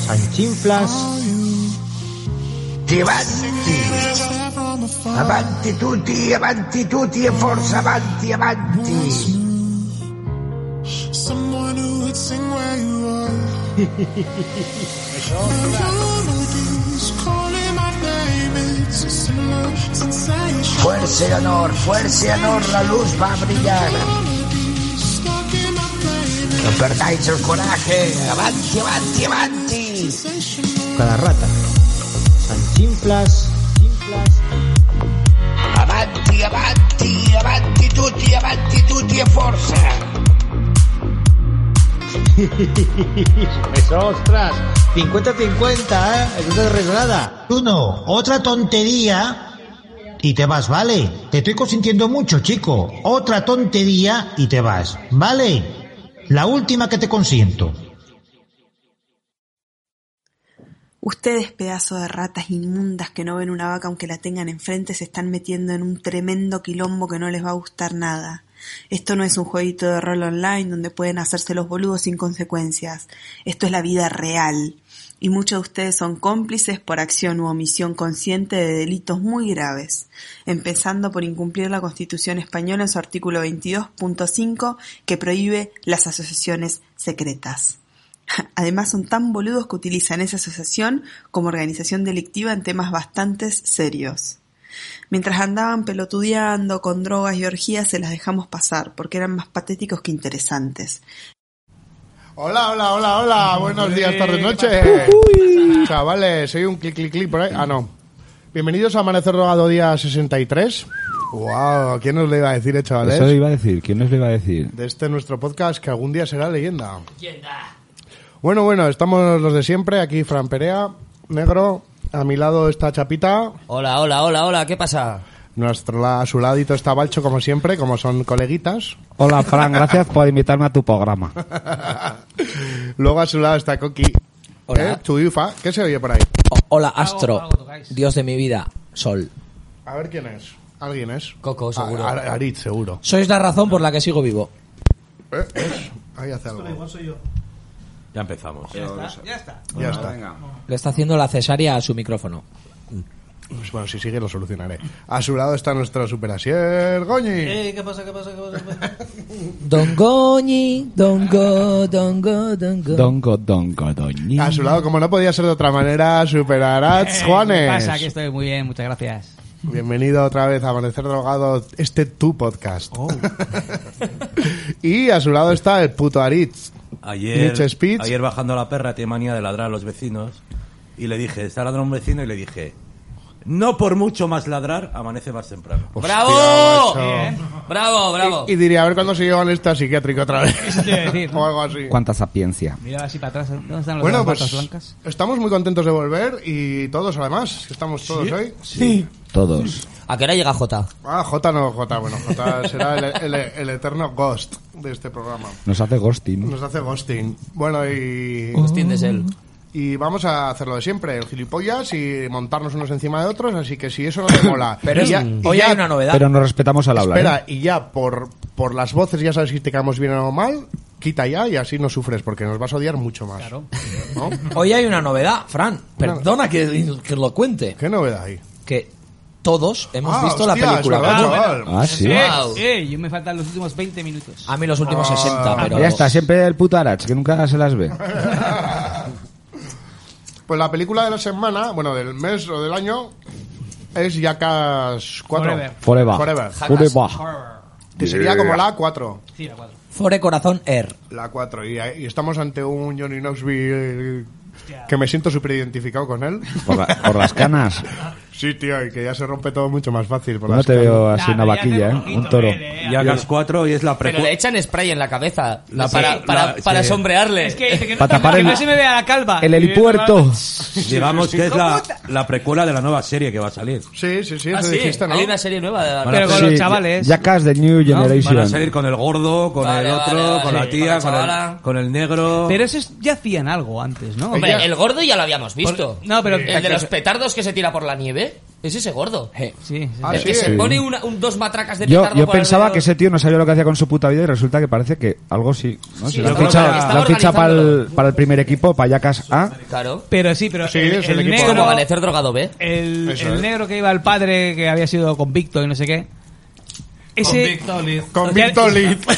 Sanchinflas. Avanti, avanti tutti, avanti tutti e forza avanti, avanti. Fuerza y honor, fuerza y honor, la luz va a brillar. No perdáis el coraje, avanti, avanti, avanti. Cada rata. Sanchinflas. Chinflas. Avanti, avanti, avanti tutti, avanti tutti e forza. Eso, ostras. 50-50, ¿eh? Eso es resonada. Uno, otra tontería y te vas, ¿vale? Te estoy consintiendo mucho, chico. Otra tontería y te vas, ¿vale? La última que te consiento. Ustedes, pedazo de ratas inmundas que no ven una vaca aunque la tengan enfrente, se están metiendo en un tremendo quilombo que no les va a gustar nada. Esto no es un jueguito de rol online donde pueden hacerse los boludos sin consecuencias. Esto es la vida real. Y muchos de ustedes son cómplices por acción u omisión consciente de delitos muy graves, empezando por incumplir la Constitución española en su artículo 22.5 que prohíbe las asociaciones secretas. Además son tan boludos que utilizan esa asociación como organización delictiva en temas bastante serios. Mientras andaban pelotudeando con drogas y orgías, se las dejamos pasar, porque eran más patéticos que interesantes. Hola, hola, hola, hola. Buenos días, tardes, noches. Chavales, soy un clic, clic, clic por ahí. Ah, no. Bienvenidos a Amanecer Drogado día 63. Wow, ¿quién nos le iba a decir, eh, chavales? Eso le iba a decir. ¿Quién nos le iba a decir? De este nuestro podcast que algún día será leyenda. Bueno, bueno, estamos los de siempre. Aquí Fran Perea, negro. A mi lado está Chapita. Hola, hola, hola, hola, ¿qué pasa? Nuestro, la- a su ladito está Balcho, como siempre, como son coleguitas. Hola, Fran, gracias por invitarme a tu programa. Luego a su lado está Coqui. Hola. ¿Eh? Chuyufa. ¿Qué se oye por ahí? O- hola, Astro, Dios de mi vida, Sol. A ver quién es. ¿Alguien es? Ah, Coco, seguro. A- a- Arit, seguro. Sois la razón por la que sigo vivo. Eh, es. Ahí hace algo. Ya empezamos. Ya está. Le está haciendo la cesárea a su micrófono. Pues bueno, si sigue lo solucionaré. A su lado está nuestro superasier Goñi. Eh, Don Goñi, Don Go, Don Go, Don Go. Dongo, dongo, doñi. A su lado, como no podía ser de otra manera, Eh, Superarats Juanes. Eh, pasa? Que estoy muy bien, muchas gracias. Bienvenido otra vez a Amanecer Drogado, este tu podcast. Oh. y a su lado está el puto Aritz. Ayer, Nietzsche Speech. ayer bajando a la perra tiene manía de ladrar a los vecinos y le dije, está ladrando un vecino y le dije, no por mucho más ladrar, amanece más temprano. ¡Bravo! Hostia, macho. Bravo, bravo. Y diría, a ver cuándo se llevan esta psiquiátrica otra vez. Eso te iba a decir, ¿no? o algo así. Cuánta sapiencia. Miraba así para atrás, ¿eh? ¿dónde están las Bueno, patas pues blancas? estamos muy contentos de volver y todos además, que estamos todos hoy. Sí. Todos. ¿A qué hora llega Jota? Ah, J no, J, bueno, J será el- el- el eterno ghost de este programa. Nos hace ghosting. Nos hace ghosting. Bueno, y, Agustín de Sel. y vamos a hacerlo de siempre, el gilipollas y montarnos unos encima de otros, así que si eso no te mola. Pero y es- ya- y hoy ya- hay una novedad. Pero nos respetamos al hablar. Espera, ¿eh? y ya por, por las voces ya sabes si te caemos bien o mal, quita ya y así no sufres, porque nos vas a odiar mucho más. Claro. ¿no? Hoy hay una novedad, Fran. Perdona que, que lo cuente. ¿Qué novedad hay? Que todos hemos Ah, visto hostia, la es verdad, película. chaval. Ah, sí. Eh, Wow. eh, yo me faltan los últimos 20 minutos. A mí los últimos ah, 60, pero... Ya está, siempre el puto Arach, que nunca se las ve. Pues la película de la semana, bueno, del mes o del año, es Jackass 4. Forever. Forever. Forever. Forever. Que sería como la 4. Sí, la cuadro. Fore Corazón Air. La 4. Y, y estamos ante un Johnny Knoxville que me siento súper identificado con él. Por, la- por las canas. Sí, tío, y que ya se rompe todo mucho más fácil. Por No las te canas. veo así Nah, una pero ya hace vaquilla, ¿eh? poquito, Un toro. eh, eh, Ya las 4 y es la Pero le precuela. echan spray en la cabeza La para, sí, para, la- para sí. sombrearle. Es que, que, no, Para tapar que el- no se me vea la calva. El helipuerto. Digamos que es la, la precuela de la nueva serie que va a salir. Sí, sí, sí, Ah, eso sí, dijiste, ¿no? Hay una serie nueva de Van a Pero con hacer- los chavales. Jackass de New Van a Generation. salir con el gordo, con Vale, el otro, vale, vale. con la Sí. tía, con Con la el, chavala. con el negro. Pero eso es- ya hacían algo antes, ¿no? Hombre, Ella- el gordo ya lo habíamos visto. Por- no, pero- El de los petardos que se tira por la nieve. ¿eh? Es ese gordo. Sí. Ah, El sí. que se Sí. pone una- un, dos matracas de Yo, petardo yo por pensaba alrededor. que ese tío no sabía lo que hacía con su puta vida y resulta que parece que algo sí. ¿no? Sí, Si lo han estaba- fichado, estaba lo han fichado para, el, organizándolo. para el primer equipo, Payacas A. Claro. Pero sí, pero Sí, el, es el el equipo. negro, Como amanecer drogado, ¿ve? el, Eso el es. negro que iba al padre que había sido convicto y no sé qué. Ese, Con Víctor Liz.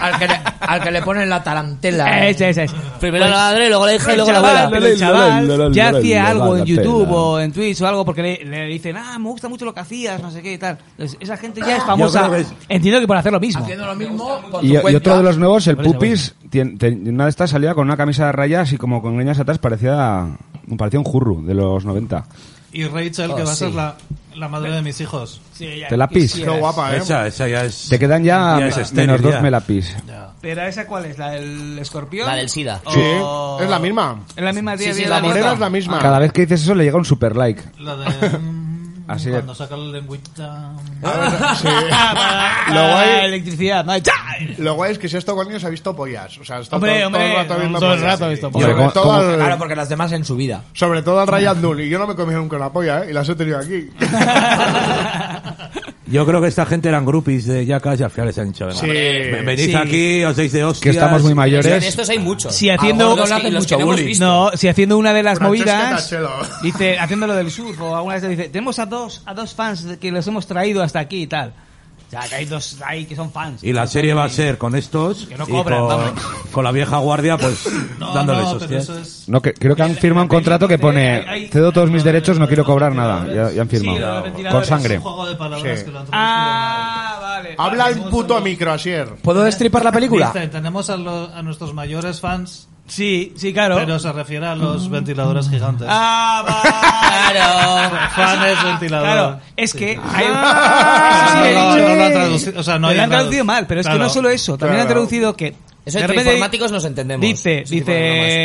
Al que, le, al que le ponen la tarantela. ese, ese, ese. Primero la madre, luego la hija y El luego la Pues, chaval, abuela. el chaval la, la, la, ya la, hacía la, algo la, en la, la, YouTube la. o en Twitch o algo porque le, le dicen, ah, me gusta mucho lo que hacías, no sé qué y tal. Entonces, esa gente ya es famosa. creo que es- Entiendo que por hacer lo mismo. Haciendo lo mismo con Y, tu y cuenta. otro de los nuevos, el Por eso, Pupis, tien- ten- una de estas salía con una camisa de rayas y como con greñas atrás parecía, parecía un jurru de los 90. Y Rachel, que Oh, va a sí. ser la, la madre de mis hijos. ¿Te la pis? Qué guapa, ¿eh? Esa, esa ya es. Te quedan ya, Ya es estéril, menos dos ya. melapis. Pero esa cuál es, la del escorpión. La del SIDA. Sí, O- es la misma. Es la misma tía Sí, sí, que la la morena Morena otra. es la misma. Cada vez que dices eso le llega un super like. La de. mm, Así es. cuando saca la lengüita. Ah, Ah, Luego hay- La electricidad. ¿no? ¡Cha! Lo guay es que si esto con niños ha visto pollas. O sea, está Hombre, todo, todo hombre, el rato viendo todo el pollas. rato ha visto Sobre, pollas. Hombre, todo ¿cómo- al, Claro, porque las demás en su vida. sobre todo al Ryan Dunn. Y yo no me comí nunca la polla, ¿eh? Y las he tenido aquí. Yo creo que esta gente eran groupies de Jackass y al final les han dicho, venga, Sí. ve- venid Sí. aquí, os deis de hostias. Que estamos muy Y de mayores. estos hay muchos. Si haciendo A gordos que- los que no hemos visto. No, si haciendo una de las Francesca movidas Tachelo. dice haciendo lo del surf o alguna vez dice, tenemos a dos a dos fans que los hemos traído hasta aquí y tal. O sea, que hay dos ahí que son fans. Y la serie va a ser con estos Que no y cobran, con, vamos. con la vieja guardia, pues No, dándoles no, pero hostias. eso es. No, que- creo que han firmado un contrato que pone cedo todos mis derechos, no quiero cobrar nada. Ya, ya han Sí, firmado. pero Con Es sangre. un juego de palabras Sí. que lo han Ah, vale. Habla el puto micro, Asier. ¿Puedo destripar la película? Viste, tenemos a, lo- a nuestros mayores fans, Sí, sí, claro. pero se refiere a los ventiladores gigantes. Ah, vale. Claro. Fan es ventilador. Claro, es que hay Ah, Eso sí le he no, dicho. no lo han traducido, o sea, Pero no hayan lo han traducido tradu- mal, pero es que Claro. no solo eso, también han traducido que Eso de entre repente informáticos nos entendemos. Dice, Ese tipo de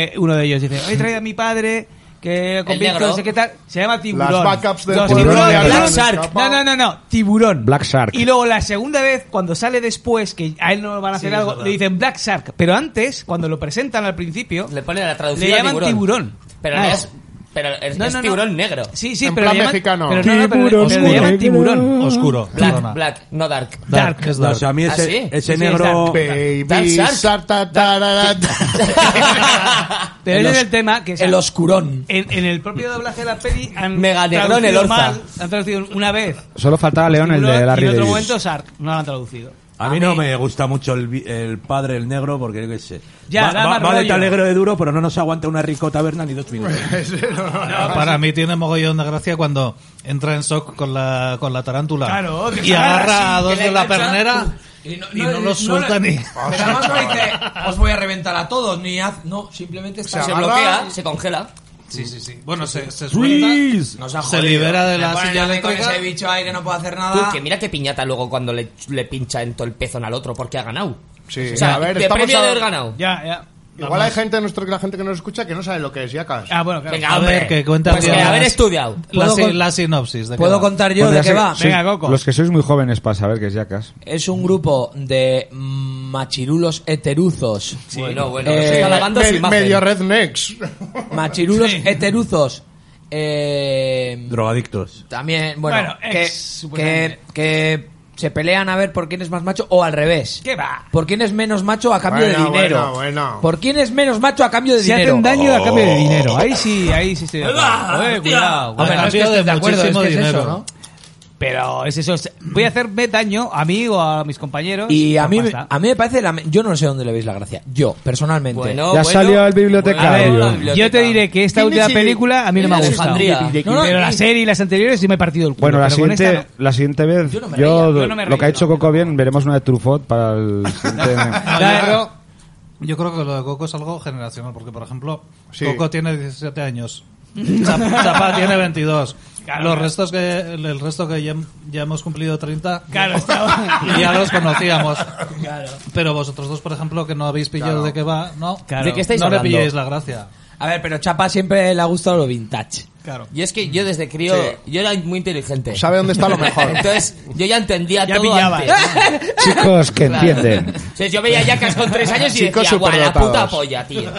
dice uno de ellos, dice, hoy traído a mi padre que convicto, negro. no sé qué tal, se llama tiburón. Las backups del Los pueblo tiburones, de Alan Black Shark. escapa. No, no, no, no, tiburón. Black Shark. Y luego la segunda vez, cuando sale después, que a él no le van a hacer es algo, verdad. le dicen Black Shark. Pero antes, cuando lo presentan al principio, Le ponen la traducción. Le llaman tiburón. Pero no Ah. es, pero es, No, es no, no. tiburón negro. sí, sí, En pero, plan le llaman, mexicano. pero no, no, pero le- Tiburón pero le llaman negro. tiburón. Oscuro. Black, perdona. black, no dark. Dark. Es No, o dark. sea, a mí ¿Ah, ese, sí? ese Sí, sí, negro. Dark Baby, Shark. sartatararata. Pero ah. El ese es os- el tema que se- El oscurón. En, en el propio doblaje de la peli han Mega Negrón, traducido el Orza. mal, han traducido una vez Solo faltaba León, el de tiburón, la y en otro Davis. momento Sark, no lo han traducido. A mí no me gusta mucho el, vi- el padre, el negro, porque yo qué sé. Ya, va, da va- e- más va de rollo. tan alegre de duro, pero no nos aguanta una ricota taberna ni dos minutos. pues Para mí tiene mogollón de gracia cuando entra en shock con la, con la tarántula. Claro, que y se agarra agarra así, a dos que le de la engancha, pernera y no- y no- no los no suelta le- ni. Pero además no dice, os voy a reventar a todos, ni haz... No, simplemente está... Se agarra- bloquea, se congela. Sí, sí, sí. Bueno, se, se suelta. Nos ha Se jodido. libera de Me la ponen silla a mí con eléctrica. ese bicho ahí que no puedo hacer Tú, nada. que mira qué piñata luego cuando le, le pincha en todo el pezón al otro porque ha ganado. Sí, O sea, a ver, de estamos premio a- de haber ganado. Ya, ya. Igual hay gente, nuestro, la gente que nos escucha que no sabe lo que es Yacas. Ah, bueno, claro. Venga, A hombre. ver, que cuenta Pues que las- haber estudiado. La, ¿Puedo si- con- la sinopsis. De ¿Puedo cada- contar yo Podría de qué ser- va? sois- Venga, Coco. Los que sois muy jóvenes para saber que es Yacas. Es un grupo de machirulos heteruzos. Bueno, bueno, Eh, se está lavando su Me- imagen. medio rednecks. Machirulos heteruzos. Eh, Drogadictos. también, bueno, Bueno, que, ex, que, supuestamente. que se pelean a ver por quién es más macho o al revés. ¿Qué va? ¿Por quién es menos macho a cambio de Bueno, dinero? bueno, bueno. ¿Por quién es menos macho a cambio de Se dinero? hacen daño a cambio de Oh. dinero. Ahí sí, ahí sí estoy de acuerdo. Eh, cuidado, Hombre, cuidado. no estoy de acuerdo, es muchísimo que es dinero. eso, ¿no? Pero es eso. es- Voy a hacerme daño a mí o a mis compañeros. Y a por mí, pasta. a mí me parece... la- yo no sé dónde le veis la gracia. Yo, personalmente. Bueno, Ya bueno, salió el A bibliotecario. ver, bueno, la yo te biblioteca. diré que esta Dime última si- película a mí no me ha gustado. Alejandría. No, no, Pero la y- serie y las anteriores sí me he partido el culo. Bueno, la pero con siguiente, esta no. la siguiente vez, yo, me reía, yo no me lo que reía, ha hecho no. Coco bien, veremos una de Truffaut para el siguiente. No, Ya, yo, creo, yo creo que lo de Coco es algo generacional, porque, por ejemplo, Sí. Coco tiene 17 años, Chap- Chapa tiene 22. Los restos que, el resto que ya, ya hemos cumplido 30, Claro, está- y ya los conocíamos. Pero vosotros dos, por ejemplo, que no habéis pillado de qué va, no, Claro. ¿De qué estáis no hablando? le pilléis la gracia. A ver, pero Chapa siempre le ha gustado lo vintage. Claro. Y es que yo desde crío, Sí. yo era muy inteligente. Sabe dónde está lo mejor. Entonces, yo ya entendía Ya todo pillaba. antes. Chicos que Claro. entienden. Entonces, yo veía a Jackass con tres años y Chicos decía, guau, la superdotados". puta polla, tío.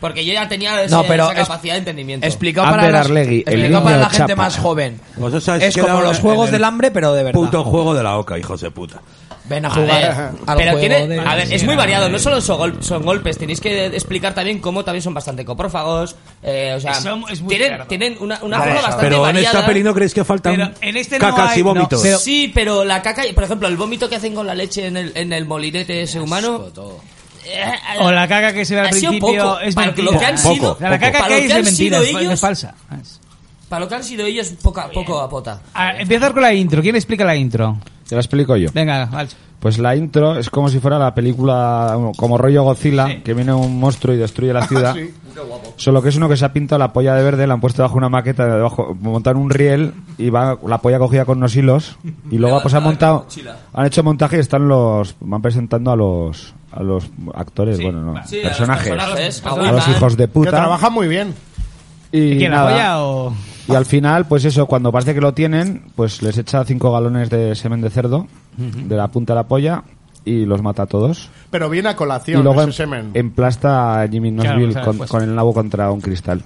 Porque yo ya tenía ese- No, pero esa es- capacidad de entendimiento. Explicado para, las- explicado para la gente más joven. Vosotros habéis Es como quedado los en juegos el del hambre, pero de verdad. Puto juego de la oca, hijos de puta. Ven a A ver, jugar al pero juego tiene- de a ver, es mierda. muy variado, no solo son, gol- son golpes, tenéis que explicar también cómo también son bastante coprófagos, eh, o sea, Son- es muy tienen, cerdo. tienen una, una Vale, forma bastante pero en variada. esta peli no creéis que faltan Pero en este no cacas hay- y vómitos. no, pero- sí, pero la caca, por ejemplo, el vómito que hacen con la leche en el, en el molinete ese humano. eh, O la caca que se ve al Ha sido principio poco, es para lo mentira. que han Poco, sido- la caca poco. que Para lo hay que es de han mentira, sido es fa- ellos- es falsa. para lo que han sido ellos, poca, poco a pota. Ah, empezar con la intro. ¿Quién explica la intro? Te lo explico yo. Venga, vale. Pues la intro es como si fuera la película, como rollo Godzilla, que viene un monstruo y destruye la ciudad. Sí. Solo que es uno que se ha pintado la polla de verde, la han puesto bajo una maqueta, debajo, montan un riel y va la polla cogida con unos hilos. Y luego pues han montado, han hecho montaje y están los, van presentando a los, a los actores, bueno, no, Sí, a los personajes, personajes, a personajes. los hijos de puta. Que trabaja muy bien. Y ¿Quién, la nada. polla Y al final, pues eso, cuando parece que lo tienen, pues les echa cinco galones de semen de cerdo Ujú. de la punta a la polla y los mata a todos. Pero viene a Y colación luego ese em- semen. emplasta a Jimmy Claro, Knoxville o sea, con, pues- Eh, con el nabo contra un cristal.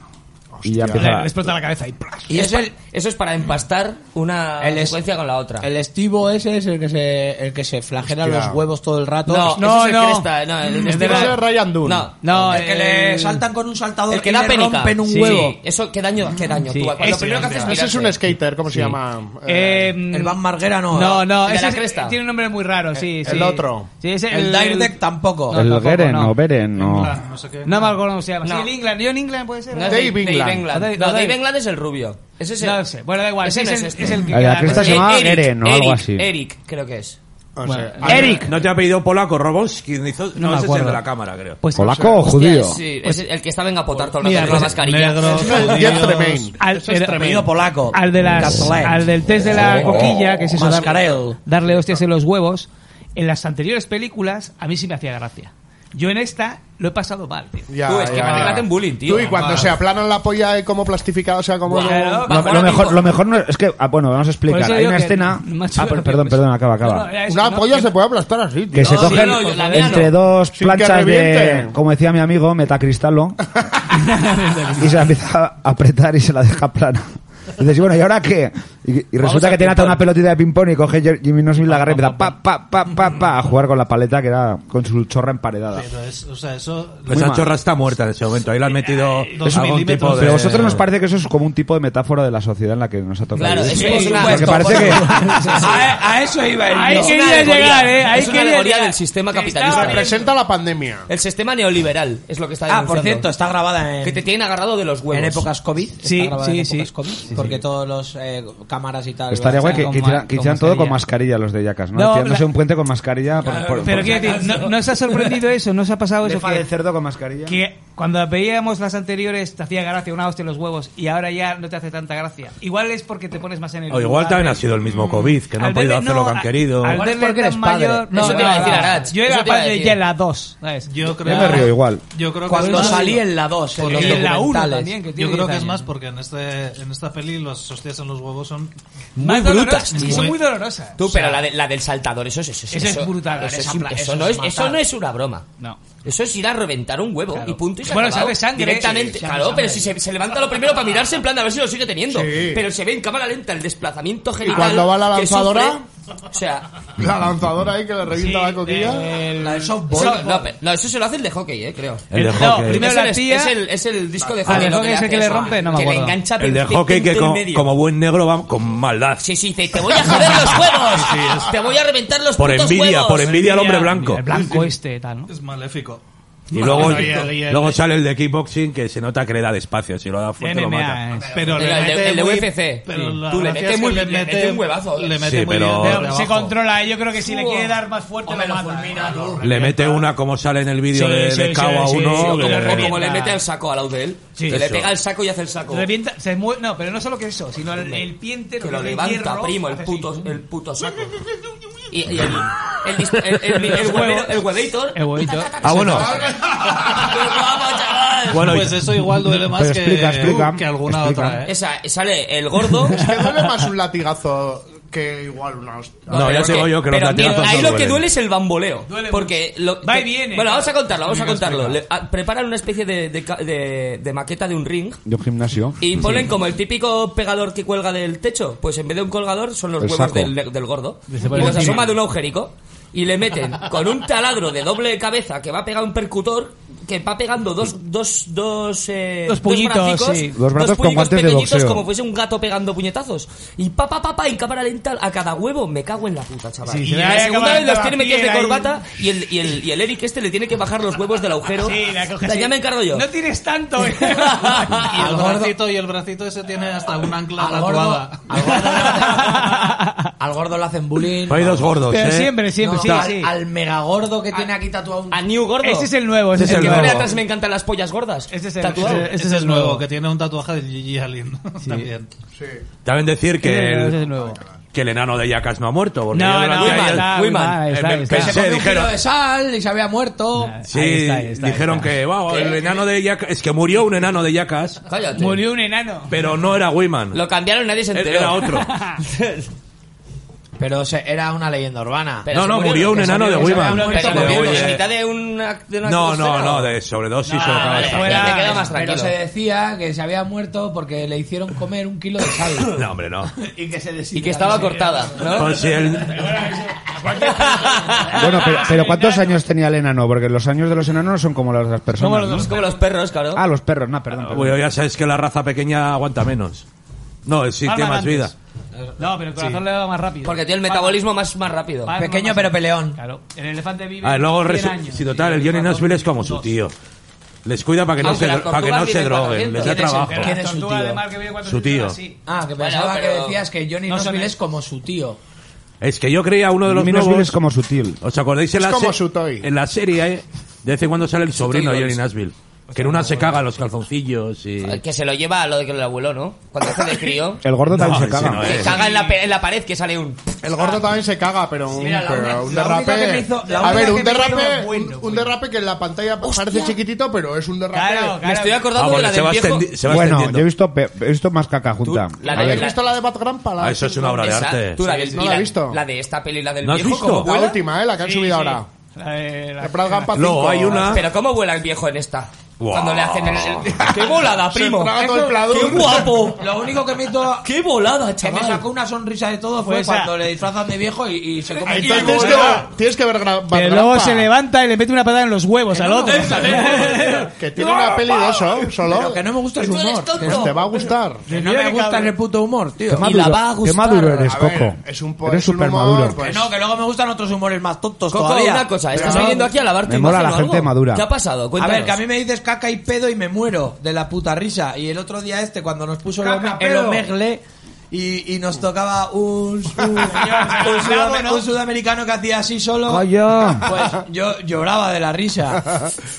Y ya empieza. Le explota la cabeza y... Y eso, eso es para empastar una secuencia con la otra. El estivo ese es el que se, el que se flagela Hostia. los huevos todo el rato. No, no, no. Mm. Este Cresta, no, el, Es de Steve- la- No, No, eh, el que le el- saltan con un saltador el que y da le penica. rompen un Sí. huevo. Eso, qué daño, qué daño. Sí, tú, cuando ese, primero que haces eh, es Ese es mirarse. un skater, ¿cómo se llama? Eh, el Van Marguera no. No, no, El de ese la es- cresta. tiene un nombre muy raro, sí, El- sí. el otro. Sí, ese- El Direct Deck tampoco. No, el tampoco, Geren no. o Beren o. No sé qué. No me acuerdo cómo se llama. No. Sí, el England. Yo en England puede ser. No, Dave Dave England. England. No, Dave England es el rubio. Ese es el- No sé. Bueno, da igual. Ese sí, no es, es el- este. es el que La de la queda- cresta se Eh, llamaba Eric, Geren o algo Eric, así. Eric, creo que es. Bueno, Eric. ¿No te ha pedido polaco, Robowski? No, hizo- No no, me ese es el acuerdo. de la cámara, creo. Pues- ¿Polaco o Hostia, judío? Sí, es el que estaba en apotar todo el Mira, rato con la ese- mascarilla. negros, Jeff judíos. Al- Eso es era- tremendo polaco. Al, de las, Castellán. al del test de la Oh. coquilla, que es eso, darle, Mascarell. darle hostias en los huevos. En las anteriores películas, a mí sí me hacía gracia. Yo en esta lo he pasado mal, tío. Ya, ya, ya. Tú, y cuando Mal. se aplanan la polla y como plastificado, o sea, como... Claro, Lo, lo mejor, lo mejor no es que. ah, bueno, vamos a Por explicar. eso Hay digo una que- escena. macho, Ah, per- perdón, perdón, acaba, acaba. Una polla se puede aplastar así, tío. Que se cogen entre dos Sin que planchas de, reviente. como decía mi amigo, metacristalo. y se la empieza a apretar y se la deja plana. Y dices, "Y bueno, ¿y ahora qué? Y, y resulta a que tiene hasta ping-pong. una pelotita de ping-pong y coge Jer- Jimmy Nosby la agarra y empieza pa, pa, pa, pa, pa, a jugar con la paleta que era con su chorra emparedada. Pero es, pues, o sea, eso. Esa Muy mal. Pues chorra está muerta en ese momento. Ahí la han metido Eso- algún tipo de... Pero a vosotros nos parece que eso es como un tipo de metáfora de la sociedad en la que nos ha tocado. Claro, vivir. eso es una- Porque parece que... a, eso iba el Ahí Es una quería alegoría. llegar, eh. Ahí es una quería alegoría llegar. del sistema Que estaba capitalista. bien. Representa la pandemia. El sistema neoliberal es lo que está Ah, por denunciando. cierto, está grabada en- Que te tienen agarrado de los huevos. En épocas COVID. está Sí, grabada sí, en sí. épocas COVID, porque todos los eh, cámaras y tal. Estaría guay van a que, estar que con hicieran, ma- que con hicieran todo con mascarilla mascarilla. los de Yacas, ¿no? No, Tirándose la- un puente con mascarilla. por- por- Pero por- quiero decir, no, no se ha sorprendido eso, no se ha pasado eso. Lefa que, de cerdo con mascarilla. Que cuando veíamos las anteriores te hacía gracia una hostia en los huevos y ahora ya no te hace tanta gracia. Igual es porque te pones más en el. O igual lugar también de- ha sido el Mm. mismo COVID, que no Al han podido verle- hacer no, lo que han a- querido. Al verle porque eres tan mayor, padre. Eso te iba a decir Arach, eso Yo era te iba a padre decir. ya en la 2. Yo Yo me río igual. Yo creo que Cuando es más- salí en la 2, en Porque- los y en la uno documentales. también, que tiene Yo creo que es más porque en, este, en esta peli las hostias en los huevos son Muy Más brutas, dolorosas, tío. Son muy dolorosas. Tú, O sea, pero la, de- la del saltador, eso es eso. Eso es brutal, Eso, esa es im- pla- eso eso no es es, eso matar. no es una broma. No. Eso es ir a reventar un huevo y punto y se Bueno, ha acabado. sale sangre, Directamente. sí, sale claro, sangre. pero si se, se levanta lo primero para mirarse en plan de a ver si lo sigue teniendo. Sí. Pero se ve en cámara lenta el desplazamiento genital. cuando va la que sufre. lanzadora? O sea, La lanzadora ahí que le revienta la coquilla. la del softball. no, pero- no, eso se lo hace el de hockey, eh, creo. El de No, hockey. primero Eso la es- tía- Es el, es el disco de Ah, hockey. el lo hockey es el hace que le eso, rompe, no me Que le acuerdo. engancha El de perfecto hockey que en como, medio. como buen negro va con maldad. Sí, sí, dice, te voy a joder los huevos. Te voy a reventar los Por putos envidia, huevos. por envidia al hombre blanco. El blanco este, tal, ¿no? Es maléfico. Y luego, Bueno, y el- y el- luego sale el de kickboxing que se nota que le da despacio. Si lo da fuerte lo MMA mata. es. Pero Pero el de- el de muy- UFC, Pero sí. la Tú le gracia metes es que muy- le le mete un huevazo. Le mete Sí, muy pero- bien. Pero de Se abajo. controla, eh, yo creo que si le Subo. quiere dar más fuerte lo mata. Le mete una como sale en el vídeo Sí, de, sí, de sí, cabo a sí, uno. sí, O que- como, como le Revienta. mete al saco al Audel. Sí. que le Eso. pega el saco y hace el saco. Revienta, se mueve, no, pero no solo que eso, sino el, el pie entero que lo de levanta, hierro, primo, el hace puto, así. el puto saco. Y, y el, el, dis- el, el, el, el, Los huevero- huevos. el huevator. El huevito. Ah, bueno. ¡Qué guapo, chaval! mal. pues eso igual duele más que, que alguna otra, ¿eh? Esa, sale el gordo. Es que duele más un latigazo que igual una hostia. No, ya pero te es digo yo que los pero latigazos mira, Ahí no lo que duelen. duele es el bamboleo. porque lo, Va y te- viene. Bueno, vamos a contarlo, vamos a Venga, contarlo. explica. Le- a- preparan una especie de, de ca- de- de maqueta de un ring. De un gimnasio. Y ponen como el típico pegador que cuelga del techo. Pues en vez de un colgador son los El huevos saco. del, del gordo. Y Y se ponen los encima. asoma de un agujerico. Y le meten con un taladro de doble cabeza que va a pegar un percutor que va pegando dos dos dos eh, Dos puñitos, bracicos, sí. Dos brazos con puñicos guantes de pequeñitos boxeo. como fuese un gato pegando puñetazos y pa pa pa pa en cámara lenta a cada huevo me cago en la puta chaval Sí, y se le la haya segunda acabado vez los la tiene metidos de piel ahí. corbata y el, y, el, y el Eric este le tiene que bajar los huevos del agujero Sí, la coge Ya- así. ya me encargo yo No tienes tanto, eh. Y el bracito, y el bracito ese tiene hasta un ancla Al gordo- tatuada. Al gordo le hacen bullying. Hay dos gordos, Pero ¿eh? siempre, siempre, sí, sí. al megagordo que tiene aquí tatuado un... a New Gordo Ese es el nuevo, ese el, es el que nuevo. pone atrás me encantan las pollas gordas ese es tatuado Ese, ese es el nuevo, que tiene un tatuaje de Gigi Allen también. También decir Sí, que ese es el, el nuevo. que el enano de Yacas no ha muerto. porque No, yo durante no, años- está, muy mal, eh, está, me- está. pensé, Se comió un dijeron, kilo de sal y se había muerto. sí, Ahí está, ahí está, ahí dijeron está. que "Wow, ¿Qué? el enano de Yacas, es que murió un enano de Yacas, Cállate. Murió un enano. pero no era Wiman. Lo cambiaron, nadie se Era enteró. otro. Pero se- era una leyenda urbana. Pero No, se no, murió, murió un que se enano de murió, que se Wiman. había muerto Pero porque- murió. Oye. en mitad de una, de una No, no, atmósfera, no, ¿o? de sobredosis. o Ah, algo vale, así. fuera. te queda más Pero tranquilo. se decía que se había muerto porque le hicieron comer un kilo de sal. No, hombre, no. y que se y que estaba cortada ¿no? Pues si el- Bueno, pero, pero ¿cuántos años tenía el enano? Porque los años de los enanos no son como los de las como personas. los, ¿no? como los perros claro Ah, los perros, no, perdón. perdón. Bueno, ya sabes que la raza pequeña aguanta menos. No, sí, Palman tiene más vida. antes. No, pero el corazón le va más rápido. porque tiene el metabolismo más, más rápido Palma más rápido. Claro. El elefante vive. A ver, luego 100 Ah, resu- años. si total, el Johnny Nashville es como su tío. Les cuida para que no Aunque se, las para que no tortugas se viven droguen, les da 400. trabajo. Pero la tortuga de mar que vive 400 Su tío. horas, sí. Ah, que Bueno, pensaba que pero- decías que Johnny No son Knoxville él. es como su tío. Es que yo creía uno de los Johnny Knoxville nuevos. es como sutil. ¿Os acordáis en Es la, como se- su toy. en la serie? eh? De vez en cuando sale el sobrino de Johnny Nashville. Que en una se caga los calzoncillos y. que se lo lleva a lo de que lo abuelo no cuando hace de crío El gordo también No, se ese caga. no que es. caga en la, pe- en la pared que sale un El gordo también se caga, pero un, Mira, la pero única- un la única que derrape. me hizo- la a ver, un única que me hizo derrape, era bueno, un, un derrape que en la pantalla parece chiquitito, pero es un derrape. Claro, me estoy Ah, acordando de porque la se del va viejo extendi- se va Bueno, extendiendo. yo he visto, pe- he visto más caca junta. la A de- ver, ¿Habéis visto la de Bad Grandpa? La Ah, eso es una obra de Esa, arte. tú la, ves- No y la he visto. la de esta peli la del ¿No has viejo visto? cómo La vuela última, ¿eh? La que han subido sí. ahora. La de- la- De Bad Grandpa Luego 5. hay una- Pero ¿cómo vuela el viejo en esta? Guau. Cuando le hacen el... el- ¡Qué volada, Se primo! traga todo el pladur. ¡Qué guapo! Lo único que me hizo... ¡Qué volada, Que me chaval! sacó una sonrisa de todo fue Pues, cuando ah. le disfrazan de viejo y, y se Ah, come... Ahí un está, kilo tienes, de que sal. ver, tienes que ver Gra- Bad Que Grandpa. luego se levanta y le mete una patada en los huevos al otro. Que tiene una peli de eso, solo. Pero que no me gusta el Tú eres humor. tonto. Que Pues no, te va a gustar. que no me gusta el puto humor, tío. qué maduro, qué maduro eres, A Coco. ver, es un po- eres es un súper humor, maduro. pues- Que no, que luego me gustan otros humores más tontos Coco, todavía. una cosa. ¿Estás Pero- viniendo aquí a lavarte Me el mola imagen la o gente algo? madura. ¿Qué ha pasado? A Cuéntanos. ver, que a mí me dices caca y pedo y me muero de la puta risa. Y el otro día este, cuando nos puso el, Caca, ome- el pedo. omegle y, y nos tocaba un, un, un sudame- un sudamericano que hacía así solo, Coño. pues yo lloraba de la risa.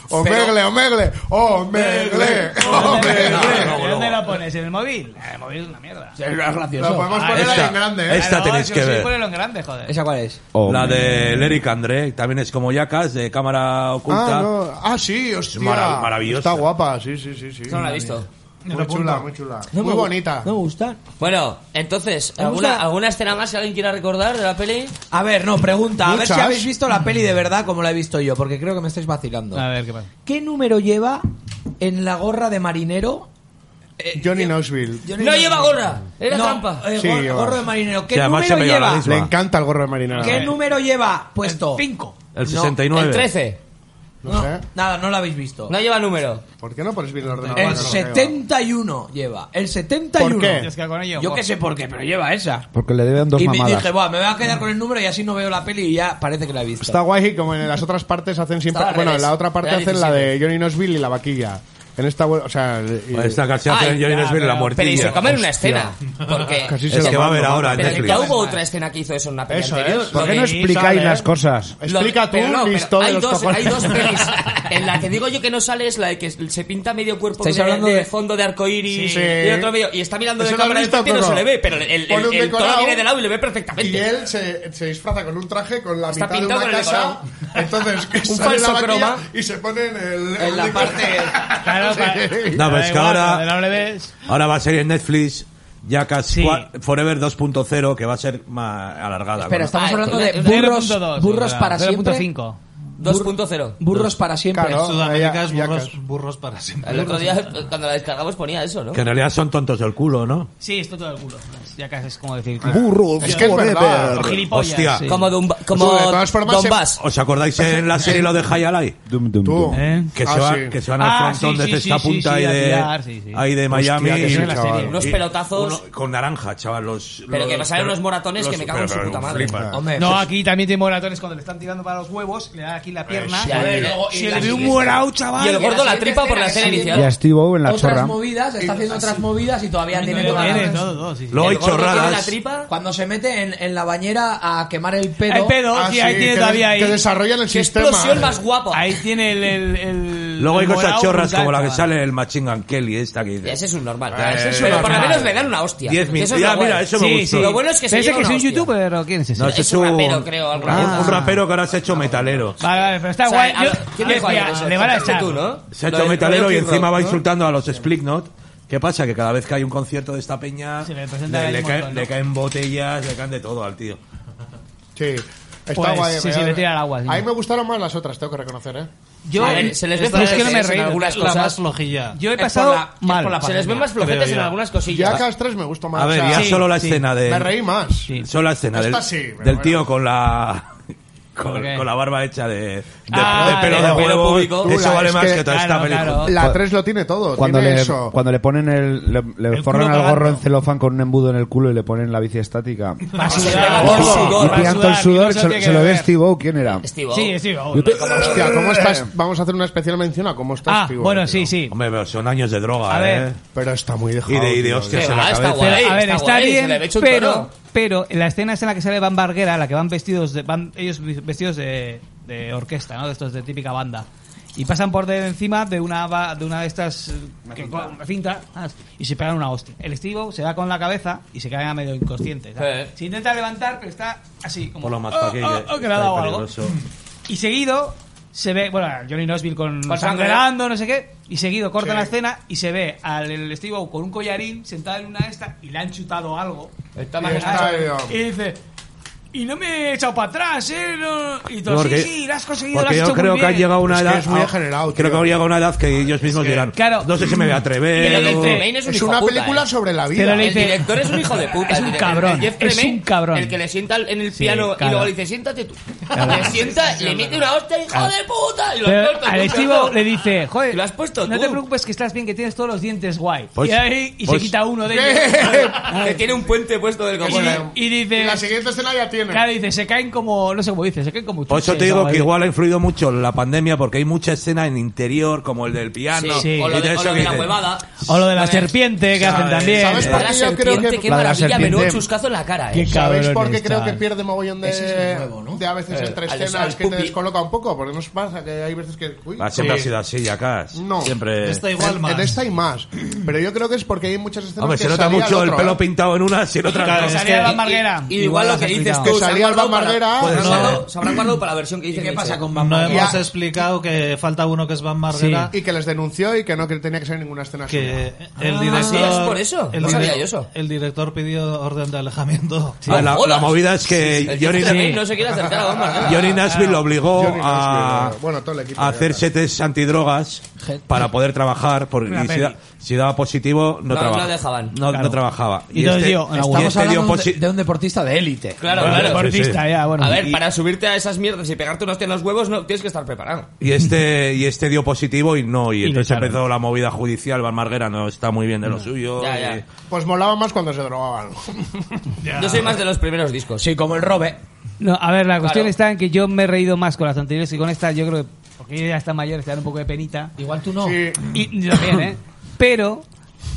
Omegle, omegle, omegle, omegle. ¿Y ¿Dónde la pones? ¿En el móvil? Eh, El móvil es una mierda. Era Lo gracioso. podemos poner ahí esta- en grande, ¿eh? esta Ah, no, tenéis eso que sí, ver. ponelo en grande, joder. ¿Esa cuál es? Oh, La man. del Eric André también es como Yacas, de cámara oculta. Ah, no. ah, sí, hostia. marav- maravillosa. Está guapa, sí, sí, sí. sí. No la he visto. Muy chula, muy chula. No muy me gu- bonita. No me gustan. Bueno, entonces, Me ¿alguna, gusta- ¿alguna escena más que alguien quiera recordar de la peli? A ver, no, pregunta. A ver Muchas. si habéis visto la peli de verdad como la he visto yo, porque creo que me estáis vacilando. A ver qué pasa. ¿Qué número lleva en la gorra de marinero? Eh, Johnny Knoxville. Yo ¡No lleva gorra! ¡Era trampa! eh, Sí, gor- lleva. gorro de marinero. ¿Qué Sí, además número se me dio la lleva? misma. Le encanta el gorro de marinera. ¿Qué número lleva puesto? 5. El No, 69. El 13. No sé. Nada, no lo habéis visto. No lleva número. ¿Por qué no pones bien el ordenador? El No, no, 71 lleva. El 71. ¿Por qué? Es que con ello. Yo qué sé por qué, pero lleva esa. Porque le deben dos y me mamadas. dije, Buah, me voy a quedar con el número y así no veo la peli y ya parece que la he visto. Está guay como en las otras partes hacen siempre... Estaba al Bueno, en revés. la otra parte Era hacen la de Johnny Knoxville y la vaquilla. En esta... O sea... y- Esta casi hace Ay, Johnny ya, Knoxville la Pero y muertilla. se comen una escena. Porque... Casi se Es lo que va a mando, haber mando. ahora en Pero ya Netflix. hubo otra escena que hizo eso en una peli Eso anterior. es. ¿Por Lo qué que- no explicáis sale, las ¿eh? cosas? Lo- Explica tú, pero no, pero listo de hay los dos, cojones. hay dos pelis. En la que digo yo que no sale es la de que se pinta medio cuerpo Estáis de, hablando de de- fondo de arcoíris Sí. y otro medio. Y está mirando ¿Eso de lo has cámara de visto, frente y no Coco? se le ve, pero el, el, Pone el, un decorado. tono viene de lado y le ve Y perfectamente. él se, se disfraza con un traje con la Está mitad de pintado una con el casa. Entonces, sale falso la vaquilla croma. y se pone en el... En la parte, Claro, pa- No, pero da es que igual, ahora, lo de la WBS. ahora va a ser en Netflix Jackass Qua- Forever 2.0, que va a ser más alargada. Espera, ¿no? estamos hablando de 0.2, burros, ¿verdad? burros para siempre. 0.5. 2.0. Burros para siempre. Claro, Sudamérica es ya- burros, burros para siempre. El otro día, cuando la descargamos, ponía eso, ¿no? Que en realidad son tontos del culo, ¿no? Sí, esto todo el culo. Ya casi es como Ah. decir. Burros, Yo- es que es verdad. O Gilipollas. Hostia. sí. Como Dumba- como Tú, de todas formas, Don se- Bass. ¿Os acordáis en la serie lo de Hayalai? ¿Eh? ¿Eh? Que, se Ah, van- sí. que se van al Ah, frontón sí, de sí, cesta sí, punta sí, ahí a de, tirar, sí, sí. ahí de Hostia, Miami. que sí, y- la chaval. serie. Unos y- pelotazos. uno- con naranja, chaval. Los, Pero que los- salen unos moratones que los- me cago en su pero- puta pero madre. flipas. No, aquí también tiene moratones cuando le están tirando para los huevos, le da aquí la Pues pierna. Ya, Joder, ya, luego- ya. Pues, se le ve un morao, chaval. Este Y el gordo la tripa por la escena serie Y a inicial. Steve O en la otras chorra. movidas, está haciendo otras movidas y todavía No, tiene no, todas tiene las- todo, todo, sí, sí. El gordo raras. tiene la tripa Cuando se mete en, en la bañera a quemar el pedo. El pedo, Ah, sí, Ah, ahí tiene todavía ahí. Qué explosión más guapa. guapa. Ahí tiene el. el, el Luego hay el cosas morao chorras brutal, como la que chaval. sale en el Machine Gun Kelly, esta que dice. Ese es un normal. Ah, ese es eh, un normal. Por lo normal. menos le dan una hostia. Diez mil- Eso es ya, lo guay. mira, eso me gustó. Lo bueno es que se ¿Ese lleva que es una un hostia. youtuber o quién es ese? No, ese Es un rapero, creo, algo un- así. Ah. un rapero que ahora se ha hecho metalero. Vale, vale, pero está O sea, guay. a- Yo- ¿quién yo es guay decía, de eso? le van a Tú, echar. tú, ¿no? Se ha Lo hecho del metalero y Rocky encima Rock, va ¿no? insultando a los Slipknot. ¿Qué pasa? Que cada vez que hay un concierto de esta peña, le, presenta ahí le un cae- montón, le ¿no? caen botellas, le caen de todo al tío. Sí. Está Pues, guay. sí, sí, le tira al agua, sí. A mí me gustaron más las otras, tengo que reconocer, ¿eh? Yo, Pero es que no me reí. algunas la cosas. más flojilla. Yo he Es por pasado la- es mal. por la Se les ve pandemia, más flojetes creo en yo. algunas cosillas. Jackass 3 me gustó más, A ver, o sea, ya sí, solo la sí. escena de. Me reí más. Solo la escena Esta del, sí, pero del bueno. tío con la. Con, qué? con la barba hecha de, de, Ah, de pelo de de pelo huevo. púbico. Eso Tú, vale es más que- que, toda esta claro, película. claro. La 3 lo tiene todo. Cuando tiene le, eso. cuando le ponen el. Le, le forran culo al gorro cagando. en celofán con un embudo en el culo y le ponen la bici estática. Para Y tiran todo el sudor, se, lo- se lo ve Steve O, ¿quién era? Sí, sí. Yo te- Hostia, ¿cómo estás? Vamos a hacer una especial mención a cómo estás, Ah, tío. bueno, sí, sí. Hombre, pero son años de droga, A ¿eh? ver. Pero está muy dejado. Y de, y de tío. hostias Qué en la va, está cabeza. a ver, está, Ah, guay, se bien, le ve hecho un pero, toro. pero en la escena es en la que sale Van Barguera, la que van vestidos de, van ellos vestidos de, de orquesta, ¿no? De estos de típica banda. Y pasan por de encima de una ba- de una de estas eh, que- una cinta ah, y se pegan una hostia. El Steve se va con la cabeza y se caen a medio inconsciente. ¿sabes? Se intenta levantar, pero está así como Por lo más "Oh, paquete. oh, oh", que le ha dado algo. Y seguido se ve, bueno, a Johnny Knoxville con, sangrando, no sé qué. Y seguido corta Sí. la escena y se ve al el Steve O con un collarín sentado en una esta y le han chutado algo. Está Y más está- enganchado. y dice. Y no me he echado para atrás, ¿eh? No". Y todo, Porque- sí, sí, lo has conseguido, lo has Porque yo hecho muy creo que ha bien". llegado a una Es que edad. es muy ah, degenerado, Creo que ha llegado a una edad que ellos mismos dirán. claro. No sé si me voy a Pero atrever. le o- dice, "Maine Es una película sobre la vida. eh. eh. el director es un hijo de puta. Es el un dire- cabrón, el Jeff es Tremaine, un cabrón. El que le sienta en el Sí, piano y claro. luego le dice, siéntate tú. Claro. Le sienta, le mete una hostia, hijo Claro. de puta. Y lo Pero corta, al tú, Steve cabrón. le dice, joder, no tú". te preocupes que estás bien, que tienes todos los dientes guay. Pues- y ahí, y pues- se quita uno de que ellos. tiene un puente puesto del copón. y, dice... La siguiente escena ya tiene. Claro, dice, se caen como, no sé cómo dice, se caen como Por eso chuches, Pues te digo ¿no? que igual ha influido mucho la pandemia porque hay mucha escena en interior, como el del piano. Sí, sí. O lo y de- eso o lo que de la dices, huevada. O lo de la serpiente que hacen ¿Sabes? también. ¿Sabes por La serpiente, qué maravilla, menudo chuscazo en la cara, eh. Qué ¿Sabéis por cabrones, qué creo que chaval. pierde mogollón de, de a veces Eh, entre al- escenas al que te pupi. descoloca un poco? Porque nos pasa que hay veces que... uy, Ah, siempre sí. ha sido así, ya acá. No, Siempre. en, En esta hay más. Pero yo creo que es porque hay muchas escenas Hombre, que se nota salía mucho el, otro, pelo ¿eh? pintado en una, si en otra Claro, no. es que- Salía Iván Marguera. Y igual lo que dices Que tú. se salía han el Van guardado para- Marguera. se han Puede guardado- ser. Se habrán guardado para la versión que dice qué que pasa hice. con Van ¿eh? No hemos explicado que falta uno que es Van Marguera. Y que les denunció y que no que tenía que ser ninguna escena Que suya. el director, el No sabía dire- yo eso. El director pidió orden de alejamiento. Ah, la, la movida es Sí, sí, que el Johnny, tío también no se quiere acercar a Van Marguera. Johnny Nashville lo obligó Johnny Nashville, a, bueno, todo el equipo a ya, hacerse test antidrogas para poder trabajar. Porque Una y si, peli. da- si daba positivo, no, No, trabajaba. no dejaban. No, Claro. no trabajaba. Y entonces dio- y Estamos este hablando dio de un de- posi- de un deportista de élite. Claro, Bueno, claro. deportista, sí, sí. ya, bueno. A ver, Y- para subirte a esas mierdas y pegarte una hostia en los huevos, no tienes que estar preparado. y este y este dio positivo y no y, le entonces echaron. empezó la movida judicial Van Marguera no está muy bien de lo suyo Ya, ya. y- Pues molaba más cuando se drogaban. Yo soy más de los primeros discos. Sí, como el Robe. No, a ver, la cuestión está en que yo me he reído más con las anteriores que con esta. Yo creo que porque ellos ya están mayores, te dan un poco de penita. Igual tú no. Y yo también, ¿eh? Pero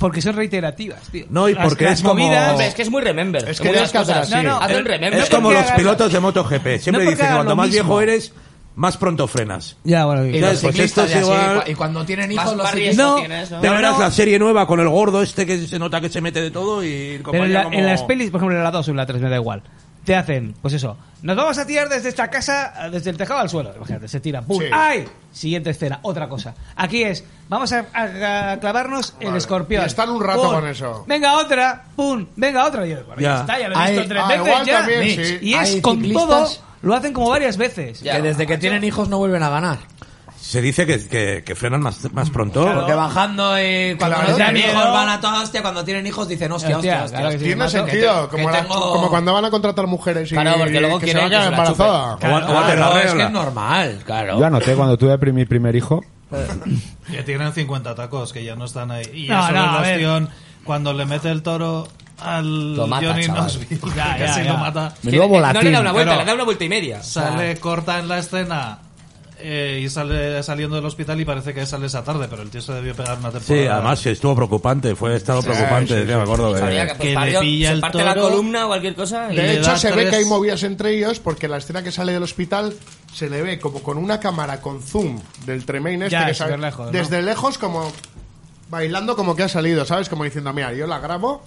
porque son reiterativas, tío. No, y Las- porque las es como- movidas- Hombre, es que es muy remember. Es que Muchas tienes que hacer cosas. así. No, no, hacen remember. es como porque los hagas- pilotos de MotoGP no siempre porque dicen hagas cuando lo más mismo. viejo eres más pronto frenas Ya, bueno, ¿Sabes? Y los Pues ciclistas esto es y así, igual. cu- Y cuando tienen Más hijos los barrio ciclistas... no tienes, ¿no? Ya verás no. la serie nueva con el gordo este que se nota que se mete de todo y Pero en, compañía la- como- en las pelis, por ejemplo, en la 2 o en la 3 me da igual. te hacen, pues eso, nos vamos a tirar desde esta casa, desde el tejado al suelo. Imagínate, se tira, ¡pum! Sí. ¡Ay! Siguiente escena, otra cosa. Aquí es, vamos a, a- a clavarnos el Vale. escorpión. Y están un rato ¡Pum! con eso. Venga, otra, ¡pum! Venga, otra. Y yo, bueno, ya. Ya. está, ya lo he Hay- visto tres ah, veces igual ya. también, sí. Y es Hay con ciclistas- todo, lo hacen como varias veces. Que desde que tienen hijos no vuelven a ganar. Se dice que, que- que frenan más, más pronto. Porque bajando y cuando Claro, no tienen tío. hijos van a toda hostia, cuando tienen hijos dicen hostia, hostia, hostia. hostia, Tiene hostia, sentido, que como, te- la- que tengo- como cuando van a contratar mujeres y Claro, porque luego que se quieren van a quedar que se la chupen. embarazadas. Claro, O- o te la claro, es que regla. es normal, claro. Yo anoté cuando tuve a mi primer hijo. Pues, Que tienen 50 tacos, que ya no están ahí. Y No, eso no, de a la ver. acción, cuando le mete el toro al Lo mata, Johnny chaval. Knoxville, Ya, ya, casi ya. lo mata. Menudo Que- volatil. No le da una vuelta, Pero le da una vuelta y media. Sale O sea, corta en la escena eh, y sale saliendo del hospital y parece que sale esa tarde, pero el tío se debió pegar una temporada. Sí, además que estuvo preocupante, fue estado Sí, preocupante, sí, decía, sí. me acuerdo. que- sabría que, que le parió- pues pilla se el parte la toro, columna o cualquier cosa. y- De hecho, se ve que hay movidas entre ellos porque la escena que sale del hospital se le ve como con una cámara con zoom del Tremaine este Ya, que es sale súper lejos, ¿no? desde lejos como bailando como que ha salido, ¿sabes? Como diciendo, mira, yo la grabo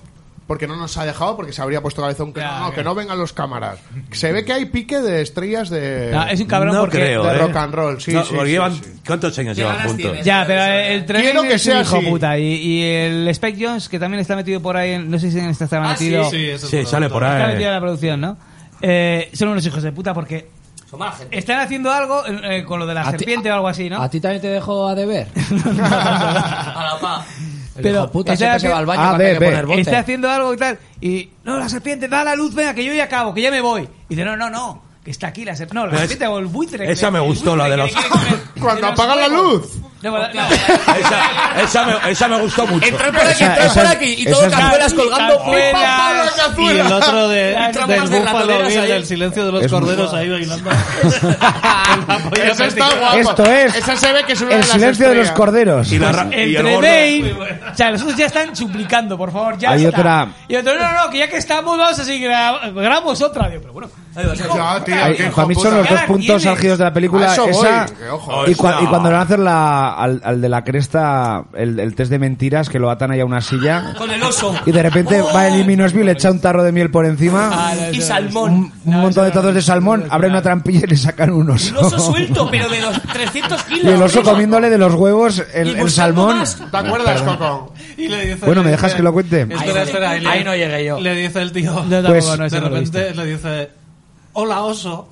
porque no nos ha dejado porque se habría puesto cabeza un que no, no, que no vengan los cámaras. Se ve que hay pique de estrellas de No, Ah, es un cabrón no porque- creo, de ¿eh? rock and roll, sí, No, sí, porque sí, llevan, sí. ¿Cuántos años llevan juntos? Ya, pero el tren Quiero que es un sea hijo así. puta. Y, y el Spec Jones, que también está metido por ahí, en- no sé si en esta está Ah, sí, metido. sí, ese es Sí, el sale productor. por ahí. Está metido en la producción, ¿no? Eh, son unos hijos de puta porque Son mala gente. están haciendo algo eh, con lo de la A ti- serpiente o algo así, ¿no? ¿A ti también te dejo a deber? A la pa. El hijo puta siempre se va al baño A, cuando hay B, que B. poner bote. Ah, Está haciendo algo y tal. Y, no, la serpiente, da la luz, venga, que yo ya acabo, que ya me voy. Y dice, no, no, no, que está aquí la serpiente. No, la Pero es- serpiente o el buitre. que esa le- me el gustó, buitre la de que los- le quiere comer- Cuando de los apagan la huevos. luz. No, no, no. Esa, esa me, esa me gustó mucho. Entró por aquí, entró por aquí y todo cazuelas colgando. Cazuelas. Y el otro de, Las del trampas de Buffalo ratoneras Bill, ahí. del silencio de los Es muy corderos ahí bailando. Eso está guapo. Esto es Esa se ve que es una El de las silencio de los estrellas. corderos. Pues, eh, Y la ra- y el Pues Entre gordo- Bane, o sea, los otros ya están suplicando, por favor, ya Hay está. otra- Y otro, no, no, no, que ya que estamos, vamos a seguir, gra- grabamos otra. Digo, pero bueno, Ya, tío, Ay, eh, qué hijo para mí son puta. los dos Cada puntos quien es. álgidos de la película. A eso esa, voy, que ojo, y, es cua- una- y cuando le van a hacer la, al, al de la cresta el, el test de mentiras, que lo atan ahí a una silla. Con el oso. Y de repente Oh. va el Minosby, le echa un tarro de miel por encima. Y Un, salmón. un montón de tazos de salmón, abre una trampilla y le sacan un Y oso. Un oso suelto, pero de los 300 kilos. Y el oso primo. comiéndole de los huevos el, Y el buscando salmón. más. ¿Te acuerdas, Coco? Y le dice- Bueno, ¿me dejas que lo cuente? Espera, espera, y le- Ahí no llegué yo. Le dice el tío. yo tampoco, Pues, no, ese de no lo he visto. repente le dice. Hola, oso.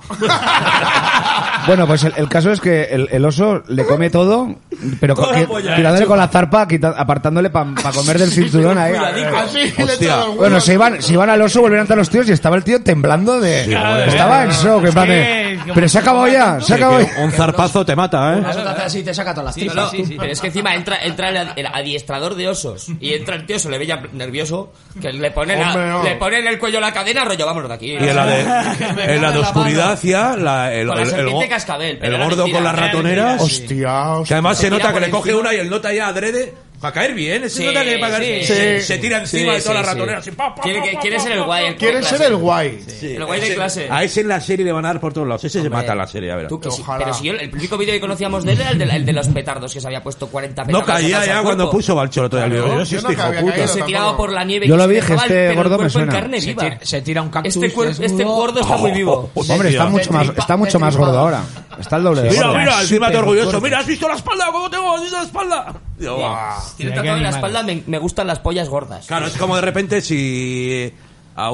Bueno, pues el, el caso es que el, el oso le come todo, pero Toda co- la que- polla, tirándole con la zarpa, quita- apartándole para comer del cinturón ahí. Cuidadico. Así le he Hostia. echado el huevo. Bueno, se iban, se iban al oso, volvieron a los tíos y estaba el tío temblando de... estaba en shock, en plan de, Es que- Pero se ha acabado ya, se Sí, ha acabado que ya. un zarpazo te mata, ¿eh? Eso te hace así y te saca todas las Sí, tripas. no, no, Pero es que encima entra, entra el, ad- el adiestrador de osos y entra el tío, se le ve ya nervioso, que le pone, la- Hombre, no. le pone en el cuello la cadena, rollo, vámonos de aquí. Y en la de, en la de oscuridad ya, la, el, Con la el- el serpiente go- cascabel, pero el era gordo mentira, con las era ratoneras. mentira, Hostia, Que hostia. además se Tira nota que por le coge encima. una y el nota ya adrede para caer bien. Ese Sí, nota que para caer sí, se, sí. se tira encima Sí, de todas sí, las sí. ratoneras. así, pa, pa, Quiere, pa, que- pa, quiere pa, ser el pa, guay. pa. el Quiere clase. ser el guay. Sí, El guay de Ese- clase. A ese en la serie le van a dar por todos lados. Ese se mata en la serie, a ver. Tú que sí, Ojalá. pero si yo, el único vídeo que conocíamos de él era el de, el de los petardos que se había puesto 40 No petardos. caía atados al ya cuando cuerpo. puso Balchor otro día. el video. Claro, Yo sí, yo no este hijo cabía puta. Que caído. se tiraba por la nieve. Yo y lo se vi, dejaba dije, el este pelo, el gordo me cuerpo en suena. carne Se, viva. tira, se tira un cactus. Este, cuer- este desnudo. gordo está muy vivo. Hombre, está mucho más... Está mucho más gordo ahora. Está el doble de Mira, gordo. mira, encima Súper te orgulloso. fuerte. Mira, ¿has visto la espalda? ¿Cómo tengo la espalda? Digo, "Buah". Tiene tatuado Mira, qué en la animal. espalda, me, me gustan las pollas gordas. Claro, es como de repente si a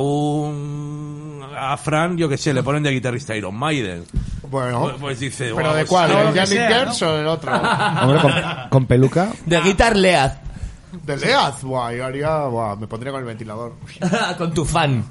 un... A Fran, yo qué sé, le ponen de guitarrista Iron Maiden. Pues, Bueno, pues dice... ¿pero "Guau, de pues, cuál? no, ¿El que Janis sea". Gers o el otro? Hombre, con, con peluca. De Guitar Lead. ¿De Leaz? Buah, yo haría... Buah, me pondría con el ventilador. Con tu fan.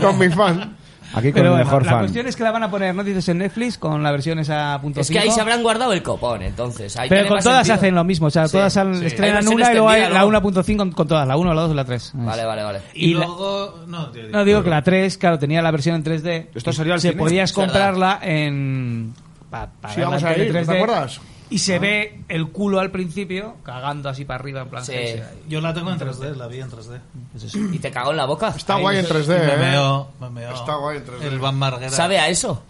con mi fan. Aquí con Pero el bueno, mejor la fan. cuestión es que la van a poner, ¿no? Dices en Netflix con la versión esa punto Es que ahí cinco. se habrán guardado el copón, entonces. Ahí Pero tiene con más todas sentido. hacen lo mismo, o sea, Sí, todas han- sí. Hay estrenan versión una y luego hay extendida, ¿no? la 1.5 con, con todas, la 1, la 2, la 3. Vale, vale, vale. Y, Y la- luego. No, tío, No digo que la 3, claro, tenía la versión en 3D. Esto salió al Se cine. podías Es verdad. comprarla en pa- para Sí, verla vamos en a tele ir, ¿no te 3D, acuerdas? Y Ah. se ve el culo al principio cagando así para arriba en plan eh, Sí. Hellsing. Yo la tengo en 3D, la vi en 3D. ¿Y te cagó en la boca? Está guay en 3D, Me ¿eh? meo, me meo. Está guay en 3D. El Van Marguera. ¿Sabe a eso?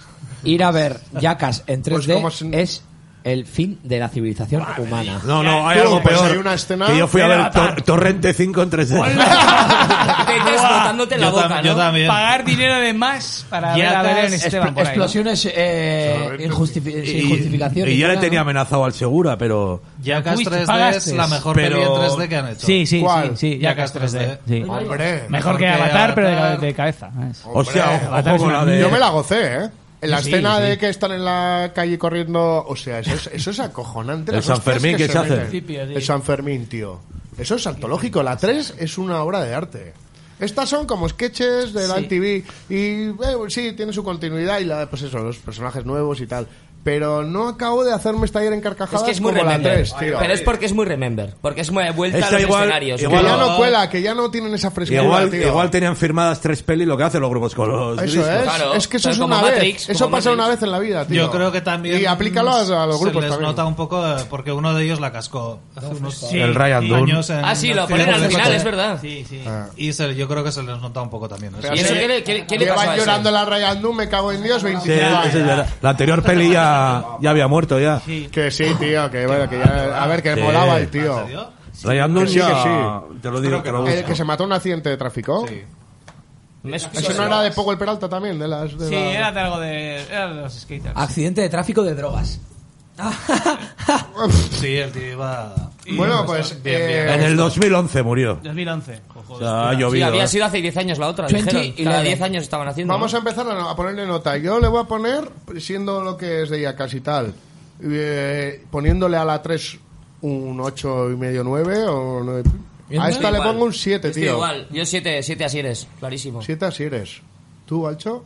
Ir a ver Jackass en 3D Pues como si- es el fin de la civilización humana. No, no, hay algo pues peor. hay una escena- Que yo fui a Mira, ver Tor- Torrente 5 en 3D. explotándote la Yo boca, tam- yo ¿no? también. Pagar dinero de más para ver a Belén Esteban por ahí. explosiones eh, injustifi- sin justificación. Y yo le ninguna, tenía amenazado al Segura, pero. Yacas Fuiste, 3D pagaste. es la mejor Pero- peli en 3D que han hecho. Sí, sí, ¿Cuál? sí, sí, Jackass 3D. Hombre, sí. mejor que mejor que Avatar, pero de, Avatar. de cabeza. ¿eh? es. Hostia, ojo, Avatar ojo es con una la de- mierda. Yo me la gocé, ¿eh? En la Sí, escena sí. de que están en la calle corriendo, o sea, eso es, eso es acojonante. El las San hostias Fermín que se hace. meten. Principio, sí. El San Fermín, tío. Eso es antológico. La 3 es una obra de arte. Estas son como sketches de la Sí. TV y eh, sí, tiene su continuidad y la, pues eso, los personajes nuevos y tal. Pero no acabo de hacerme estallar en carcajadas Es que es muy como la remember. 3, tío. pero es porque es muy remember. Porque es muy de vuelta Esta a los igual- escenarios. igual que ya no- no cuela, que ya no tienen esa frescura, Igual, tío. igual tenían firmadas tres pelis lo que hacen los grupos con los pues. Eso discos. es, es que eso es una vez. Eso pasa una vez en la vida, tío. Yo creo que también. Y aplícalo a, a los se grupos les también. nota un poco eh, porque uno de ellos la cascó hace unos Sí. El Ryan Dunn. años en- Ah, sí, lo en- ponen al en- final, es verdad. Sí, sí. Ah. Y se- yo creo que se les nota un poco también. ¿eh? Pero sí, lleva llorando la Ryan Dunn, me cago en Dios, Sí, 25 esa años. es verdad. la anterior peli ya, ya había muerto ya. Que sí, tío, que bueno, que ya. A ver, que Sí. molaba el tío. Ryan Dunn Que sí, ya- que sí. Te lo digo, te lo El busco. que se mató en un accidente de tráfico. Eso no era de Pogo el Peralta también, de las. de Sí, la- era de algo de, era de los skaters. Accidente de tráfico de drogas. Sí, el tío iba. Bueno, pues. Bien, bien. En el 2011 murió. 2011. O sea, ha llovido. ¿eh? Sí, había sido hace 10 años la otra. 20 Dijeron, y cada la- 10 años estaban haciendo. Vamos a ¿no? empezar a, a ponerle nota. Yo le voy a poner, siendo lo que es de ella casi tal, eh, poniéndole a la 3 un 8 y medio 9 o 9. A esta le Igual. pongo un 7, Este Estoy tío. igual. Yo 7 siete, así eres, clarísimo. 7 así eres. ¿Tú, Alcho?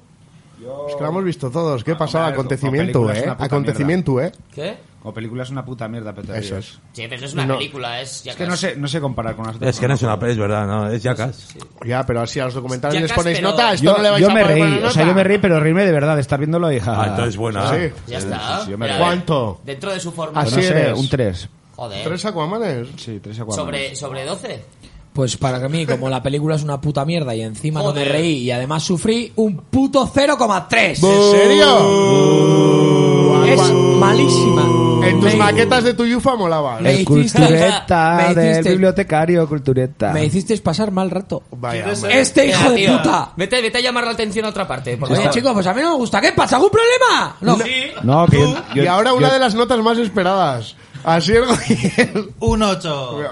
Es que lo hemos visto todos. Ah, Qué pasada. Acontecimiento, película es eh. una puta Acontecimiento, eh. ¿Qué? O película es una puta mierda, pero te Eso ríes. es. Sí, pero es una película, es. ya Es que no sé, no sé comparar con las otras. Es que no es una peli, es verdad, no, es Jackass. Ya, pero así a los documentales les Jackass, ponéis pero- nota. Esto Yo, no le vais yo a me poner reí, nota. o sea, yo me reí, pero reírme de verdad, de estar viéndolo y ja. Ah, entonces buena. Sí. Ya Sí, está. sí, sí, yo me reí. ¿Cuánto? Dentro de su forma. Pues no sé, un 3. Joder. ¿Tres Aquamanes? Sí, tres Sobre, sobre 12. Pues para mí, como la película es una puta mierda y encima Joder. no me reí y además sufrí un puto 0,3. ¿En serio? Es malísima. En tus Me- maquetas de tu yufa molaba. Me El hiciste- cultureta me del hiciste- bibliotecario, cultureta. Me hicisteis pasar mal rato. hombre. este hijo Venga, de tío, puta. Vete, vete a llamar la atención a otra parte. Porque, Este Oye, chicos, pues a mí no me gusta. ¿Qué pasa? ¿Algún problema? No. No, que yo- yo- y ahora una yo- de las notas más esperadas. Así es. Un 8.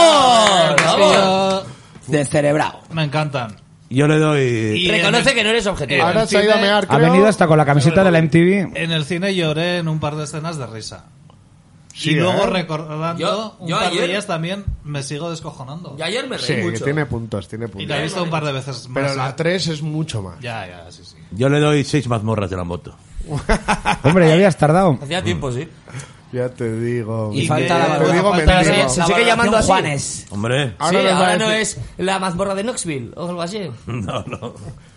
¡Vamos! ¡Vamos! Descerebrado. Me encantan. Yo le doy. Reconoce que no eres objetivo. Ahora se ha ido a mear. Ha venido hasta con la camiseta de la pues, MTV. En el cine lloré en un par de escenas de risa. Sí, y luego ¿eh? recordando Yo- un yo par ayer- de ellas también me sigo descojonando. Yo ayer me reí Sí, que mucho. tiene puntos, tiene puntos. Y la he visto un par de veces más. ¿eh? Pero la 3 es mucho más. Ya, ya, sí, sí. Yo le doy seis mazmorras de la moto. Hombre, ya habías tardado. Hacía tiempo, sí. Ya te digo. Y ya falta la te valoración. digo falta la- mentira. la Se sigue llamando valoración así. Juanes. Hombre. Ahora, Ahora sí, les va a ahora no decir- es la mazmorra de Knoxville o algo así. No, no.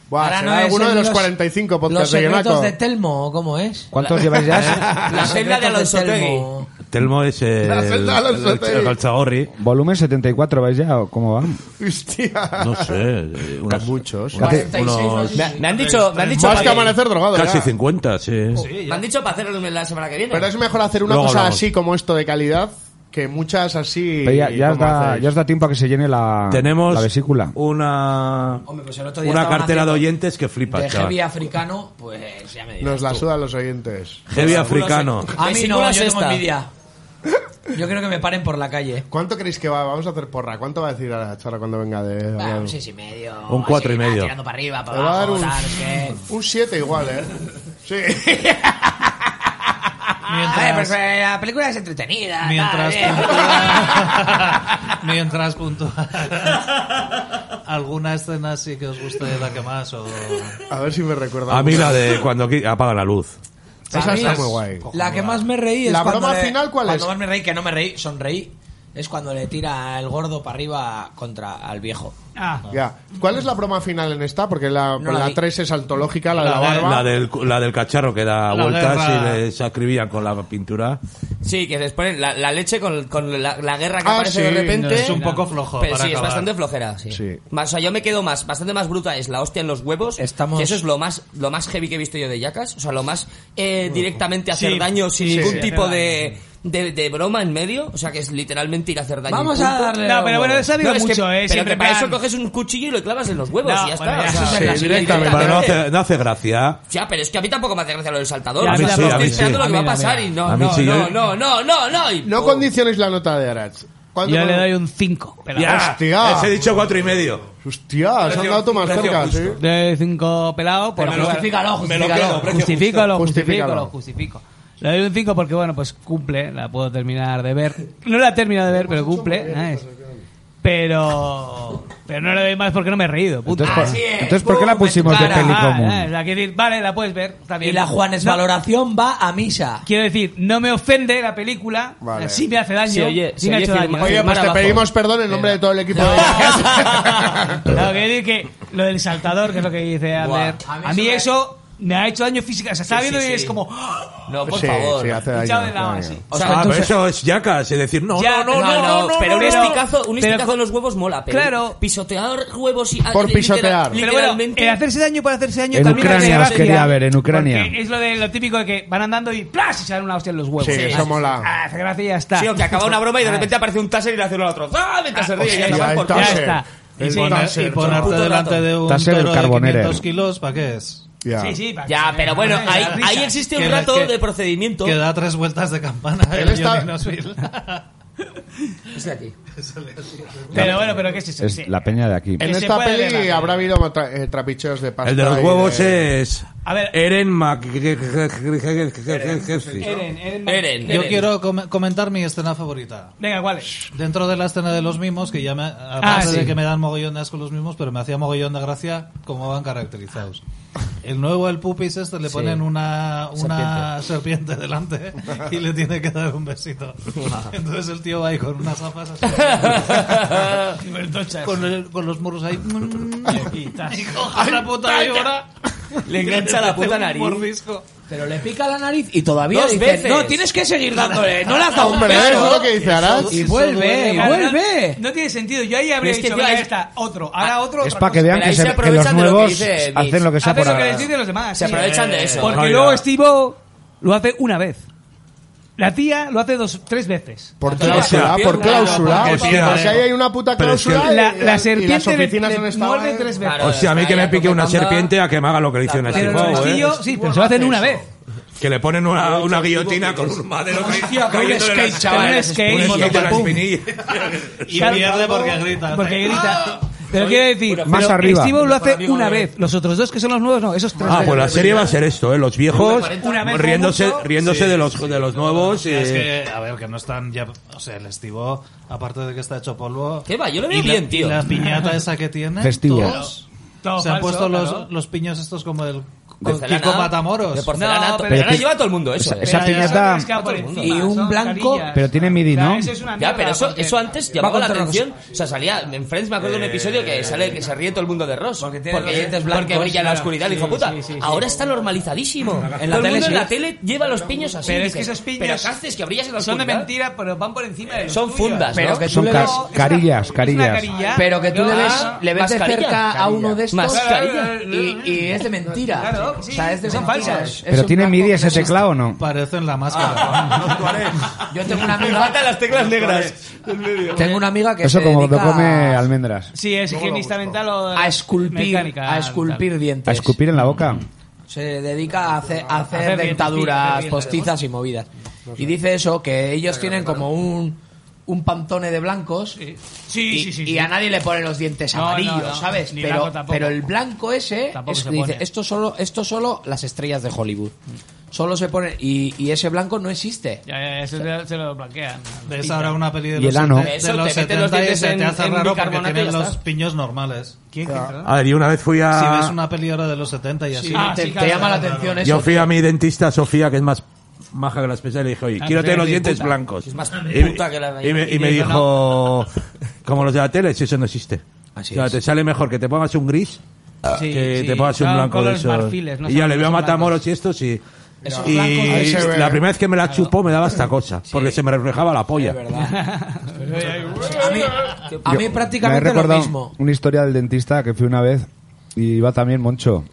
Buah, Ahora será no es ¿eh? alguno de el los los- 45 Los podcasts de secretos Guenaco. de Telmo, ¿o ¿cómo es? ¿Cuántos lleváis ya? La celda de Secretos Alonso Telmo. Telmo es eh, La el, celda de los el- hoteles. el Calzagorri. ¿Volumen 74 vais ya o cómo va? Hostia. No sé, eh, unos muchos. unos- 46 unos- Me, me han dicho, me han dicho Oh. Más pa- que amanecer drogado. casi ya. 50, sí. me han dicho para hacerlo la semana que viene. Pero es mejor hacer una Luego cosa hablamos. así como esto de calidad que muchas así. Pero ya, ya os como da, hacéis. ya os da tiempo a que se llene la, Tenemos la vesícula. una Hombre, pues el otro día una estaban cartera de haciendo oyentes que flipa, De chaval. heavy africano, pues ya me dirás Nos la tú. sudan los oyentes. Heavy africano. A mí no, Vesículas yo tengo esta. envidia. Yo creo que me paren por la calle. ¿Cuánto creéis que va? Vamos a hacer porra. ¿Cuánto va a decir a la charla cuando venga de.? Ah, hablar? un seis y medio. Un así, cuatro y nada, medio. Tirando para arriba, Te para va a dar abajo, un- tal, que... Un 7 igual, ¿eh? Sí. A ver, Mientras, pero eh, la película es entretenida. tal, eh. mientras, bien. puntúa- mientras puntúa- ¿Alguna escena sí que os guste la que más? O... A ver si me recuerda. A mí la de cuando qui- apaga la luz. Esa A mí está es- muy guay. La que más me reí es ¿La cuando broma le- final cuál cuando es? más me reí, que no me reí, sonreí. es cuando le tira el gordo para arriba contra al viejo. Ah. Ya. ¿Cuál es la broma final en esta? Porque la, No la vi. 3 es antológica, la, de la barba. La del, la del cacharro que da La vueltas guerra. y le sacribían con la pintura. Sí, que les ponen la, la leche con, con la, la guerra que Ah, aparece sí, de repente. es un poco flojo Pero para sí, acabar. es bastante flojera, sí. Más, o sea, yo me quedo más, bastante más bruta es la hostia en los huevos. Estamos... eso es lo más, lo más heavy que he visto yo de Yacas. O sea, lo más eh, directamente hacer Sí, daño sin sí, ningún sí, tipo hacer de, de, de broma en medio. O sea, que es literalmente ir a hacer daño. Vamos y a punto. darle No, los pero bueno, huevos. eso ha habido es que- mucho, eh, Pero siempre que para plan- eso coges un cuchillo y lo clavas en los huevos No, y ya está. bueno, ya, o sea, eso es en la sí, directamente. Pero no hace, no hace gracia. Ya, pero es que a mí tampoco me hace gracia lo del saltador. Ya, a o mí sea, sí, estoy a mí sí. esperando lo A que mí va a no, pasar mira. y no, A mí no, sí, no, yo- no, no, no, no. y- No condiciones la nota de Arats. ¿Cuánto Yo me- le doy un 5. Ya, hostia. Les he dicho cuatro y medio. Hostia, se han dado tú más Precio cerca, justo. ¿sí? De 5 pelado por Me lo- jugar. justifícalo, Me lo justifícalo, quedo, precio justifícalo, justo. justifícalo, Justifícalo. justifico. Le doy un 5 porque, bueno, pues cumple, la puedo terminar de ver. No la he terminado de ver, pero cumple. ¿eh? ¿sabes? Pero, pero no le doy más porque no me he reído. punto. Entonces, por- Así es. entonces, ¿por qué la pusimos de Cara, peli ah, común? eh, ah, la que decir, vale, la puedes ver. está bien. Y la Juanes No, valoración va a misa. Quiero decir, no me ofende la película. Vale. Sí me hace daño. Sí, oye, sí se me ha oye hecho firma- daño. Oye, pues te pedimos perdón en nombre de todo el equipo de Claro, que decir que lo del saltador, que es lo que dice Ander. Buah, a mí A mí eso me- eso me ha hecho daño físico. O sea, estaba Sí, sí, viendo y sí. es como. No, por Sí, favor. sí, hace daño, Echado de hace lado daño. así. O sea, Ah, pero eso es yacas, es decir, no, Ya, no, no, no, no, no, no, no, pero un no. esticazo, un Pero- esticazo en los huevos mola, pero Claro. pisotear huevos y ah, Por literal- pisotear. Pero bueno, literalmente. el hacerse daño por hacerse daño En también hace Ucrania os gracia, quería ver, en Ucrania. porque Es lo, de, lo típico de que van andando y ¡plas! y se dan una hostia en los huevos. Sí, eso Ah, mola. ah, Hace gracia y ya está. Sí, o que acaba una broma y de Ah, repente aparece un taser y le hace uno al otro. ¡Ah! Mientras se ríe, hostia, ya, está el por Taser. culo. está. Y, Sí, poner- Taser, y ponerte chaval. delante de un Taser el toro de Carbonero. 500 kilos, ¿para qué es? Sí, sí, ya, pero bueno, Vale, ahí, la risa. ahí existe un Que- rato que- de procedimiento. Que da tres vueltas de campana. Él el está- Johnny Knoxville. Es de aquí. Pero bueno, pero ¿qué es eso? Es Sí. la peña de aquí. En Que se esta puede ver peli la- habrá habido tra- eh, trapicheos de pasta. El de los y huevos de- es. A ver. Eren Mac. Eren, Eren, Eren, Yo quiero com- comentar mi escena favorita. Venga, ¿cuál es? Dentro de la escena de los mimos, que ya me. Aparte sí. de que me dan mogollón de asco los mimos, pero me hacía mogollón de gracia cómo van caracterizados. El nuevo, el pupis, este le Sí. ponen una, una serpiente. delante y le tiene que dar un besito. Entonces el tío va ahí con unas gafas así. con, el- con los morros ahí. y coge la puta víbora. Le engancha la puta nariz. Pero le pica la nariz y todavía Dos dicen, veces. no, tienes que seguir dándole. No le has dado un Hombre, pelo. eso es lo que dice Aras. Y vuelve, y Claro, no- vuelve. No, tiene sentido. Yo ahí habría Es que dicho, encima "Venga, es- está, otro, ahora otro. Es otra para que cosa". vean Pero que, ahí se- se que los aprovechan de lo que nuevos dice Mitch. hacen lo que sea Hacen por lo que ahora. les dicen los demás. Se sí. aprovechan de eso. Porque Ay, luego ya. Steve lo hace una vez. La tía lo hace dos, tres veces. Por La cláusula, serpiente- por cláusula. Claro, Porque claro. ahí hay una puta Pero es que- cláusula. y- La, y la serpiente las le- oficinas le donde estaba, muerde eh. tres veces. O sea, a mí que me pique una serpiente a que me haga lo que le hicieron a Pero los Chihuahua, ¿eh? castillos, sí, pero se lo hacen una vez. Que le ponen una, una guillotina con un madero que cayéndole la- chaval, un skate. Un skate a la Pum. espinilla. Y Claro. pierde porque grita. Ah. Porque grita. Pero quiero decir, Más pero arriba. Steve lo hace Amigo, una amigo. vez. Los otros dos que son los nuevos, no, esos tres. Ah, veces. pues la serie va a ser esto, ¿eh? Los viejos riéndose, riéndose Sí, de los, de los nuevos. Es eh. que, a ver, que no están ya. O sea, el estivo, aparte de que está hecho polvo. ¿Qué va? Yo lo veo y la- bien, tío. Y la piñata esa que tiene. Festivo. todos- Todo se han falso, puesto los, claro. los piños estos como el. Con Porcelana. Kiko Matamoros. De porcelana. to- No, pero- pero ahora que- lleva todo el mundo eso. esa- eh. esa Ya, piñata- ya, ya, ya, por todo el mundo. encima, Y un son blanco- carillas. Pero tiene midi, Claro, ¿no? eso es una Ya, pero mierda, eso, porque- eso antes llamaba Va la contra los- atención. O sea, salía en Friends, me Eh, acuerdo de un episodio que sale que se ríe todo el mundo de Ross. Porque, tiene los dientes porque blancos, brilla en la claro. oscuridad, Sí, hijo puta. sí, sí, sí. Ahora está normalizadísimo. En la todo el tele mundo en sí. la tele lleva los piños así. Pero es que dices, esos piños Pero ¿qué haces? Que brillas en la son de oscuridad. mentira, pero van por encima de los Son tuyos. fundas, Pero ¿no? que tú Son le car- ves- carillas, carillas. carilla. Pero que tú le ves, Ah, le ves de mascarilla. cerca a uno de estos Mascarilla. y, y es de mentira. Claro, o sea, es de son mentiras. falsas. Es Pero un tiene blanco MIDI que ese no existe. teclado o no? Parecen la Ah. máscara. Yo tengo una Me amiga, faltan las teclas negras. tengo una amiga que Eso se como dedica cuando come almendras. Sí, es higienista mental o a esculpir, mecánica, a esculpir A dientes. escupir en la boca. Se dedica a hacer, a hacer hacer dentaduras dientes, hacer dientes. postizas y movidas. Y dice eso, que ellos tienen como un, un pantone de blancos Sí, y, sí, sí, y sí. a nadie le ponen los dientes No, no, amarillos, no. ¿sabes? Ni Pero, blanco tampoco. pero el blanco ese Tampoco es- se dice, pone. Mm. esto solo, esto solo las estrellas de Hollywood. Solo se pone... Y, y ese blanco no existe. Ya, ya, ya, se, lo- se lo blanquean. Ves ahora una peli de Y los, el ano. seten- de Eso, los te meten los 70 y dientes se en- te hace en raro porque bicarbonato y tienen ya los está. piños normales. ¿Quién Ah, A ver, yo una vez fui Si ves a. ah, una peli ahora de los 70 y así. te, te llama la atención eso. Yo fui a mi dentista Sofía, que es más maja que las pesas y le dije, oye, Ah, quiero pues tener los eres bien dientes puta. blancos. Es más y, puta que la- y me, y me y dijo, dijo, como los de la tele, si eso no existe. Así O sea, es. te sale mejor que te pongas un gris Sí, que Ah. sí. te pongas un Son blanco de colores esos. marfiles, no y ya son- le no veo a son Matamoros y estos y... Esos Y blancos- Ahí se ve. la primera vez que me la chupó me daba esta cosa, porque se me reflejaba la polla. A mí, a mí Yo- me prácticamente he lo recordado mismo. Una historia del dentista que fui una vez y iba también Moncho.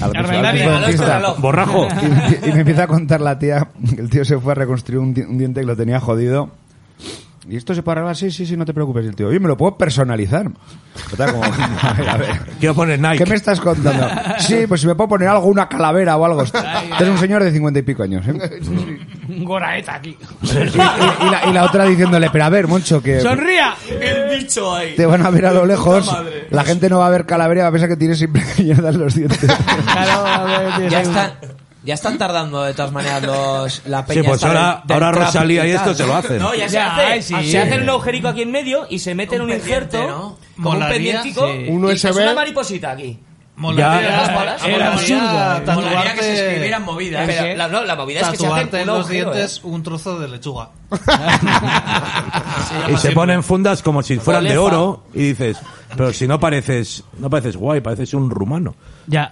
Al Al mismo- reloj, al mismo al otro reloj. Borrajo. Y, me- y me empieza a contar la tía que el tío se fue a reconstruir un, di- un diente que lo tenía jodido. Y esto se puede arreglar, sí, sí, sí, no te preocupes. Y el tío, oye, ¿me lo puedo personalizar? Total, como, a ver, a ver. Quiero poner ¿Qué me estás contando? Sí, pues si me puedo poner algo, una calavera o algo. Es un señor de cincuenta y pico años, ¿eh? Un goraeta aquí. Y, y- y la, y la otra diciéndole, pero a ver, Moncho, que... ¡Sonría! El bicho ahí. Te van a ver a lo lejos. Puta madre. La gente no va a ver calavera y va a pensar que tienes siempre mierda en los dientes. Ya están, ya están tardando de todas maneras los, la Sí, peña. pues esta ahora- del- del ahora trap Rosalía y tal. esto se lo hacen. No, ya, se Ya, hace. ay, sí. Se hace un agujerico aquí en medio y se mete en un pendiente, injerto. ¿no? Como un Molaría, pendientico. sí. y Un pues USB. una mariposita aquí. Molaría- Ya. Las bolas. Era Molaría ¿eh? absurdo. tatuarte- Molaría que se escribieran movidas. Pero la- no, la movida es que se Tatuarte hacen en un los agujero, dientes un trozo de lechuga. Y se ponen fundas como si fueran de Olefa. oro y dices, pero si no pareces, no pareces guay, pareces un rumano. Ya.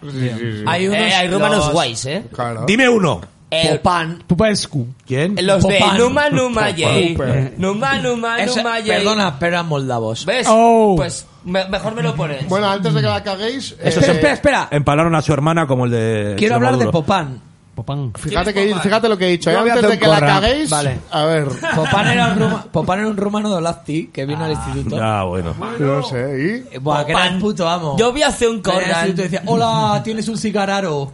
Hay, unos, Eh, hay rumanos guays, ¿eh? Dime uno. El pan. Popescu. ¿Quién? Los de Popán. Numa Numa Yei. Popán. Numa Numa Ese- Numa Yei. Perdona, pero eran moldavos. ¿Ves? Oh. Pues me- mejor me lo pones. Bueno, antes de que la caguéis... eh, espera. Empalaron a su hermana como el de. Quiero hablar de Popán. Popán. Fíjate, que, fíjate lo que he dicho. ¿eh? Yo voy a Antes hacer de un que la corra. caguéis... Vale. A ver... Popán era, un ruma- Popán era un rumano de Lazti que vino al instituto. Ah, bueno. No sé, ¿y? Buah, que era un puto amo. Yo voy a hacer un Venía al cordón. instituto y decía, hola, tienes un cigararo.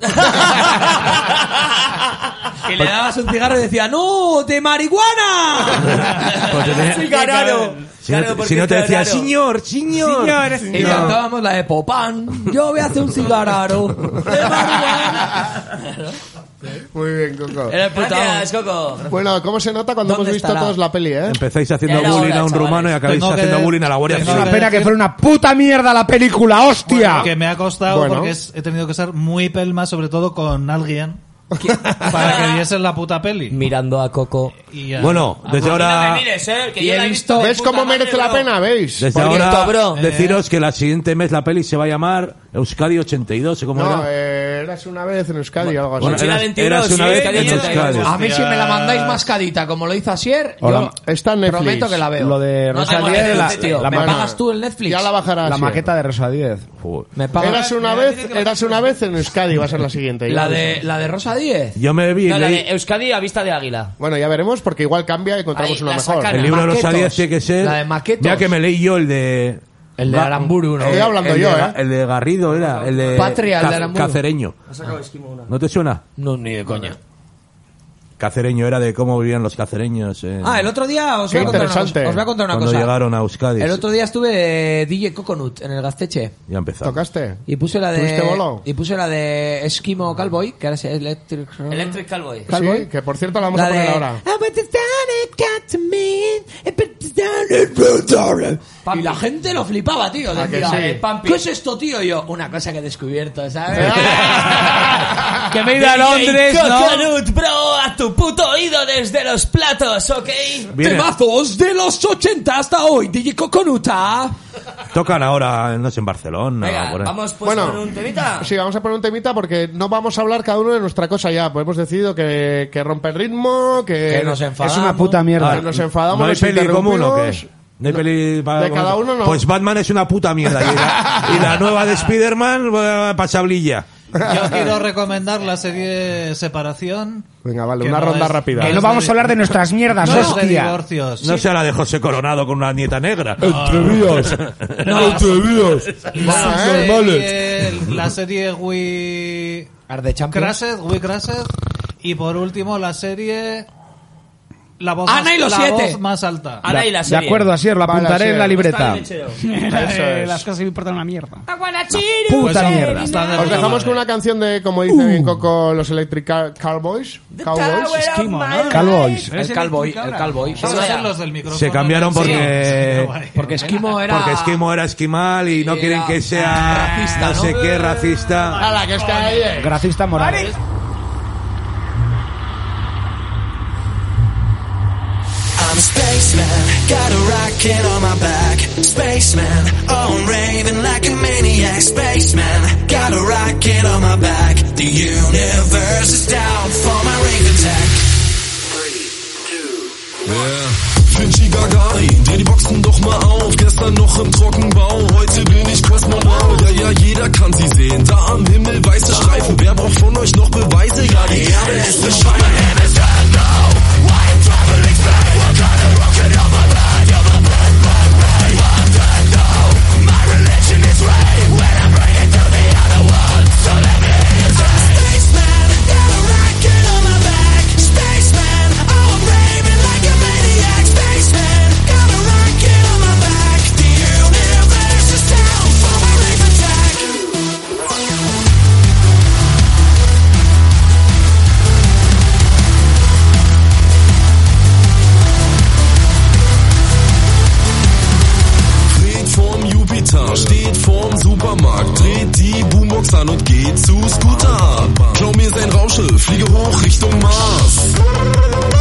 y le dabas un cigarro y decía, no, de marihuana. Pues te tenía- cigararo. Si no- si no te decía, señor, señor. Y cantábamos la de Popán. Yo voy a hacer un cigararo. Muy bien, Coco. Eh, Era el puto Gracias, Coco. Bueno, ¿cómo se nota cuando hemos ¿Dónde visto estará? todos la peli, eh? Empezáis haciendo Ya era bullying hora, a un chavales. rumano y acabáis Tengo que haciendo de- bullying a la Guardia Es Civil. una pena que fuera una puta mierda la película, hostia. Que me ha costado Bueno. porque es- he tenido que ser muy pelma, sobre todo con alguien, para que viesen la puta peli. Mirando a Coco. Y ya. Bueno, desde ahora. Y he visto- ¿Ves cómo merece la pena? ¿Veis? Desde Porque ahora, eh, esto, bro. Eh. deciros que la siguiente mes la peli se va a llamar Euskadi 82, o ¿cómo No, era? eh, eras una vez en Euskadi o algo así. Bueno, Mochila eras- 22, eras una sí, vez Euskadi en Euskadi. A mí si me la mandáis mascadita, como lo hizo Asier, Hola. yo Ah. está en Netflix. prometo que la veo. Lo de No Rosalía tengo de la- Netflix, tío. la ¿Me maqueta. pagas tú el Netflix? Ya la bajarás. La maqueta de Rosa 10. Me pagas- Eras una vez, eras una vez en Euskadi, va a ser la siguiente. La de, la de Rosa 10. Yo me vi. No, la leí- de Euskadi a vista de águila. Bueno, ya veremos porque igual cambia y encontramos Ahí, una la mejor. sacan. el libro de Maquetos. Rosa 10 tiene que ser. La de maquetos. Ya que me leí yo el de. El de Ga- Aramburu, ¿no? el- Estoy hablando el yo, de ¿eh? Ga- El de Garrido era. El de. Patria, el Ca- de Aramburu. Cacereño. ¿No te suena? No, ni de coña. Cacereño era de cómo vivían los cacereños. eh, Ah, el otro día os Qué voy a contar una interesante. cosa. Os voy a contar una Cuando cosa. llegaron a Euskadi. El otro día estuve eh, DJ Coconut en el Gasteche. Ya empezamos. ¿Tocaste? Y puse la de. ¿Tuviste bolo? Y puse la de Esquimo Cowboy, que ahora es Electric. Electric Cowboy. Cowboy. Sí, que por cierto la vamos a poner de- ahora. Y la gente lo flipaba, tío. ¿A que Decía, "Eh, sí? ¿qué es esto, tío? Y yo, una cosa que he descubierto, ¿sabes? Que me he ido a Londres, ¿no? Coconut, bro, a tu puto oído desde los platos, ¿ok? Viene. Temazos de los 80 hasta hoy, DJ Coconuta. Tocan ahora, no sé, en Barcelona. por ahí. pues. Pues Sí, vamos a poner un temita porque no vamos a hablar cada uno de nuestra cosa ya. Pues hemos decidido que, que rompe el ritmo, que, Que nos enfadamos. Es una puta mierda. que nos enfadamos, ¿No hay nos peli común o interrumpimos. qué? ¿No hay peli para- de cada uno no. Pues Batman es una puta mierda. Y la, y la nueva de Spider-Man, eh, pasablilla. Yo quiero recomendar la serie Separación. Venga, vale, Que una no ronda es- rápida. que No vamos a hablar de nuestras mierdas, No, no, de hostia. divorcios. No Sí. sea la de José Coronado con una nieta negra. Ah. Entrevías. No, Son La serie, normales. Eh, la serie We Arde Champions. Crashed, We Crashed. Y por último, la serie. La voz, Ana más, y los la siete. voz más alta. Ana y la De serie. acuerdo, Asier, lo apuntaré Vale, Asier. en la libreta. Eso Eh, es. eh, Las cosas me importan una mierda. Pues, Puta eh, mierda. Os dejamos con una canción de, como dice bien Coco, los Electric Car- Cowboys. Cowboys. Esquimo, ¿no? Cowboys. El cowboy, el cowboy. Vamos a hacer los del micrófono. Se cambiaron Sí. porque. Porque Esquimo era. Porque Esquimo era esquimal y no Era quieren que sea racista, no ¿no? Ah, sé qué racista. ¡Hala, que está ahí! eh! Gracista Morales. I'm a spaceman, got a rocket on my back. Spaceman, oh I'm raving like a maniac. Spaceman, got a rocket on my back. The universe is down for my rave attack. Yeah. Vinci Gagarin, dreh die Boxen doch mal auf. Gestern noch im Trockenbau, heute bin ich Kosmonaut. Ja, ja, jeder kann sie sehen. Da am Himmel weiße Streifen. Wer braucht von euch noch Beweise? Ja, die Erde ist eine Scheibe. Spaceman, got a rocket on my back. Spaceman, oh I'm raving like a maniac. Spaceman, got a rocket on my back. The universe is down for my rave attack. Dreht vorm Jupiter, steht vorm Supermarkt, dreht die Boombox an und geht zu Scooter ab. Klau mir sein Raumschiff, fliege hoch Richtung Mars.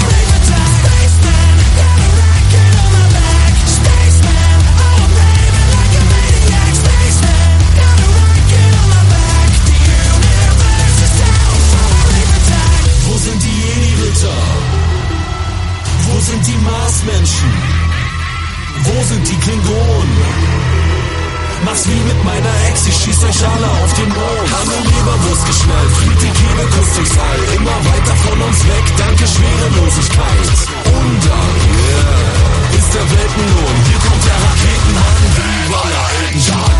oh, Wo sind die Jedi-Ritter? Wo sind die Marsmenschen? Wo sind die Klingonen? Mach's wie mit meiner Ex, ich schieß euch alle auf den Mond. Haben eine Leberwurst geschnallt, fliegt die Kehle kurz durchs All. Immer weiter von uns weg, danke Schwerelosigkeit. Undank, yeah, ist der Weltenlohn. Hier kommt der Raketenmann, viva la Elton John.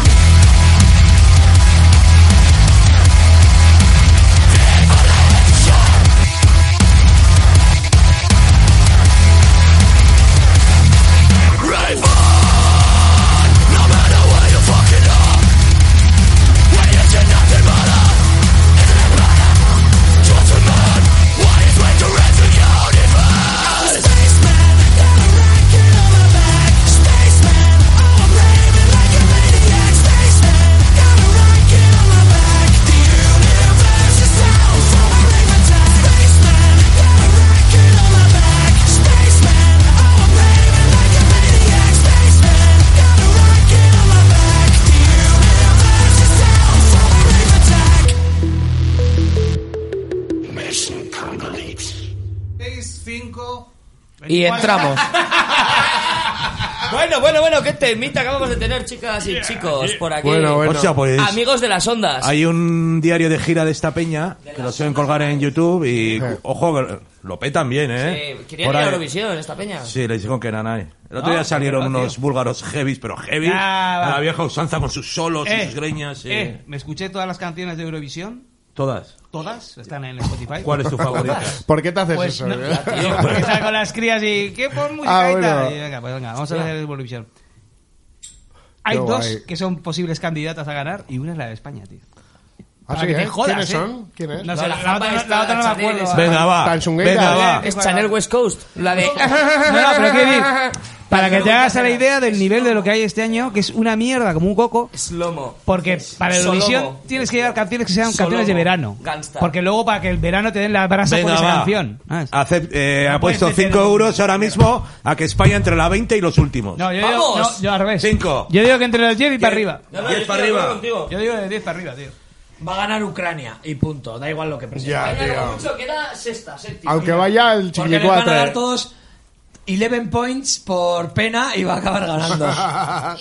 Y entramos. Bueno, bueno, bueno, qué temita acabamos de tener, chicas y chicos, por aquí. Bueno, bueno. Hostia, pues- Amigos de las ondas. Hay un diario de gira de esta peña que lo suelen colgar en YouTube y ojo, que lo petan bien, ¿eh? Eh, Querían Por ir a ahí- Eurovisión, esta peña. Sí, le dijeron que nanay. El otro Ah, día salieron qué unos búlgaros heavies, pero heavy. Ah, va. a la vieja usanza con sus solos y Eh, sus greñas. sí. eh, me escuché todas las canciones de Eurovisión. Todas. Todas están en Spotify. ¿Cuál es tu favorita? ¿Por qué te haces Pues eso? eh? no, tío, porque estaba con las crías y ¿qué por música Ah, y tal? bueno. Y venga, pues venga, vamos a Ya. ver Eurovisión. Hay Qué dos guay. que son posibles candidatas a ganar y una es la de España, tío. Ah, Para sí, que te ¿eh? jodas, ¿Quiénes ¿eh? son? ¿Quién es? No La- sé, la la, jamba otra, esta, la otra no me Chanel, eh. acuerdo. esta. Venga, va. Tan chungueira. Venga, va. Es Chanel West Coast. La de. No, no, pero quiero decir, para que te hagas a la idea del nivel de lo que hay este año, que es una mierda como un coco. Slomo. Porque para la Solomo. Eurovisión tienes que llevar canciones que sean Solomo. canciones de verano. Gangsta. Porque luego para que el verano te den la brasa por Venga, esa va. canción. Ah, Acep- eh, ha puedes puesto meter 5 un- euros ahora mismo a que España entre la 20 y los últimos. No, yo digo, no, yo al revés. Yo digo que entre los 10 y para arriba. Diez para arriba. Yo digo de 10 para arriba, tío. Va a ganar Ucrania y punto. Da igual lo que presente. Ya, Ucrania como tío. mucho queda sexta, séptima. Aunque vaya el Porque les van a dar chiquicuatre. todos 11 points por pena y va a acabar ganando.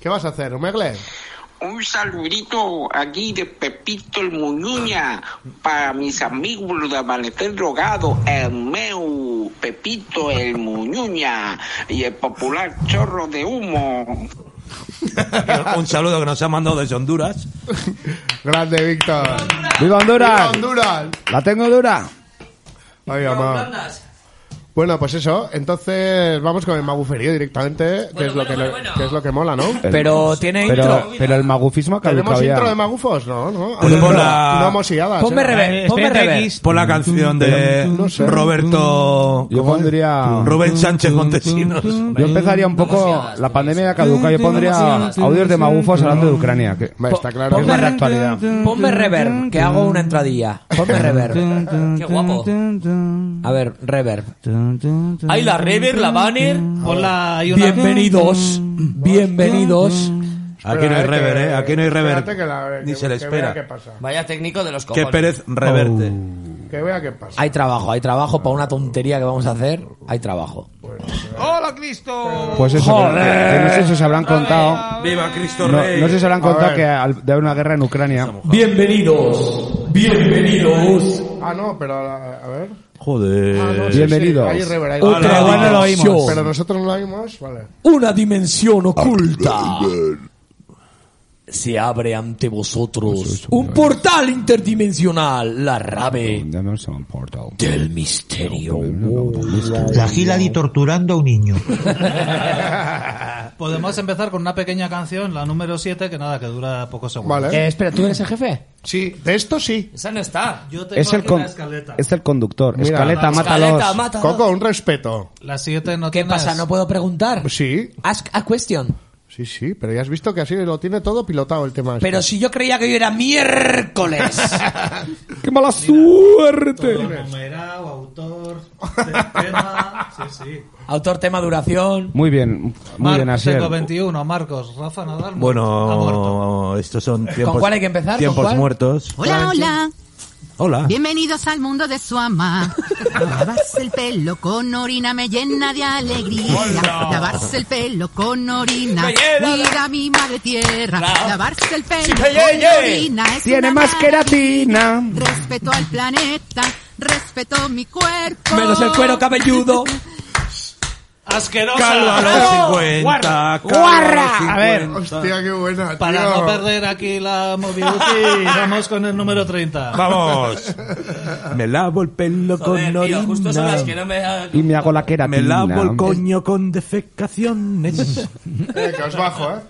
¿Qué vas a hacer, Omegle? Un saludito aquí de Pepito el Muñuña para mis amigos de Amanecer Drogado, el meu Pepito el Muñuña y el popular chorro de humo. Un saludo que nos ha mandado desde Honduras. Grande, Víctor. ¡Viva ¡Viva Honduras! Honduras! La tengo dura. Ay, mamá. Bueno, pues eso. Entonces vamos con el maguferío directamente, que, es lo que, le- que es lo que mola, ¿no? pero, Pero el magufismo ha ¿Tenemos caducado ya. intro de magufos? No, no. Pues Ah, no, pon la- no mosilladas, ponme ¿eh? rever- ponme Expediente rever. X. Por la canción de No sé. Roberto. Yo pondría. Rubén Sánchez Montesinos. Yo empezaría un poco. La pandemia ya caduca. Yo pondría audios de magufos hablando de Ucrania. Que está claro. que es más la actualidad. Ponme reverb, que hago una entradilla. Ponme reverb. Qué guapo. A ver, reverb. Hay la rever, la banner. Hola, Bienvenidos. Bienvenidos. Aquí no hay rever, ¿eh? Aquí no hay rever. Ni se le que vea espera. qué pasa. Vaya técnico de los Que cojones. Pérez reverte. Que vea qué pasa. Hay trabajo, hay trabajo para una tontería que vamos a hacer. Hay trabajo. ¡Hola, Cristo! Pues eso, que- Joder. que no sé si se habrán contado. Viva Cristo No, Rey. no sé si se habrán A contado ver. que al- de haber una guerra en Ucrania. Bienvenidos. Bienvenidos. Ah, no, pero a, a ver. Joder. Ah, Pues, no, sí, Bienvenidos. sí, hay rever, hay Otra rever. igual no lo oímos. Pero nosotros no lo oímos, vale. Una dimensión oculta. Se abre ante vosotros un portal interdimensional, la rave del misterio. La gila di torturando a un niño. Podemos empezar con una pequeña canción, la número 7, que nada, que dura pocos segundos. Vale. Eh, espera, ¿tú eres el jefe? Sí, de esto sí. Esa no está. Yo tengo Es el, aquí con- la escaleta. es el conductor. Mira. escaleta, mátalos. Coco, un respeto. La 7 no ¿Qué tienes- pasa? ¿No puedo preguntar? Pues Sí, Ask a question. sí, sí, pero ya has visto que así lo tiene todo pilotado el tema. este. Pero si yo creía que yo era miércoles. ¡Qué mala suerte! Numerado, autor, tema. Sí, sí. Autor, tema, duración. Muy bien, muy bien, Marcos, Asier. tengo 21. Marcos, Rafa Nadal. Bueno, estos son tiempos. cuál hay que empezar? ¿Con Tiempos cuál? muertos. Hola, hola. Ah. Hola. Bienvenidos al mundo de su ama. Lavarse el pelo con orina me llena de alegría. Hola. Lavarse el pelo con orina. Me llena de- Mira mi madre tierra. Claro. Lavarse el pelo Sí, con ye, ye. orina es Tiene una más queratina. Respeto al planeta. Respeto mi cuerpo. Menos el cuero cabelludo. Asquerosa. Calvo a los ¡Bravo! 50, Guarra. calvo a los Guarra. A ver. 50. Hostia, qué buena. Para tío. no perder aquí la mobility, vamos con el número 30. Vamos. Me lavo el pelo Joder, con tío, orina. justo son las que no me Y me hago la queratina. Me lavo el coño con defecaciones. Eh, que os bajo, ¿eh?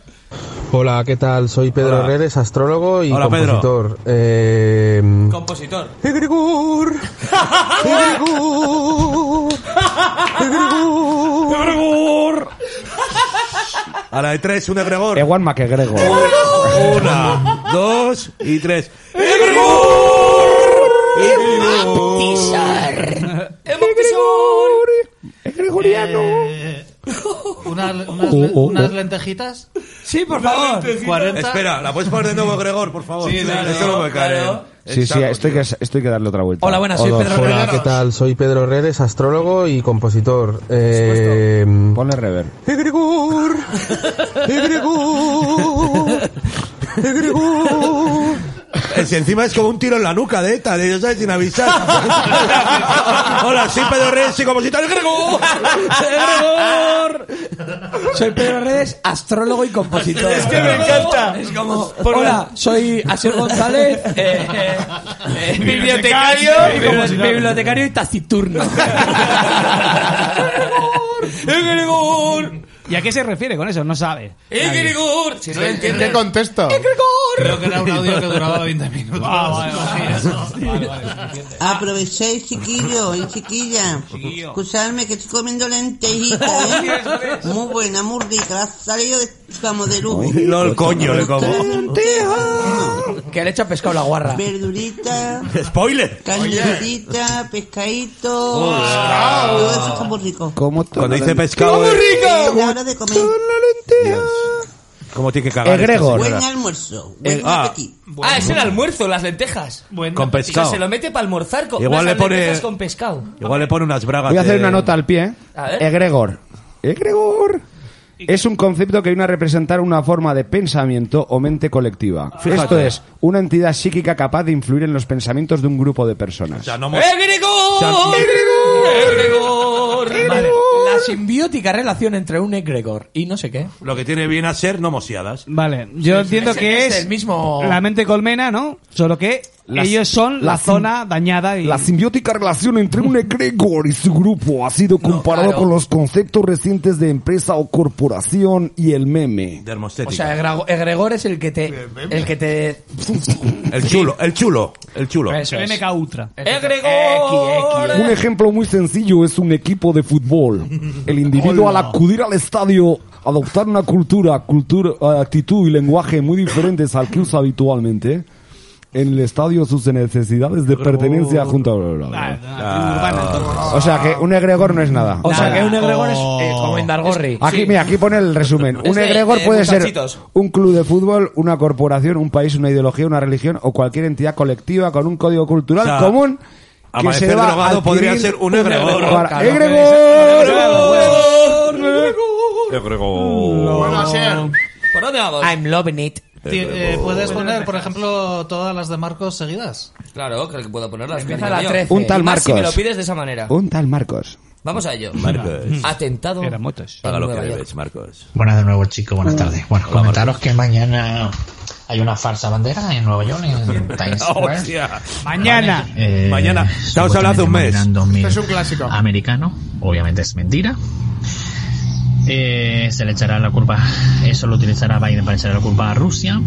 Hola, ¿qué tal? Soy Pedro Hola. Herreres, astrólogo y Hola, Pedro. compositor. Eh, Compositor. Egregor. Egregor. Egregor. ¡Egregor! A la de tres, un egregor. Ewan McGregor. Una, dos y tres. Gregoriano. Eh, unas, unas- Oh, oh, unas oh. lentejitas. Sí, por favor. 40. Espera, ¿la puedes poner de nuevo, Gregor, por favor? Sí, claro, Esto no puede caer. Sí, sí, esto hay, que, esto hay que darle otra vuelta. Hola, buenas, soy Pedro Hola, ¿qué tal? Soy Pedro Herreres, astrólogo y compositor. Eh, Ponle rever. Egregor. Egregor. Egregor. Es- encima es como un tiro en la nuca de ETA, de ellos, ¿sabes? Sin avisar. Hola, soy Pedro Reyes, soy compositor Gregor. Egregor. Soy Pedro Redes, astrólogo y compositor. Es que me encanta. Es como, Por hola, soy Asier González, eh, eh, eh, bibliotecario, Bibliotecario y bibli- compositor. bibliotecario y taciturno. ¿Y a qué se refiere con eso? No sabe. Egregor. Si no lo entiendes. ¿Qué contesto? Creo que era un audio que duraba 20 minutos. Aprovechéis, chiquillo y chiquilla. Escuchadme que estoy comiendo lentejitas, ¿eh? Muy buena, muy rica. Ha salido de, vamos, de lujo. No, el coño le como. Que le echa pescado a la guarra. Verdurita, Spoiler. carnecita, pescadito. Ostras. Todo eso está muy rico. ¿Cómo Cuando dice pescado, eh, Es la hora de comer. ¿cómo tiene que cagar? esta Egregor. señora? Buen almuerzo. Eh, ah, Ah, es el almuerzo, las lentejas. Con pescado. O sea, se lo mete para almorzar con Igual unas le pone- lentejas con pescado. igual le pone unas bragas. Voy a hacer de- una nota al pie. ¿eh? A ver. Egregor. Egregor. Es un concepto que viene a representar una forma de pensamiento o mente colectiva. Fíjate. Esto es, una entidad psíquica capaz de influir en los pensamientos de un grupo de personas. O sea, no mo- ¡Egregor! ¡Egregor! Vale, La simbiótica relación entre un egregor y no sé qué. Lo que tiene bien a ser no mosiadas. Vale, yo entiendo que es, el mismo. la mente colmena, ¿no? Solo que las- Ellos son la, las- zona dañada y... La simbiótica relación entre un egregor y su grupo ha sido comparado claro. con los conceptos recientes de empresa o corporación y el meme. De hermostética. O sea, egregor- egregor es el que te. El que te. el chulo, el chulo, el chulo. MK Ultra. ¡Egregor! Un ejemplo muy sencillo es un equipo de fútbol. El individuo al Hola. acudir al estadio adoptar una cultura, cultura, eh, actitud y lenguaje muy diferentes al que usa habitualmente. En el estadio sus necesidades de pertenencia junto a... Ah, O sea que un egregor no es nada. O sea, que un egregor es eh, como Indargorri. Aquí, mira, aquí pone el resumen. Es Un de- egregor eh, de puede ser muchachitos. un club de fútbol, una corporación, un país, una ideología, una religión o cualquier entidad colectiva con un código cultural O sea, común. Que amanecer se deba drogado adquirir podría ser un egregor. Para- Claro, ¡Egregor! Egregor. ¿Por dónde vamos? I'm loving it. Ti- eh, puedes poner, por ejemplo, todas las de Marcos seguidas. Claro, creo que puedo ponerlas. Empieza querido la yo. 13. Un tal Y más Si me lo Marcos. pides de esa manera. Un tal Marcos. Vamos a ello. Marcos. Atentado. Era motos. Paga lo que debes, Marcos. Buenas de nuevo, chicos. Buenas tardes. Bueno, Hola, comentaros que mañana hay una falsa bandera en Nueva York, en Times Square. Hostia. pues. Mañana. Eh, Mañana. Estamos hablando de un mes. supuestamente morirán 2000 Este es un clásico. Americano, obviamente es mentira. Eh, se le echará la culpa, eso lo utilizará Biden para echar la culpa a Rusia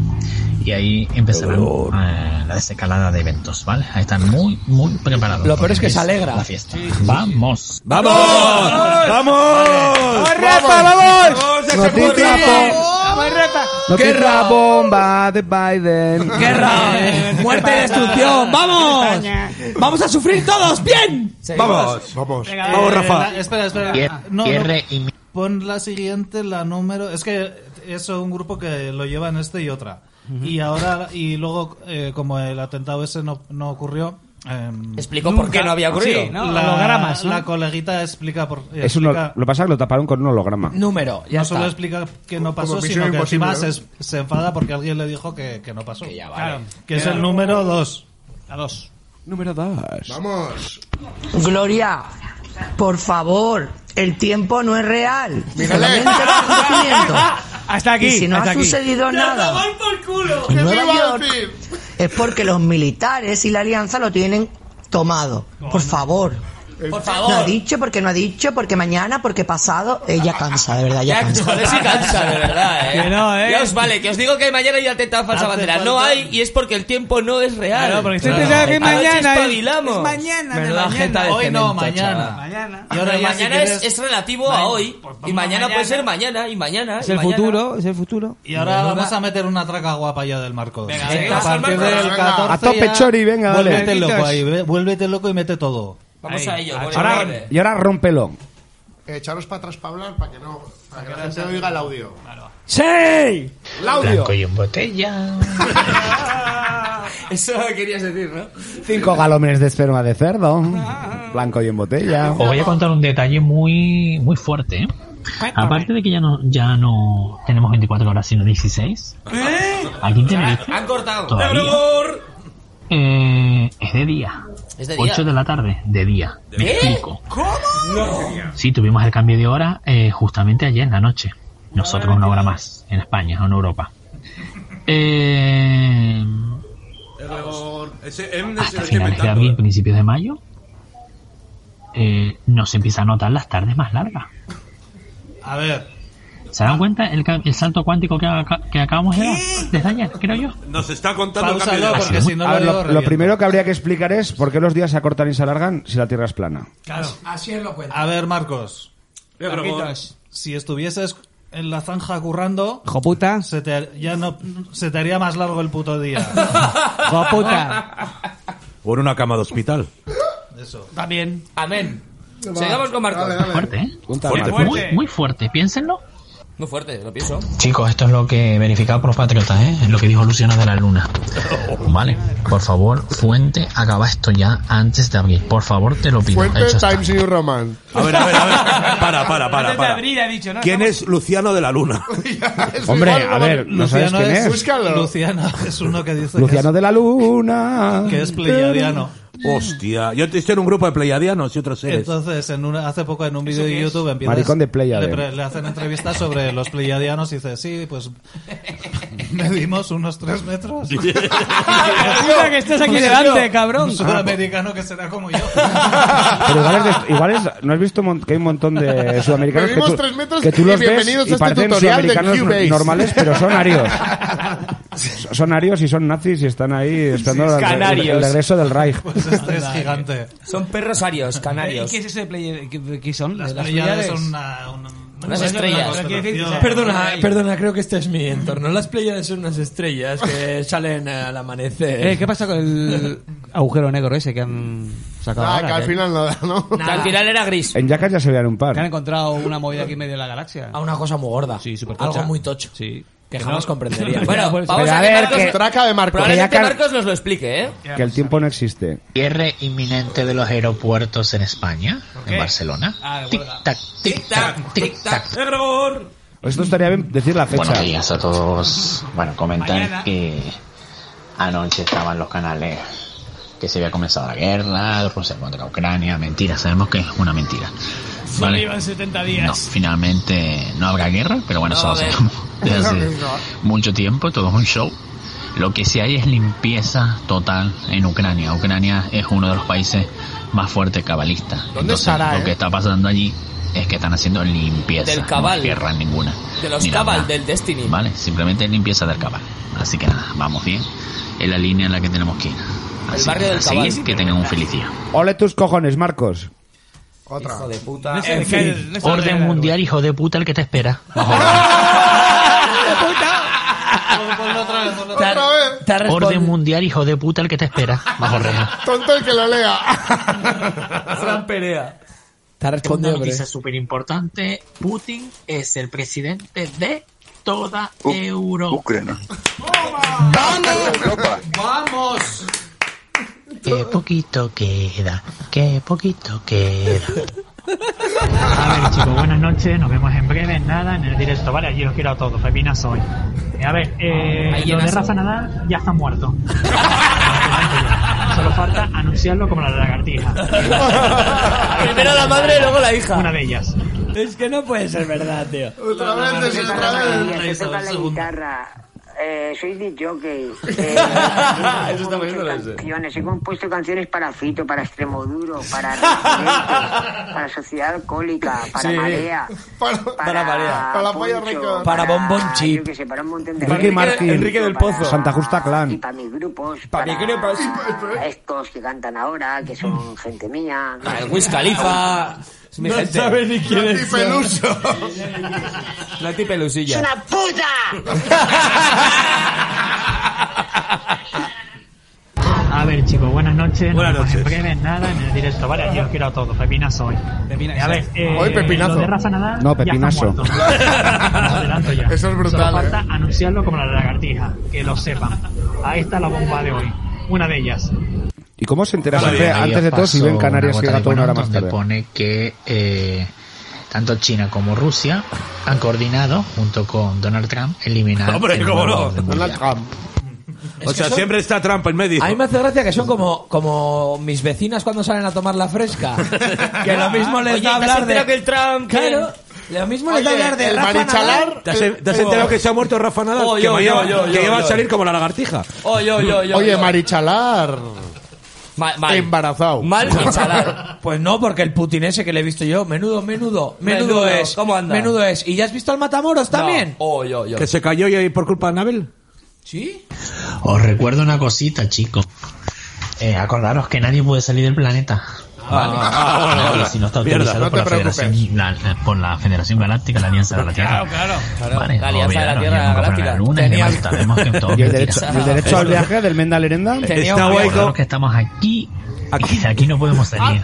y ahí empezará eh, la desescalada de eventos, ¿vale? Ahí están muy, muy preparados. Lo peor es que Empieza se alegra. La fiesta. Vamos. ¡Vamos! ¡Vamos! ¡Vamos, Rafa, vamos! ¡Vamos, Noticia Noticia bomba de Biden. ¡Guerra! Eh, ¡Muerte y destrucción! ¡Vamos! ¡Vamos a sufrir todos! ¡Bien! Vamos, vamos. Venga, eh, la- espera, espera. Pier- Ah, no, Pierre no. Pon la siguiente, la número. Es que es un grupo que lo llevan este y otra. Ujú. Y ahora, y luego, eh, como el atentado ese no, no ocurrió. em, Explicó por nunca- qué no había ocurrido. Sí, ¿no? la, Hologramas, ¿no? la coleguita explica por. Es un, explica- lo que pasa es que lo taparon con un holograma. Número, ya no está. solo explica que no pasó, Como sino Misión que encima Imposible, se, se enfada porque alguien le dijo que, que no pasó. Que, vale. que es el número 2. La 2. Número 2. Vamos. Gloria, por favor, el tiempo no es real. Mírale. Solamente va cumpliendo. eh". Hasta aquí, Y si no hasta ha aquí. sucedido nada. En Nueva York es porque los militares y la alianza lo tienen tomado. Por favor. Por No ha favor. dicho, porque no ha dicho, porque mañana, porque pasado. Ella cansa, de verdad, ya Ya, cansa. joder, sí cansa, de verdad, eh. Que no, eh. Ya os vale, que os digo que mañana hay atentado a falsa Hace bandera. No falta- hay, y es porque el tiempo no es real. Claro, porque estoy pensando que Anoche ¿eh? mañana es- espabilamos. es mañana, Menuda de mañana. jeta este de Hoy no, cemento, mañana. chaval. Mañana. Y ahora Pero ya, mañana si quieres, es- es, relativo a Mañana. hoy. y mañana, puede ser mañana, y mañana. Es y el mañana. futuro, es el futuro. Y ahora vamos a meter una traca guapa ya del marco. Venga, Sí. venga, a partir Marco, del venga. 14 A tope, ya, Chori, venga, dale. Vuélvete Venga, loco chicos. ahí, ve- vuélvete loco y mete todo. Vamos a ello. bueno, Ahora- vale. y ahora rómpelo. Eh, Echaros para atrás para hablar, para que no. Para que la gente oiga el audio. ¡Sí! El audio. Blanco y en botella. Eso querías decir, ¿no? Cinco galones de esperma de cerdo. Blanco y en botella. Os voy a contar un detalle muy, muy fuerte. ¿eh? Aparte de que ya no, ya no tenemos 24 horas, sino 16. Aquí en Tenerife Han cortado. Todavía. eh, es de día. Es de día. 8 de la tarde, de día. Me ¿Qué? explico. ¿Eh? ¿Cómo? Sí, tuvimos el cambio de hora eh, justamente ayer en la noche. Nosotros una hora más, en España, no en Europa. Eh, Ese M se hasta lo estoy finales de inventando. abril, principios de mayo, eh, no se empieza a notar las tardes más largas. A ver. ¿Se dan cuenta el, ca- el salto cuántico que, aca- que acabamos de dar desde ayer, creo yo? Nos está contando Paúsalo, cambio de- porque Ha sido muy- si no A ver, lo lo, lo primero que habría que explicar es por qué los días se acortan y se alargan si la Tierra es plana. Claro. Así es lo cuento. A ver, Marcos. Yo creo que- Marquitos, Si estuvieses en la zanja currando, Joputa. se te, ha- ya no, se te haría más largo el puto día. Joputa. O en una cama de hospital. Eso. También. Amén. Sigamos con Marcos. Fuerte, ¿eh? Fuerte, Muy- fuerte. Muy, fuerte, piénsenlo. Muy fuerte, lo pienso. Chicos, esto es lo que verificado por los patriotas, ¿eh? Lo que dijo Luciano de la Luna. Vale, por favor, Fuente, acaba esto ya antes de abril. Por favor, te lo pido. Fuente Hecho está. Times New Roman. A ver, a ver, a ver. Para, para, para. para. ¿Quién es Luciano de la Luna? Hombre, Eh, a ver, no sabes quién es. Luciano es uno que dice Luciano de la Luna. que es pleiadiano. Hostia, yo estoy en un grupo de pleiadianos y otros seres. Entonces, en una- hace poco en un vídeo de YouTube empiezas, Maricón de le, Pleiades. pre- le hacen entrevistas sobre los pleiadianos y dice, sí, pues medimos unos tres metros. Mira que estás aquí Un delante, señor, cabrón. Un Ah, sudamericano que será como yo. Pero igual es, de- igual es- ¿no has visto mon- que hay un montón de sudamericanos que Medimos tú, tres metros que tú y los ves bienvenidos a y este parecen tutorial de sudamericanos Cubase. normales, pero son arios. Son arios y son nazis y están ahí esperando el- el, canarios. el regreso del Reich. Pues Este es eh. gigante. Son perros arios, ¿Y canarios. qué es eso de player? ¿Qué, qué son? Las playades? playades son una- una- Unas estrellas. eh. una constelación. Perdona, perdona, creo que este es mi entorno. Las playas son unas estrellas que salen al amanecer. Eh, ¿Qué pasa con el agujero negro ese que han sacado Ah, Ah, ahora? eh? nada, ¿no? Al final era gris. En Jackass ya se veían un Que han par. encontrado una movida aquí en medio de la galaxia. A una cosa muy gorda. Sí, súper Algo muy tocho. Sí. Que jamás comprendería. Bueno, Pero vamos a, a que ver, Marcos, que- Traca de Marcos. Probablemente Que ya car- Marcos nos lo explique, ¿eh? Que el tiempo no existe. Cierre inminente de los aeropuertos en España, Ok. en Barcelona. Ah, tic tac, tic tac, tic tac. Esto estaría bien decir la fecha. Buenos días a todos. Bueno, comentar que anoche estaban los canales que se había comenzado la guerra, Rusia contra Ucrania, mentira, sabemos que es una mentira. Vale. Vale. llevan 70 No, días. finalmente no habrá guerra, pero bueno, eso No, lo a ver. sabemos desde hace No. mucho tiempo, todo es un show. Lo que sí hay es limpieza total en Ucrania. Ucrania es uno de los países más fuertes cabalistas. Entonces, estará, lo eh? que está pasando allí es que están haciendo limpieza. Del cabal. No hay guerra ninguna. De los Ni nada. cabal del Destiny. Vale, simplemente limpieza del cabal. Así que nada, vamos bien. Es la línea en la que tenemos que ir. Así barrio que del a cabal. seguir, que tengan un feliz día. Ole tus cojones, Marcos. Otra. Hijo de puta. En En fin, fin. orden mundial, hijo de puta, el que te espera. Ah, Otra vez. Orden mundial, hijo de puta, el que te espera. Bajo reja. Tonto el que lo lea. Fran Perea. Te ha respondido, respondido. hombre. súper importante. Putin es el presidente de toda uh, Europa. ¡Vamos! Qué poquito queda, qué poquito queda. A ver, chicos, buenas noches. Nos vemos en breve, en nada, en el directo, ¿vale? Allí os quiero a todos. Pepina soy. Eh, A ver, eh, Ahí lo de llenas- Rafa Nadal ya está muerto. Solo falta anunciarlo como la lagartija. Primero la madre y luego la hija. Una de ellas. Es que no puede ser verdad, tío. Otra vez, es otra vez. Eso, toca la eso. guitarra. Eh, soy de jockey. Eh, Eso está bueno, lo sé. canciones. He compuesto canciones para Fito, para Extremoduro, para Residente, para Sociedad Alcohólica, para Sí. Marea, para, Para Marea. Para Para Polla Rica. Para Bombón Chip. Yo que sé, para un montón de Ricky gente. Martin. Santa Justa Y Clan. para mis grupos. Pa' mis grupos. para estos que cantan ahora, que son gente mía. Para el Wiz Khalifa. Es mi No gente. sabe ni quién Nati es. Peluso. Nati ¡Es Pelusilla. una puta! A ver, chicos, buenas noches. Buenas Nos vemos noches. En breve, en nada, en el directo, ¿vale? Allí os quiero a todos. Pepinazo hoy. Pepina- a ver, eh, Hoy pepinazo. Lo de Rafa Nadal No, ya está pepinazo. muerto. Os adelanto ya. Eso es brutal, Solo falta eh. anunciarlo como la lagartija. Que lo sepan. Ahí está la bomba de hoy. Una de ellas. ¿Y cómo se entera Hola, siempre bien, ahí antes de os todo si paso ven Canarias una que gota gato de una hora limón más donde tarde? pone que eh, tanto China como Rusia han coordinado, junto con Donald Trump, eliminar. Hombre, el cómo nuevo no. orden mundial. O que sea, son- siempre está trampa en medio. A mí me hace gracia que son como, como mis vecinas cuando salen a tomar la fresca. Que lo mismo les Oye, da ¿te has hablar de. enterado que el Trump- Claro, lo mismo les da Oye, hablar de. el Rafa Marichalar- Nadal. ¿Te has, te has enterado que se ha muerto Rafa Nadal? Oh, que yo, mañana- yo, yo, que yo, va a yo. salir como la lagartija. Oye, oye, oye, Oye, oye. Marichalar. Mal, Embarazado. Mal Marichalar. Pues no, porque el Putin ese que le he visto yo, menudo, menudo, menudo, Menudo, es. ¿cómo anda? Menudo es. ¿Y ya has visto al Matamoros también? Oy, oy, oy. Que se cayó y ahí por culpa de Anabel. ¿Sí? Os recuerdo una cosita, chicos. Eh, acordaros que nadie puede salir del planeta. Vale. Ah, bueno, Vale, vale. Si no está Mierda, autorizado no por, te la Federación, la- eh, por la Federación Galáctica, la Alianza de la Tierra. Claro, Vale, la alianza de la olvidaros, Tierra ya nunca fueron a Galáctica. Ah, la Luna, y Tenía- demás, sabemos que todo es Y el mentira. derecho, y el derecho al viaje del Menda Lerenda. Tenía un acuerdo que estamos aquí, y de aquí no podemos Ah. salir.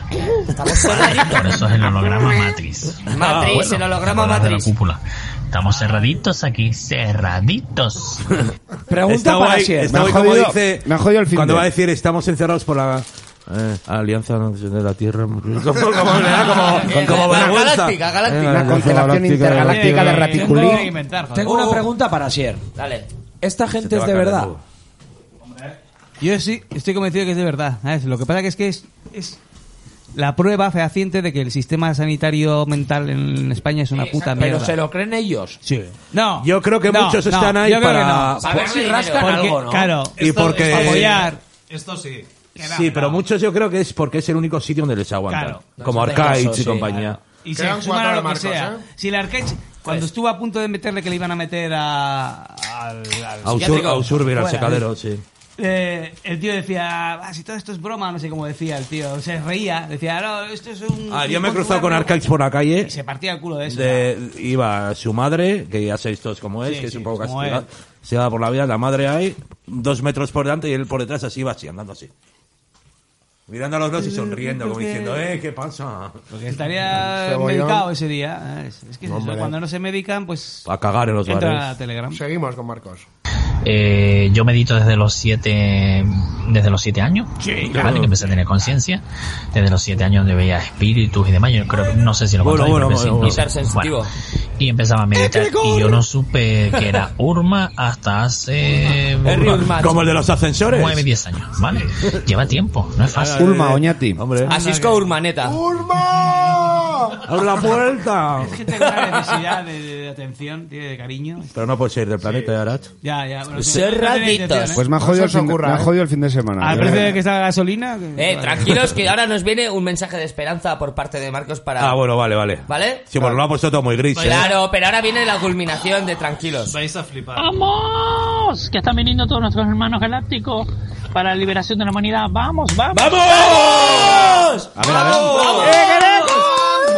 Por eso es el holograma Matrix. Matrix, Ah, el holograma acordaros de la Matrix. cúpula. Estamos cerraditos aquí, cerraditos. está guay, está Me guay han como jodido- dice. me han jodido el fin Cuando de- va a decir estamos encerrados por la eh, Alianza de la Tierra. Como, como, le da como, como vergüenza. Eh, Eh, Galáctica, galáctica. La constelación intergaláctica de Raticulí. Tengo- Tengo una pregunta para Sier. Dale. ¿Esta gente te va es de a caer verdad? todo. Yo sí, estoy convencido que es de verdad. ¿sabes? Lo que pasa que es que es, es la prueba fehaciente de que el sistema sanitario mental en España es una puta Pero mierda. se lo creen ellos. Sí. No. Yo creo que no, muchos no, están ahí yo creo para- que no. Para Pues ver si Porque- rascan porque- algo, ¿no? Claro. Y porque- Apoyar. Esto sí. Sí, pero muchos yo creo que es porque es el único sitio donde les aguantan. Claro. Como Eso es Arcaids peligroso, y sí, compañía. Y se Quedan suman cuatro a lo que marcos, sea. ¿eh? Si el Arcaids, Pues- cuando estuvo a punto de meterle que le iban a meter a, al, al A Usur- psiquiátrico, a Usurbil, al fuera, secadero, sí. eh, el tío decía, "Ah, si todo esto es broma, no sé cómo decía el tío. Se reía, decía, no, esto es un. Ah, yo me he un cruzado con juego". Arcaids por la calle. Y se partía el culo de eso. de- iba su madre, que ya sabéis todos cómo es, Sí, que es sí, un poco como castigada. él. Se va por la vida, la madre ahí, dos metros por delante y él por detrás así va así, andando así. Mirando a los dos y sonriendo, como Porque- diciendo, eh, ¿qué pasa? Porque estaría medicado ese día. ¿eh? Es, es que es eso, Hombre. cuando no se medican, pues. A cagar en los entra bares. a Telegram. Seguimos con Marcos. Eh, yo medito desde los siete desde los siete años ¿vale? claro. que empecé a tener conciencia desde los siete años donde veía espíritus y demás yo creo no sé si lo Bueno, conté, bueno, creo que sí, bueno, no bueno. sé. Hipersensitivo. y empezaba a meditar y yo no supe que era Urma hasta hace Henry Urma. Como el de los ascensores. nueve diez años vale lleva tiempo no es fácil Urma, Oñati. Hombre. Así es con Urmaneta. ¡Abre la puerta! Es que tengo una necesidad de, de atención, tío, de cariño. Pero no puedes ir del planeta de Arach. Ya, ya. Bueno, Ser no tenía ratitos. intención, ¿eh? Pues me ha jodido, el fin, me ha jodido el fin de semana. ¿eh? Al Yo- precio de que está la gasolina. que- Eh, tranquilos, que ahora nos viene un mensaje de esperanza por parte de Marcos para. Ah, bueno, vale, vale. ¿Vale? Pues Sí, bueno, lo ha puesto todo muy gris. ¿eh? Claro, pero ahora viene la culminación de tranquilos. Vais a flipar. ¡Vamos! Que están viniendo todos nuestros hermanos galácticos para la liberación de la humanidad. ¡Vamos, vamos! ¡Vamos! A ver, a ver. ¡Vamos!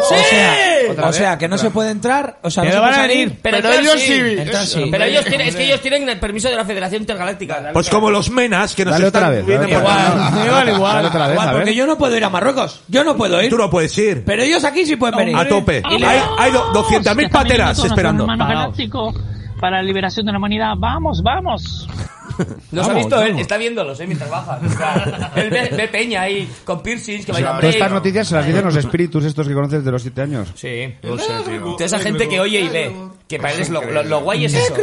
¡Sí! O sea, Otra o sea, que no se puede entrar, o sea, Pero no se van a puede venir. salir. Pero entonces ellos sí. Entonces sí. Pero ellos tienen, es que ellos tienen el permiso de la Federación Intergaláctica. Pues como los menas que nos Dale están otra vez, viendo dale por- otra Igual, vez. igual, igual. Dale otra vez, Igual, a ver. porque yo no puedo ir a Marruecos. Yo no puedo ir. Tú no puedes ir. Pero ellos aquí sí pueden venir. A tope. Y le- Hay, hay Oh, do- 200.000 pateras esperando. hermanos Pagaos. galácticos para la liberación de la humanidad. ¡Vamos, vamos! Los ha Vamos, visto él, vamos. está viéndolos, eh, mientras bajan. O sea, él ve, ve Peña ahí, con piercings, que O vaya sea, todas estas noticias se las dicen los espíritus estos que conoces de los siete años. Sí. Toda esa gente que oye y ve. Que para él es lo, lo- lo guay es eso.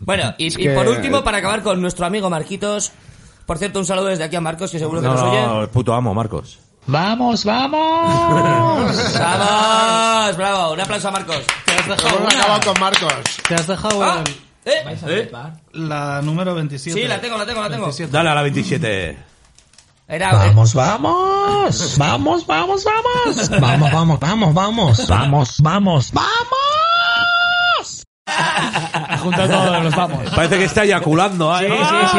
Bueno, y, y que- por último, para acabar con nuestro amigo Marquitos. Por cierto, un saludo desde aquí a Marcos, que seguro que No, nos oye. no, el puto amo, Marcos. ¡Vamos, vamos! ¡Vamos! ¡Bravo! Un aplauso a Marcos. Te has dejado Hemos una. acabado con Marcos. Te has dejado Ah, el- ¿Eh? la número 27. Sí, la tengo, la tengo, la tengo. 27. Dale a la 27. Era, eh. Vamos, vamos, vamos, vamos, vamos, vamos, vamos, vamos, vamos, vamos, vamos, vamos. Junto a todos los vamos. Parece que está eyaculando. ¿eh? Sí, sí, sí.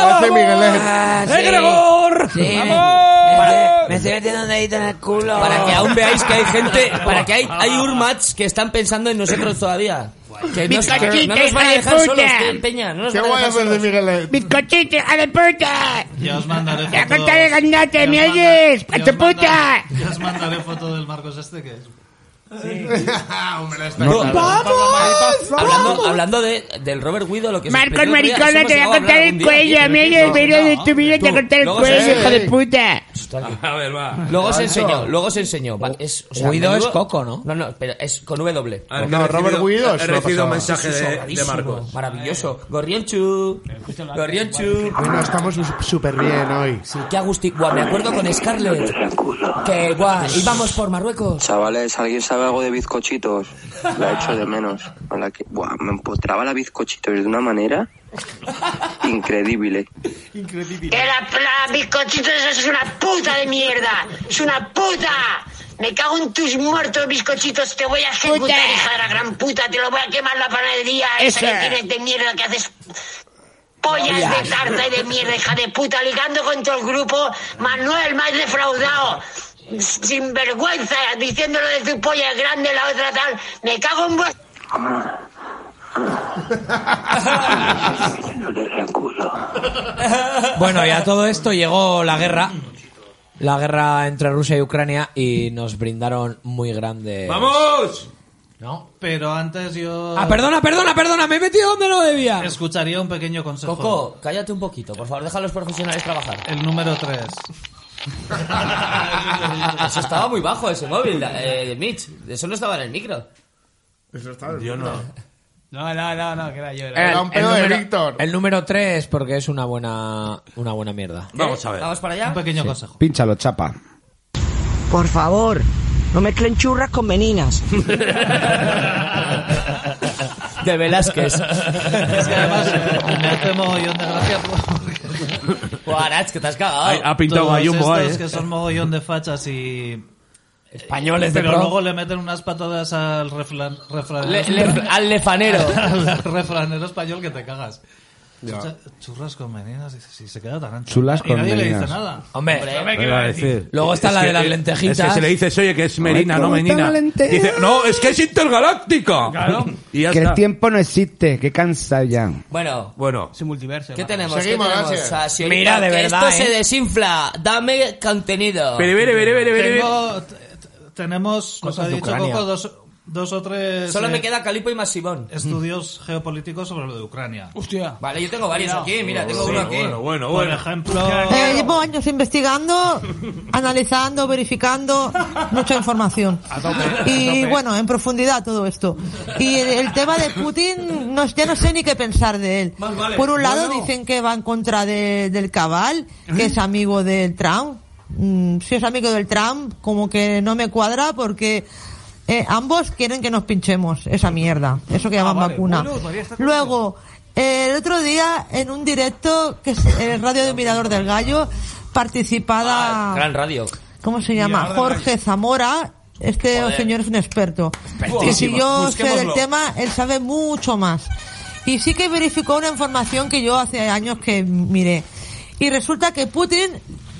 Parece eh. Miguelet. ¡Eh, Ah, sí. ¡Egregor! Sí. ¡Vamos! Me estoy metiendo un dedito en el culo. Para que aún veáis que hay gente, para que hay, hay urmats que están pensando en nosotros todavía. Que no, Bizcochito, que no nos van a hija de dejar solos, puta. tío, Peña. No nos ¿Qué van a voy a dejar hacer solos. de Miguelet? ¡Bizcochito, hija de puta! Ya os mandaré ¡La fotos. puta de gandate, me Ya os oyes! ¡Pato mandaré- puta! Ya os mandaré foto del Marcos este que es. Hombre, está No, claro. Hablando, hablando de, del Robert Guido, lo que se Marcos expresó el otro día, Maricona, hemos te llegado voy a cortar hablar el algún día. cuello, me oyes, pero de tu vida te voy a cortar el Luego cuello, se- hijo de puta. A ver, va. Luego se Alonso. enseñó, luego se enseñó. Va, Es, o sea, Guido menudo- es Coco, ¿no? No, no, pero es con W. doble. A ver, No, que he recibido- Robert Guido es He una recibido un pasada. mensaje de, de Marcos. Maravilloso. Gorrionchu. Gorrionchu. Bueno, estamos su- súper bien hoy. Sí, qué agustín. Guau, me acuerdo con Scarlett. Que guau, íbamos por Marruecos. Chavales, ¿alguien sabe algo de bizcochitos? La echo de menos. A la que, buah, me empotraba la bizcochitos de una manera increíble. Que la, la bizcochito eso es una puta de mierda. Es una puta. Me cago en tus muertos, bizcochitos. Te voy a ejecutar, Puta. hija de la gran puta. Te lo voy a quemar la panadería. Esa. Esa que tienes de mierda que haces. Pollas de tarta y de mierda, hija de puta, ligando con todo el grupo. Manuel, más defraudado. Sin vergüenza, diciéndolo de tu polla grande, la otra tal. Me cago en vos. Bueno, y a todo esto llegó la guerra. La guerra entre Rusia y Ucrania y nos brindaron muy grande. ¡Vamos! No, pero antes yo. Ah, perdona, perdona, perdona, me he metido donde no debía. Escucharía un pequeño consejo. Coco, cállate un poquito, por favor, deja a los profesionales trabajar. El número 3. Eso estaba muy bajo ese móvil, eh, de Mitch. Eso no estaba en el micro. Yo no. No, no, no, no, que era yo. Era... El, yo. Era un pedo de número, Víctor. el número 3 porque es una buena una buena mierda. Vamos a ver. Vamos para Un allá. pequeño consejo. Pínchalo, chapa. Por favor, no mezclen churras con meninas. De Velázquez. Es que además me hace mogollón de gracia porque... Guarach, que te has cagado. Ay, ha pintado Todos ahí un boa, estos ¿eh? que son mogollón de fachas y... Españoles de Pero pro. luego le meten unas patadas al reflan, refran- Le- le- al lefanero. al refranero español que te cagas. Ya. Chucha- Churras con meninas, dice, si se queda tan ancho. Churras Y con nadie le dice meninas. nada. Hombre, ¿Qué iba a decir? Luego está Es la que, de las eh, lentejitas. Es que se le dices, oye, que es Melina, Ay, no ¿cómo están Menina. las lentejas? Dice, no, es que es intergaláctica. Y ya que está. el tiempo no existe, que cansa ya. Bueno, bueno. Sin multiverso. ¿Qué tenemos? Seguimos, ¿Qué tenemos? gracias. Ah, sí, Mira, de que verdad, Esto ¿eh? se desinfla. Dame contenido. Pero, pero, pero, pero, pero, Tengo- t- t- tenemos, nos Cosas ha de dicho Ucrania. Coco, dos, dos o tres Solo eh, me queda Calipo y Masivón. estudios geopolíticos sobre lo de Ucrania. Hostia. Vale, yo tengo varios aquí. Mira, tengo Sí, uno aquí. bueno, bueno, Por bueno. ejemplo, Eh, llevo años investigando, analizando, verificando, mucha información. Y bueno, en profundidad todo esto. Y el, el tema de Putin, no, ya no sé ni qué pensar de él. Más vale. Por un lado Bueno. dicen que va en contra de- del cabal, que es amigo del Trump. Mm, si es amigo del Trump, como que no me cuadra porque eh, ambos quieren que nos pinchemos esa mierda, eso que llaman vacuna. Bueno, todavía está Luego, eh, el otro día en un directo que es en el radio de Mirador del Gallo participada Ah. Gran radio. ¿Cómo se llama? Mirador del Jorge Zamora. Este Joder. señor es un experto. Expertísimo. Y si yo sé del Busquémoslo. tema, él sabe mucho más. Y sí que verificó una información que yo hace años que miré. Y resulta que Putin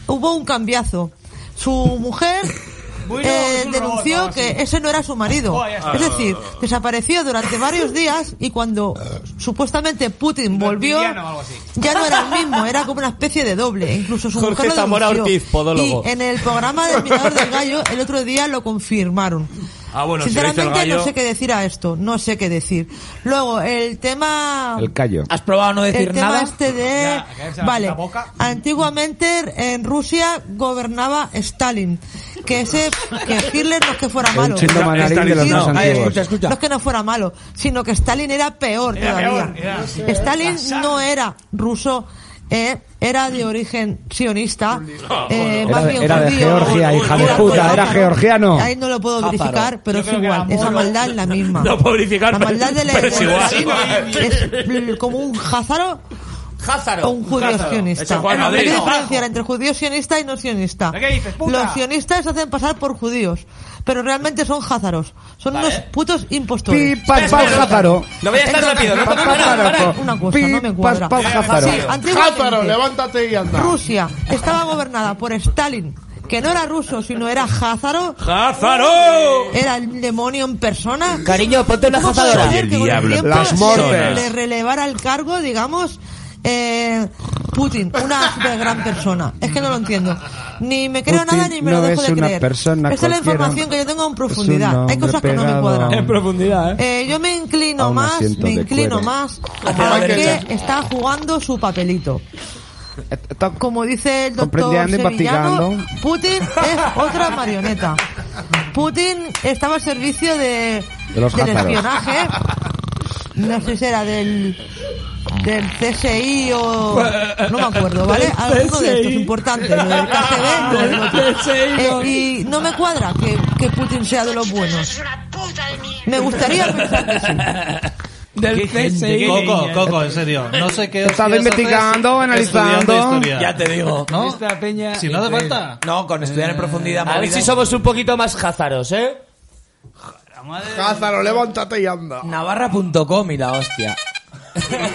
hubo un cambiazo. Su mujer Bueno, eh, es un denunció robot, ahora que sí. ese no era su marido. Oh, ya está. es decir, Ah. desapareció durante varios días y cuando supuestamente Putin volvió, Reptiliano o algo así. ya no era el mismo, era como una especie de doble. Incluso su Jorge mujer lo Zamora denunció. Ortiz, podólogo. Y en el programa del Mirador del Gallo el otro día lo confirmaron. Ah, bueno, si le dice el Sinceramente gallo. no sé qué decir a esto, no sé qué decir. Luego, el tema... El callo. ¿Has probado no decir el tema nada? este de... Ya, callarse la vale, puta boca. antiguamente en Rusia gobernaba Stalin. Que ese, que Hitler no es que fuera El malo. chino Hitler mandarín de los más no- antiguos. Escucha, No es que no fuera malo, sino que Stalin era peor Era todavía. peor, era- Stalin no era ruso, eh, era de origen sionista. eh, Era más de- bien era de judío. Georgia, hija de puta, era georgiano. Ahí no lo puedo Jáparo. verificar, pero Yo es creo que igual. era Esa mono. maldad es la misma. No puedo verificar, La maldad de la pero es igual. es mm, como un jázaro. Jázaro. O un judío Jázaro. Ese sionista. Juan Hay que Madrid, no. diferenciar entre judío sionista y no sionista. Los sionistas se hacen pasar por judíos, pero realmente son jázaros. Son unos putos impostores. Pi, pa, pa, jázaro. Lo voy a estar rápido, ¿no? Para, para. Una cosa, no me Pi, cuadra. pa, pa, jázaro. Sí, antiguamente, Jázaro, levántate y anda. Rusia estaba gobernada por Stalin, que no era ruso, sino era jázaro. ¡Jázaro! Era el demonio en persona. Cariño, ponte una ¿Cómo puede jazadora. ser que con el tiempo Las le- mordes. Le relevara el cargo, digamos, eh, Putin, una super gran persona. Es que no lo entiendo. Ni me creo Putin nada ni me no lo dejo es de una creer. persona Esa es la cualquiera. información que yo tengo en profundidad. Hay hombre cosas que no me pegado cuadran. a un- En profundidad, yo me a inclino un más, asiento me de inclino cuero. más Hacia la a que derecha. está jugando su papelito. Como dice el doctor Eh, Comprendiendo y Sevillano, investigando. Putin es otra marioneta. Putin estaba al servicio de, De los del jázaros. espionaje. No sé si era del, del CSI o... No me acuerdo, ¿vale? Del Alguno de estos CSI. importantes, lo del KGB, lo del otro. Del CSI. Eh, y no me cuadra que, que Putin sea de los buenos. Me gustaría pensar que sí. Del CSI. Coco, Coco, en serio. No sé qué. Estaba hostias investigando, haces analizando. estudiando historia. Ya te digo. ¿No? Esta peña. Si no hace Increíble. falta. No, con estudiar en profundidad. A ver movida. si somos un poquito más jázaros, ¿eh? Jázaro, levántate y anda. Navarra.com y la hostia.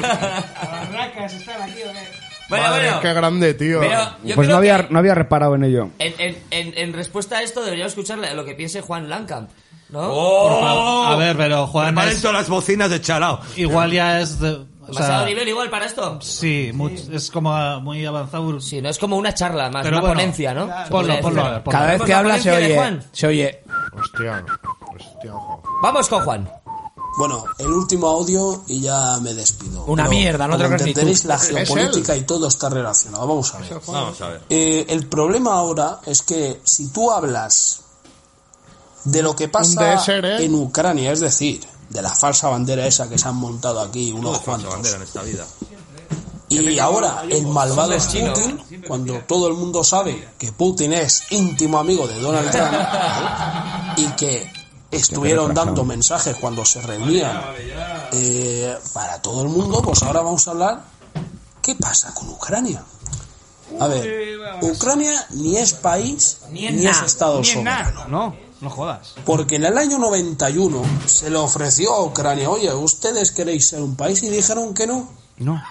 Barracas están aquí, ¿o qué? Madre, Qué grande, tío. Pero yo Pues creo no había, que- no había reparado en ello. En, en- en- en respuesta a esto deberíamos escuchar lo que piense Juan Lankamp, ¿no? Oh. Por favor. A ver, pero Juan Preparen es- todas las bocinas de Chalao. Igual ya es. De, o ¿Pasado sea, nivel igual para esto? sí, mu- es como ah, muy avanzado. Sí, no es como una charla más, Pero una bueno. ponencia, ¿no? Ah, Ponlo, ponlo, a ver, ponlo. Cada vez que Una habla se ponencia de oye. Juan. Se oye. Hostia, hostia, ojo. Vamos con Juan. Bueno, el último audio y ya me despido. Una mierda, no te como creas ni tú. entenderéis, la Es él. geopolítica y todo está relacionado. Vamos a ver. Vamos a ver. Eh, el problema ahora es que si tú hablas de lo que pasa Un DSR, ¿eh? en Ucrania, es decir, de la falsa bandera esa que se han montado aquí unos cuantos, bandera en esta vida. Y ahora el malvado Putin, cuando todo el mundo sabe que Putin es íntimo amigo de Donald Trump y que estuvieron dando mensajes cuando se reunían eh, para todo el mundo, pues ahora vamos a hablar qué pasa con Ucrania. A ver, Ucrania ni es país Ni ni, es es nada, Estado ni es nada. soberano. No, no jodas. Porque en el año 91 se le ofreció a Ucrania, oye, ¿ustedes queréis ser un país? Y dijeron que no. No.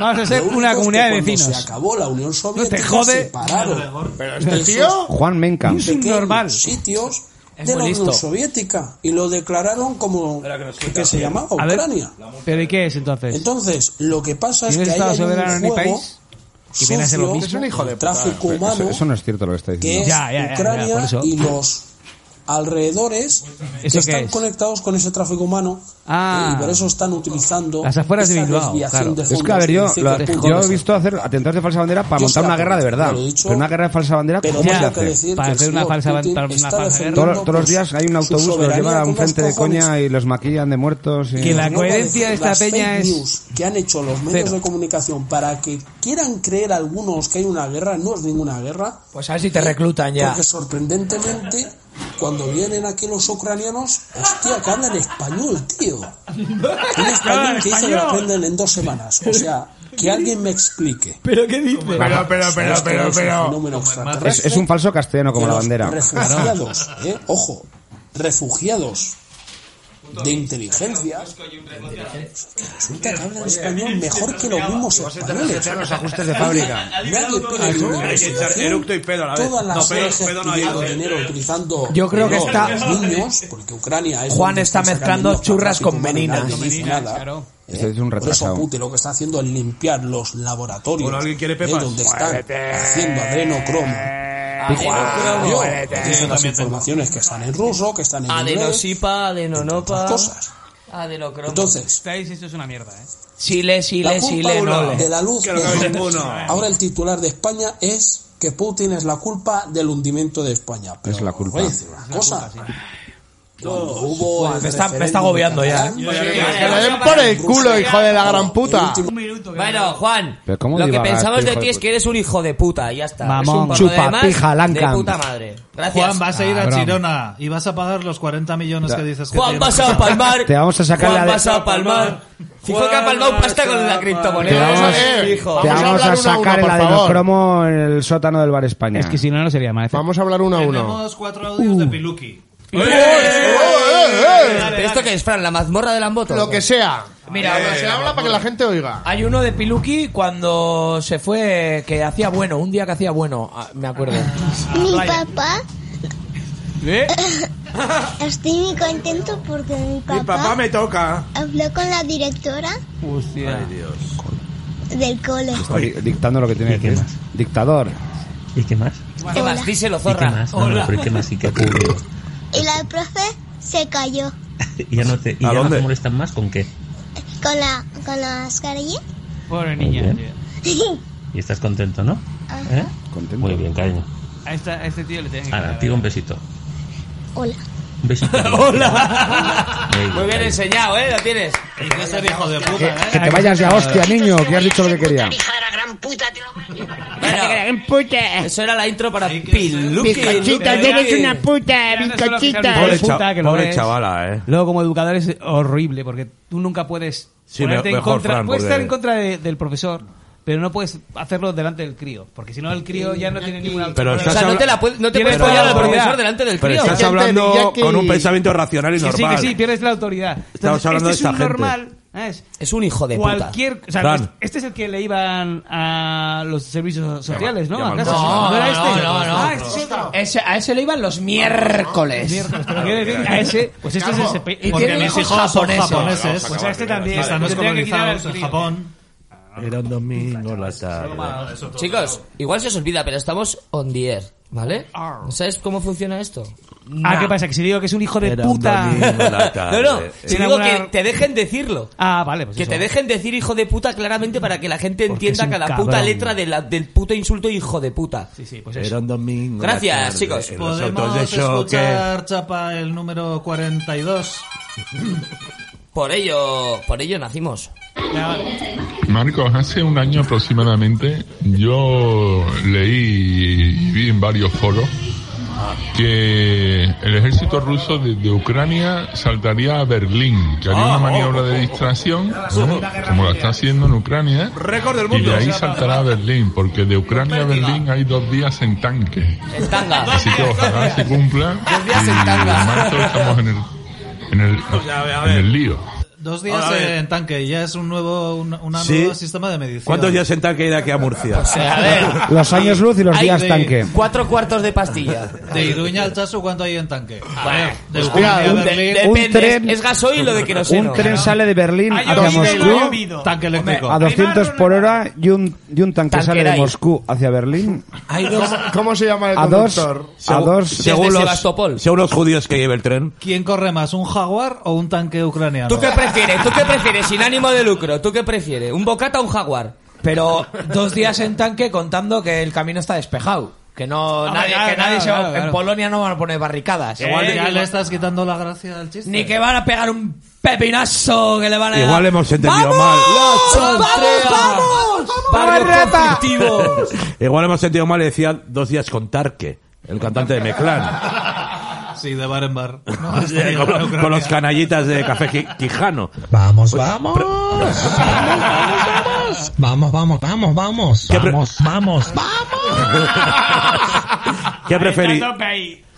Vamos a Lo ser único una es que comunidad de cuando vecinos. Se acabó la Unión Soviética. jode. Se separaron. Pero de este tío- sus Juan Menca. pequeños Sitios Es de la muy Unión listo. Soviética y lo declararon como que, se llamaba A ver, Ucrania. ¿Pero y qué es entonces? Entonces, lo que pasa es ¿Y que un ahí Estado hay soberano un ni juego país? Que viene a ser lo sucio, mismo. Es un hijo de puta. tráfico Pero humano Eso, eso Pues no es cierto lo que está que diciendo. es Ucrania por eso. y los alrededores que qué están es? conectados con ese tráfico humano Ah. eh, y por eso están utilizando Las afueras de esa Bilbao, desviación claro. de Es que, fondos a ver, yo, de lo- ciertos yo he puntos. visto hacer atentados de falsa bandera para Yo montar estoy una de guerra de acuerdo, verdad. lo he dicho, pero una guerra de falsa bandera, pero ¿cómo tengo se que hace? decir Para que el hacer una señor falsa- Putin para una está falsa guerra. defendiendo Todos, todos los días hay un su autobús que los soberanía lleva a un con los frente de cojones. coña y los maquillan de muertos. y- No voy a decir las fake news que han hecho los medios de comunicación para que quieran creer algunos que hay una guerra no es ninguna guerra Pues a ver si te reclutan ya. porque sorprendentemente cuando vienen aquí los ucranianos hostia que hablan español tío un español que dice que lo aprenden en dos semanas o sea que alguien me explique pero qué dice Pero, pero, pero, pero, pero. Es, es un falso castellano como la bandera. refugiados eh, ojo refugiados de inteligencia resulta que hablan español mejor que los mismos españoles los Este ajustes de fábrica. Nadie puede Hay que vivir en echar situación. eructo y pedo a la vez. Todas las No, pedo- ONGs pedo no hay, pidiendo eh. dinero utilizando Yo creo que menores, está- niños, porque Ucrania es Juan donde está están mezclando sacando los churras con farmacéuticos, nadie meninas. dice Meninas, nada. claro. Ese es un Por eso retrasado. Putin lo que está haciendo es limpiar los laboratorios Bueno, ¿alguien quiere ¿eh? pepas? donde están Muévete. haciendo adrenocromo. Adrenocromo. Yo, Muévete. me dicen las informaciones que están en ruso, que están en inglés. Adenosipa, adenonopa. cosas. Ah, Adenocromo. Entonces, Estáis, esto es una mierda, ¿eh? Chile, la Chile, culpa Chile, ahora no le. de la luz. Que no cabe de- ninguno. Ahora el titular de España es que Putin es la culpa del hundimiento de España. Pero Es la culpa. voy a decir una cosa. Cuando hubo Buah, el me está- me está referéndum agobiando de ya, Cataluña, ¿eh? Que le den por el culo, hijo de la gran puta. Bueno, Juan, Pero ¿cómo lo que divagas, pensamos hijo de de ti es puta? que eres un hijo de puta, y ya está. Mamón, Es un por lo chupa, demás, pija, De lanca. puta madre. Gracias. Juan, vas a Ah, ir Cabrón. a Chirona y vas a pagar los 40 millones que dices que Juan, tienes. vas a palmar. Te vamos a sacar Juan la de- vas a palmar. Fijo que ha palmado pasta con la criptomoneda. Te vamos, Fijo. te Vamos a vamos a, hablar una a sacar una, el por favor. adenopromo en el sótano del Bar España. Es que si no, no sería más. Vamos a hablar uno a uno. Tenemos cuatro audios de Piluki. Eh, ¿Pero esto qué es, Fran? ¿La mazmorra del Amboto? Lo que sea. Mira, Lo Pues que se habla para que la gente oiga. Hay uno de Piluki cuando se fue, que hacía bueno, un día que hacía bueno, ah, me acuerdo. Mi Vaya. ¿Eh? papá. Estoy muy contento porque mi papá, toca. habló con la directora Hostia. Ay, Dios. del cole. Está di- dictando lo que tiene que decir. Dictador. ¿Y qué más? ¿Qué más? Díselo, zorra. ¿Y qué más? No, no, pero ¿y qué más? ¿Y qué ocurrió? Y la profe se cayó ¿Y ya no te, y ya no te molestan más con qué? con la con las carillas. Pobre niña, bien. tío. ¿Y estás contento, no? ¿Eh? Contento. Muy bien, cariño. A, esta- a este tío le tienes que Ahora, cagar. tira un besito. Hola. Un besito. Hola. Muy bien. Muy bien enseñado, ¿eh? Lo tienes. hijo de ¿eh? Que, que te vayas ya, hostia, niño, que has dicho lo que quería. puta. Eso era la intro para Piluki. Pizcochita, Piluki. puta, bizcochita. Pobre, Puta cha- que lo pobre es. chavala, eh. Luego, como educador, es horrible porque tú nunca puedes Sí, ponerte me- en mejor, contra. Fran, puedes porque- estar en contra de- del profesor, pero no puedes hacerlo delante del crío. Porque si no, el crío ya no tiene ninguna. Pero o estás sea, no habla- te la puedes- no te Pero- puedes follar al pero- profesor delante del Pero crío. estás hablando con un pensamiento racional y Que sí, normal. que sí, pierdes la autoridad. Entonces, Estamos hablando de este es esta un gente. normal. ¿sabes? Es un hijo de puta. Cualquier, o sea, Fran. este- este es el que le iban a los servicios sociales, ¿no? No, A no, casa. era no, este? no, no. Ah, este es otro. Ese- a ese le iban los miércoles. Miércoles, pero quiero Ah, decir, a ese, pues este es el sepe- Y porque tiene mis hijos hijos japoneses. japoneses. Pues a este también. Están Le tenía que quitar descolonizados al en crío. Japón. Era un domingo la tarde. Chicos, igual se os olvida, pero estamos on the air, ¿vale? ¿Sabes cómo funciona esto? Ah, ¿qué pasa? Que si digo que es un hijo de Era un puta. domingo la No, no, si Tiene digo alguna- que te dejen decirlo. Ah, vale, pues Que eso. te dejen decir hijo de puta claramente para que la gente es entienda un cada puta cabrón. letra de la- del puto insulto hijo de puta. Sí, sí, pues Era un domingo. la Gracias, tarde, chicos. en los autos Podemos de choque. escuchar, chapa, el número 42. Por ello, por ello nacimos. Marcos, hace un año aproximadamente yo leí y vi en varios foros que el ejército ruso de, de Ucrania saltaría a Berlín, que Ah, haría una oh, maniobra de distracción, ¿no? como la está haciendo en Ucrania, Récord del y mundo. de ahí saltará a Berlín, porque de Ucrania a Berlín hay dos días en tanque. En tanga. Así que ojalá se cumpla. Dos días en y tanga. Pues en marzo estamos en el, en el, en el lío. Dos días A ver. eh, en tanque y ya es un nuevo, un, una Sí. nuevo sistema de medición. ¿Cuántos días en tanque hay de aquí a Murcia? sea, Pues, a ver. Los años luz y los Ay, días de- tanque. Cuatro cuartos de pastilla. Ah, De Iruña al Chaso, ¿cuánto hay en tanque? A ver, de Pues Ucrania mira, a un- Berlín- de- un Depende, tren- es- es gasoil o de Un tren sale de Berlín hacia Moscú Tanque eléctrico. a 200 por hora y un, y un tanque Tanque sale era de ahí. Moscú hacia Berlín. ¿Cómo, cómo se llama el A dos- conductor? a dos- según los, según los judíos que lleve el tren. ¿Quién corre más, un jaguar o un tanque ucraniano? ¿Tú qué prefieres? ¿Tú qué prefieres? Sin ánimo de lucro. ¿Tú qué prefieres? ¿Un bocata o un jaguar? Pero dos días en tanque contando que el camino está despejado. Que no, Ah, nadie, claro, que nadie claro, se va- claro, claro. En Polonia no van a poner barricadas. Igual Igual ya ni, le estás quitando la gracia al chiste. ni que van a pegar un pepinazo que le van a Igual dar. hemos entendido ¡Vamos! mal. ¡Vamos, vamos! ¡Vamos, rata! Igual hemos sentido mal y decía dos días con Tarque, el cantante de Meclán. Sí, de bar en bar. No, O sea, Ucrania. con, con los canallitas de Café Qui- Quijano. Vamos, Pues, vamos. pre- Vamos, vamos, vamos, vamos. ¿Qué pre- Vamos, vamos. ¿Qué preferís?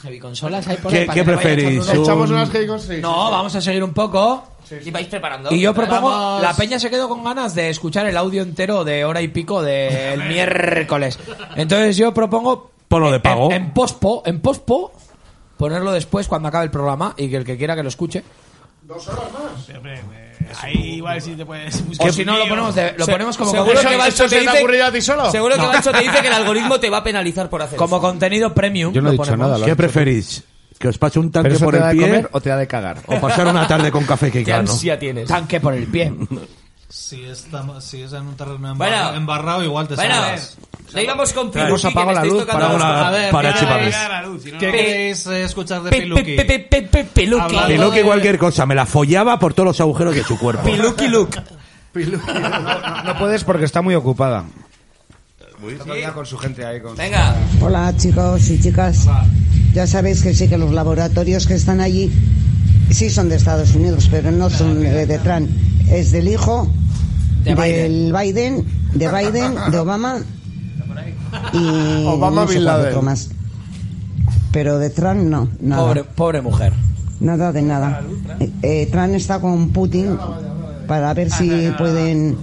Heavy consolas hay por ¿Qué- ahí para qué que vaya preferís? echando uno. ¿Echamos unas No, vamos a seguir un poco. Y vais preparando. Y yo propongo, Vamos. la peña se quedó con ganas de escuchar el audio entero de hora y pico del miércoles. Entonces yo propongo... Ponlo de pago. En, en pospo, en pospo, ponerlo después cuando acabe el programa y que el que quiera que lo escuche. Dos horas más. Ahí igual si te puedes O si no, lo ponemos, de- lo Se- ponemos como, seguro como- que Balcho te dice- Seguro que No. Balcho te dice que el algoritmo te va a penalizar por hacer Como eso. contenido premium. Yo no he lo dicho ponemos. nada, lo ¿Qué has dicho preferís? ¿Que os pase un tanque por el pie o te da de cagar? o pasar una tarde con Café Quijano? tienes. Tanque por el pie. Si, estamos, si es en un terreno embarra- Bueno. embarrado, igual te Bueno, salvas. no íbamos con Claro. Piruchi, Hemos que apagado me la estáis luz tocando para los- una- para Chivames. ¿Qué Pe- queréis eh, escuchar de pe- Piluki? pe- pe- pe- pe- Piluki. Hablando Piluki de- cualquier cosa, me la follaba por todos los agujeros de su cuerpo. Piluki Luke. No puedes porque está muy ocupada. con su gente ahí. Venga. Hola chicos y chicas. Ya sabéis que sí que los laboratorios que están allí sí son de Estados Unidos, pero no son eh, de Trump. Es del hijo De del Biden, de Biden, de Obama y Obama no sé Bin cuál Laden. otro más. Pero de Trump no, nada. Pobre, pobre mujer. Nada de nada. Eh, eh, Trump está con Ah, Putin para ver si pueden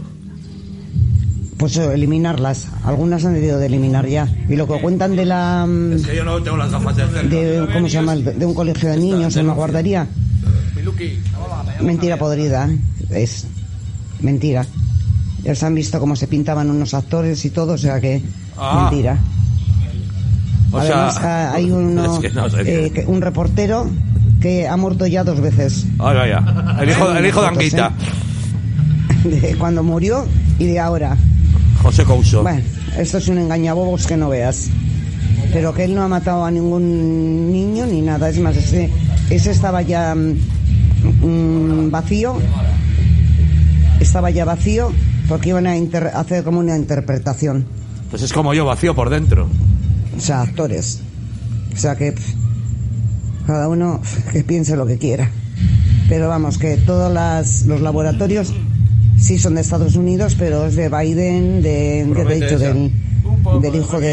pues eh, eliminarlas. Algunas han debido de eliminar ya. Y lo que cuentan de la mm, Es que yo no tengo las gafas de cerca. de cómo se llama de un colegio de niños, una guardería, mentira podrida ¿eh? es mentira. Ya se han visto cómo se pintaban unos actores y todo, o sea que Ah. mentira. O Además, sea, ah, hay uno, es que no sé. eh, que- un reportero que ha muerto ya dos veces. Ay, vaya. El hijo, el hijo de Anguita, de cuando murió y de ahora. José Couso. Bueno, esto es un engañabobos que no veas. Pero que él no ha matado a ningún niño ni nada. Es más, ese, ese estaba ya mm, mm, vacío. Estaba ya vacío porque iban a inter- hacer como una interpretación. Pues es como yo, vacío por dentro. O sea, actores. O sea que pf, cada uno pf, que piense lo que quiera. Pero vamos, que todos las- los laboratorios sí son de Estados Unidos, pero es de Biden, de, de, Promete hecho esa. del, del hijo de,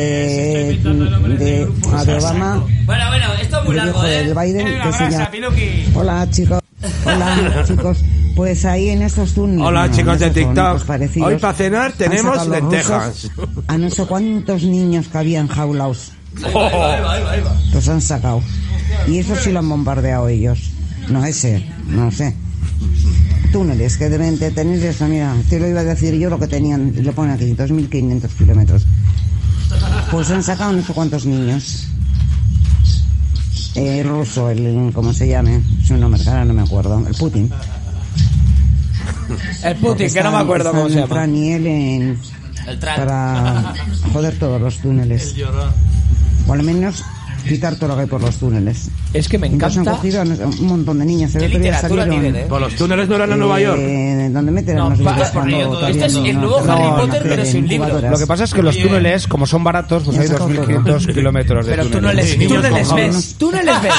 de, ah, de Obama. Bueno, bueno, esto es muy del largo, hijo ¿eh? del Biden, Venga, que se abraza, llama- Piluki. Hola chicos, hola chicos. Pues ahí en estos túneles. Hola, no, chicos en de esos TikTok. bonitos parecidos, Hoy pa' cenar han tenemos sacado los lentejas. rusos A no sé cuántos niños que habían jaulaos. Bueno, Los han sacado. Y eso sí lo han bombardeado ellos. No ese, no sé. Túneles que deben de tener esa mira. Te lo iba a decir yo lo que tenían, lo pone aquí, 2.500 kilómetros. Pues han sacado no sé cuántos niños. Eh, ruso, el, como se llame, su nombre, que ahora no me acuerdo, el Putin. El Porque Putin, que no me están- acuerdo cómo están se llama. Fran y él en- El Tran. para joder todos los túneles. llorón. O al menos quitar todo lo que hay por los túneles. Es que me Entonces encanta- han cogido a nos- un montón de niñas. El ¿Qué otro día literatura salieron, tienen, eh? Por los túneles no eran a Nueva York. Eh, ¿Dónde meten a los niños cuando Este es el nuevo No, Harry no, Potter, no, pero no, sin no, libros. Lo que pasa es que los túneles, como son baratos, pues hay 2.500 kilómetros de Pero tú no túneles. les, tú no les ves. Tú no les ves.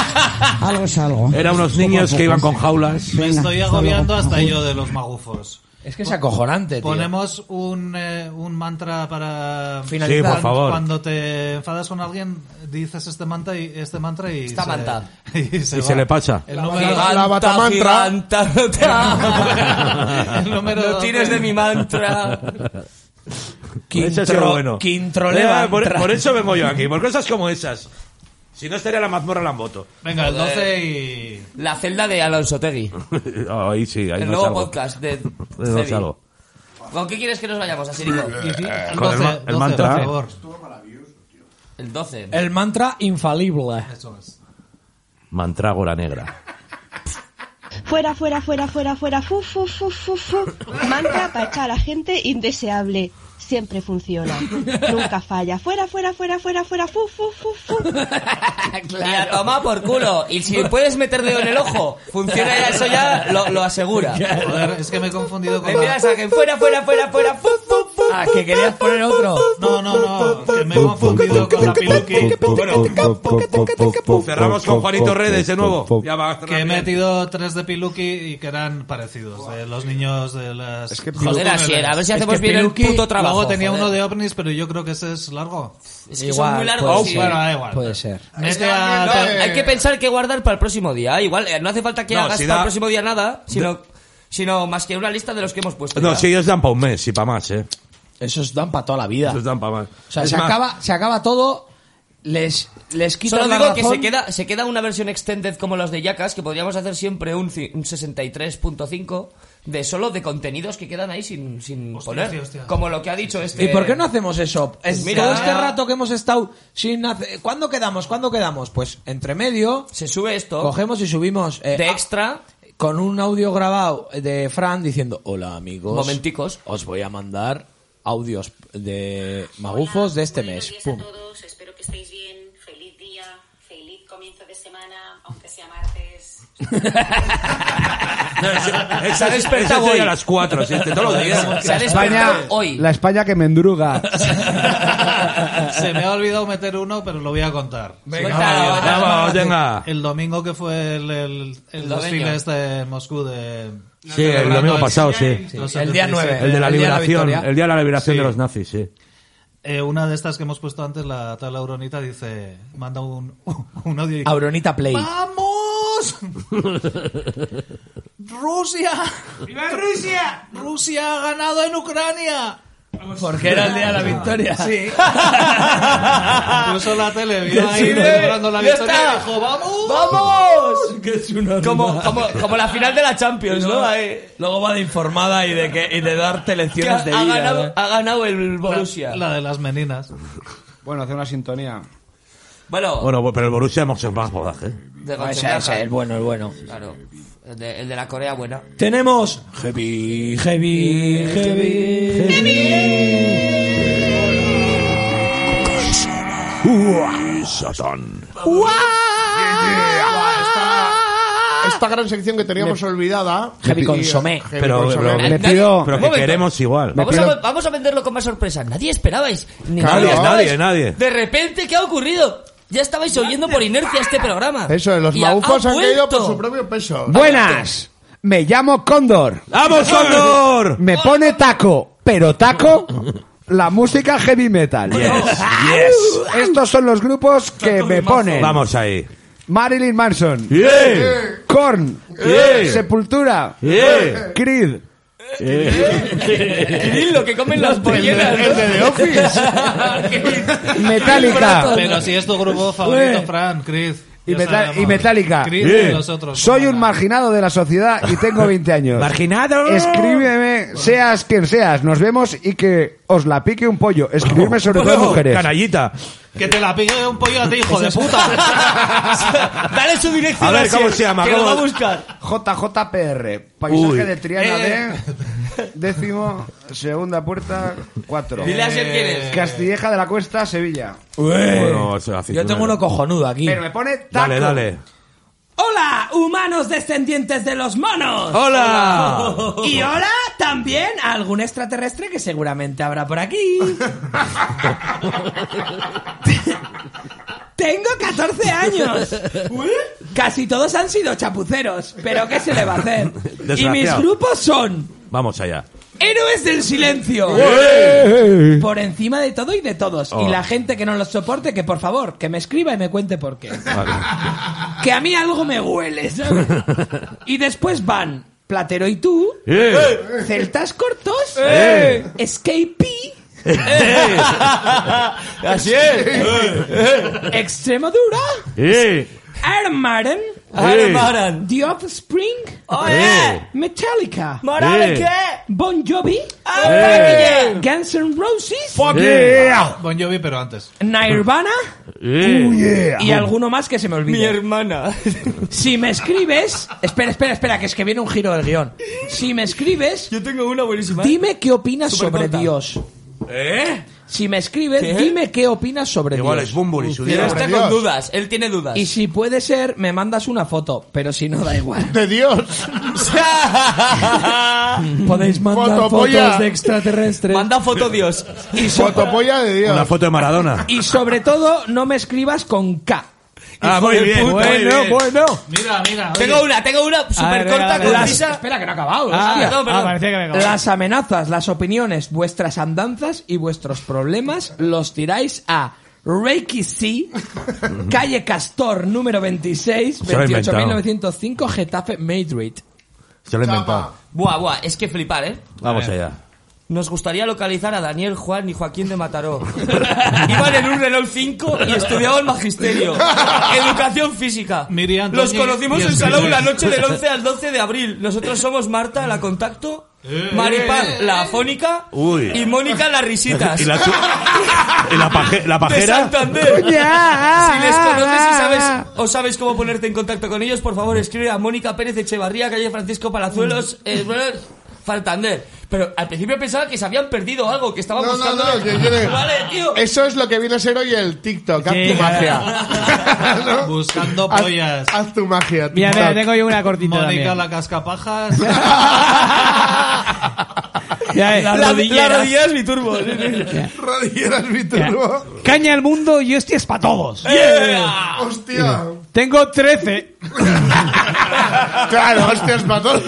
Algo es algo. Eran unos niños que iban con jaulas. Me estoy agobiando hasta yo de los magufos. Es que es acojonante, tío. Ponemos un, eh, un mantra para Finalizar. Sí, por Cuando- favor. Cuando te enfadas con alguien, dices este mantra y este mantra y Esta se- manta. Y se, Y se va. le pacha. El número Giganta, La batamantra. giganta, no te hagas. El número No tires de mi mantra. Eso ha sido Quintro- bueno. Quintroleva Eh, por, entra. por eso vengo yo aquí, por cosas como esas. Si no estaría la mazmorra la moto. Venga, el Joder. 12 y... La celda de Alonso Tegui. ahí sí, ahí no El nuevo salgo. podcast de Ahí no Sebi. salgo. ¿Con qué quieres que nos vayamos, Asirico? el Eh, Con el ma- 12, el mantra. eh. por favor. El 12. El mantra infalible. Mantrágora negra. Fuera, fuera, fuera, fuera, fuera, fu, fu, fu, fu, fu. Mantra para echar a la gente indeseable. Siempre funciona. Nunca falla. Fuera, fuera, fuera, fuera, fuera, fu, fu, fu, fu. Y a tomar por culo. Y si puedes meter dedo en el ojo, funciona ya, eso ya lo, lo asegura. Joder, es que me he confundido con... Empiezas a que fuera, fuera, fuera, fuera. fu, fu, fu. Ah, que querías poner otro. No, no, no, que me he confundido con la piluqui. Cerramos con Juanito Redes de nuevo. Ya va. Que he metido tres de Piluki y que eran parecidos, de los niños de las... Es que Joder, Asier, a ver si hacemos bien el puto trabajo, Luego tenía joder. uno de ovnis, pero yo creo que ese es largo. Es que son muy largos, sí. Bueno, da igual. Puede ser. Mete Es Este que, a- no, te- hay que pensar que guardar para el próximo día. Igual, eh, no hace falta que No, hagas si para da- el próximo día nada, sino, sino más que una lista de los que hemos puesto. No, ya. si ellos dan para un mes y para más, ¿eh? Esos dan para toda la vida. Esos dan para más. O sea, Es se más, acaba- Se acaba todo, les, les quitas Solo la digo que razón. se queda, se queda una versión extended como los de Yakas, que podríamos hacer siempre un, ci- un 63.5 de solo de contenidos que quedan ahí sin, sin poner. sí, hostia. Como lo que ha dicho este. ¿Y por qué no hacemos eso? Es, Mira. todo este rato que hemos estado sin hacer... ¿Cuándo quedamos? ¿Cuándo quedamos? Pues entre medio... Se sube esto. Cogemos y subimos... eh, De ah, extra. Con un audio grabado de Fran diciendo... Hola, amigos. Momenticos. Os voy a mandar audios de magufos de este mes. Pum. todos, espero que estéis bien. Feliz día, feliz comienzo de semana, aunque sea martes. Esa Se ha despertado esa sería hoy. a las 4, si es que todos los días. Se ha España, despertado hoy. la España que mendruga. Se me ha olvidado meter uno, pero lo voy a contar. Venga, Cuéntalo. vamos, venga. El domingo que fue el, el, el El domingo. desfile este en Moscú de... Sí, el domingo pasado, sí. Los El día 77. El de la liberación, el día de la liberación de los nazis, sí. Eh, una de estas que hemos puesto antes, la tal Auronita, dice, manda un, un audio y... Auronita Play. ¡Vamos! ¡Rusia! ¡Viva Rusia! ¡Rusia ha ganado en Ucrania! Porque era el día de la victoria. Sí. Incluso la tele vio ahí celebrando la victoria y dijo, ¡vamos! ¡Vamos! Como, como, como la final de la Champions, ¿no? Ahí. Luego va de informada y de, que, y de darte eh. Que lecciones ha, de ha vida. ¿eh? ganado, ¿no? ha ganado el Borussia. de las meninas. Bueno, hace una sintonía. Bueno, Bueno, pero el Borussia eh. hemos hecho más rodaje. de Ese- ese, el bueno, el bueno. Claro. El de, el de la Corea buena. Tenemos heavy, heavy, heavy, Satán. Esta gran sección que teníamos olvidada. Heavy consomé. Heavy Pero- consomé. pero- Me pido- pero que queremos igual. Vamos, Me pido- a, vamos a venderlo con más sorpresa. Nadie esperabais. Ni Claro. nadie esperabais. Nadie, nadie. De repente, ¿qué ha ocurrido? Ya estabais oyendo por inercia este programa. Eso, los Y ha- magufos ha han caído por vuelto. su propio peso. Buenas. Me llamo Cóndor. ¡Vamos, Cóndor! Me pone taco, pero taco la música heavy metal. Estos son los grupos que me ponen. Vamos ahí. Marilyn Manson. Yeah. Korn. Yeah. Sepultura. Yeah. Creed. Kiril, lo que comen las polleras. el de The Office. Metallica. Pero si es tu grupo favorito, Ué. Fran, Chris. Y, ya Meta- sabemos. y Metallica. Chris y los otros. Soy un marginado de la sociedad y tengo 20 años. ¡Marginado! Escríbeme, seas quien seas, nos vemos y que os la pique un pollo. Escribirme sobre todo Oh, mujeres. Canallita. Que te la pigue un pollo a ti, hijo de puta. Dale su dirección. A ver, ¿cómo Asier, se llama? Que lo ¿Cómo? va a buscar. JJPR, paisaje Uy. de Triana Eh. de Décimo, segunda puerta, cuatro. Eh, Dile a Asier quién es. Castilleja de la Cuesta, Sevilla. Bueno, eso, aficionado. Yo tengo uno cojonudo aquí. Pero me pone taco. Dale, dale. Hola, humanos descendientes de los monos. Hola. Y hola también a algún extraterrestre que seguramente habrá por aquí. Tengo 14 años. Casi todos han sido chapuceros, pero ¿qué se le va a hacer? Y mis Desgraciado. grupos son Vamos allá. Héroes del silencio. ¡Ué! Por encima de todo y de todos. Oh. Y la gente que no los soporte, que por favor, que me escriba y me cuente por qué. Vale. Que a mí algo me huele, ¿sabes? Y después van Platero y tú, ¡Eh! Celtas Cortos, ¡Eh! Escapee, ¡Eh! Así es. Extremadura, ¡Eh! Iron Maiden, ¡Eh! Iron Maiden. The Offspring, ¡Eh! Oh, Metallica, ¡Metallica! ¡Eh! Bon Jovi, Oh, ¡Eh! Guns N' Roses, Fuck ¡Eh! yeah! Bon Jovi, pero antes. Nirvana Uh, Eh. Oh, yeah. y alguno más que se me olvide. Mi hermana. Si me escribes, espera, espera, espera, que es que viene un giro del guión. Si me escribes, yo tengo una buenísima. Dime qué opinas sobre Supercorta. Dios. ¿Eh? Si me escribes, ¿Qué? dime qué opinas sobre Igual Dios. es Bumble y su Pero día. este está Sobre con Dios. dudas, él tiene dudas. Y si puede ser, me mandas una foto, pero si no da igual. De Dios. Podéis mandar Fotopolla. fotos de extraterrestres. Manda foto Dios. Y sobre- Fotopolla de Dios. Una foto de Maradona. Y sobre todo, no me escribas con K. Ah, muy Hijo de bien, puta. muy Bueno, bien. bueno. Mira, mira. Tengo una, tengo una supercorta, concisa. Espera, que no ha acabado. Ah, hostia. perdón, perdón. ah, parecía que me acababa. Las amenazas, las opiniones, vuestras andanzas y vuestros problemas los tiráis a Reiki C, calle Castor, número 26, Se lo ha inventado. 28905, Getafe, Madrid. Se lo he inventado. Buah, buah, es que flipar, ¿eh? Vamos allá. Nos gustaría localizar a Daniel, Juan y Joaquín de Mataró. Iban en un Renault 5 y estudiaban magisterio, educación física. Los Toñi conocimos y en el Salou Miguel. la noche del 11 al 12 de abril. Nosotros somos Marta, la contacto, Maripaz, la afónica Uy. y Mónica, las risitas. Y la, chu- y la, paje- la De pajera. Santander. Si ah, les conoces y ah, sabes, ah. o sabes cómo ponerte en contacto con ellos, por favor escribe a Mónica Pérez Echevarría, calle Francisco Palazuelos, eh, bueno, Santander. Pero al principio pensaba que se habían perdido algo, que estaban No, no, buscando. no, que quiere- Vale, tío. eh, Eso es lo que viene a ser hoy el TikTok. Haz tu magia. Buscando Haz- pollas. Haz, tu magia. Mira, TikTok. mira, tengo yo una cortita Mónica también. la- La cascapajas. Ya, eh. La- la rodillera es mi turbo. Ya. Rodilleras Viturbo. Caña al mundo y hostias para todos. Hostia. Tengo 13 Claro, hostias para todos.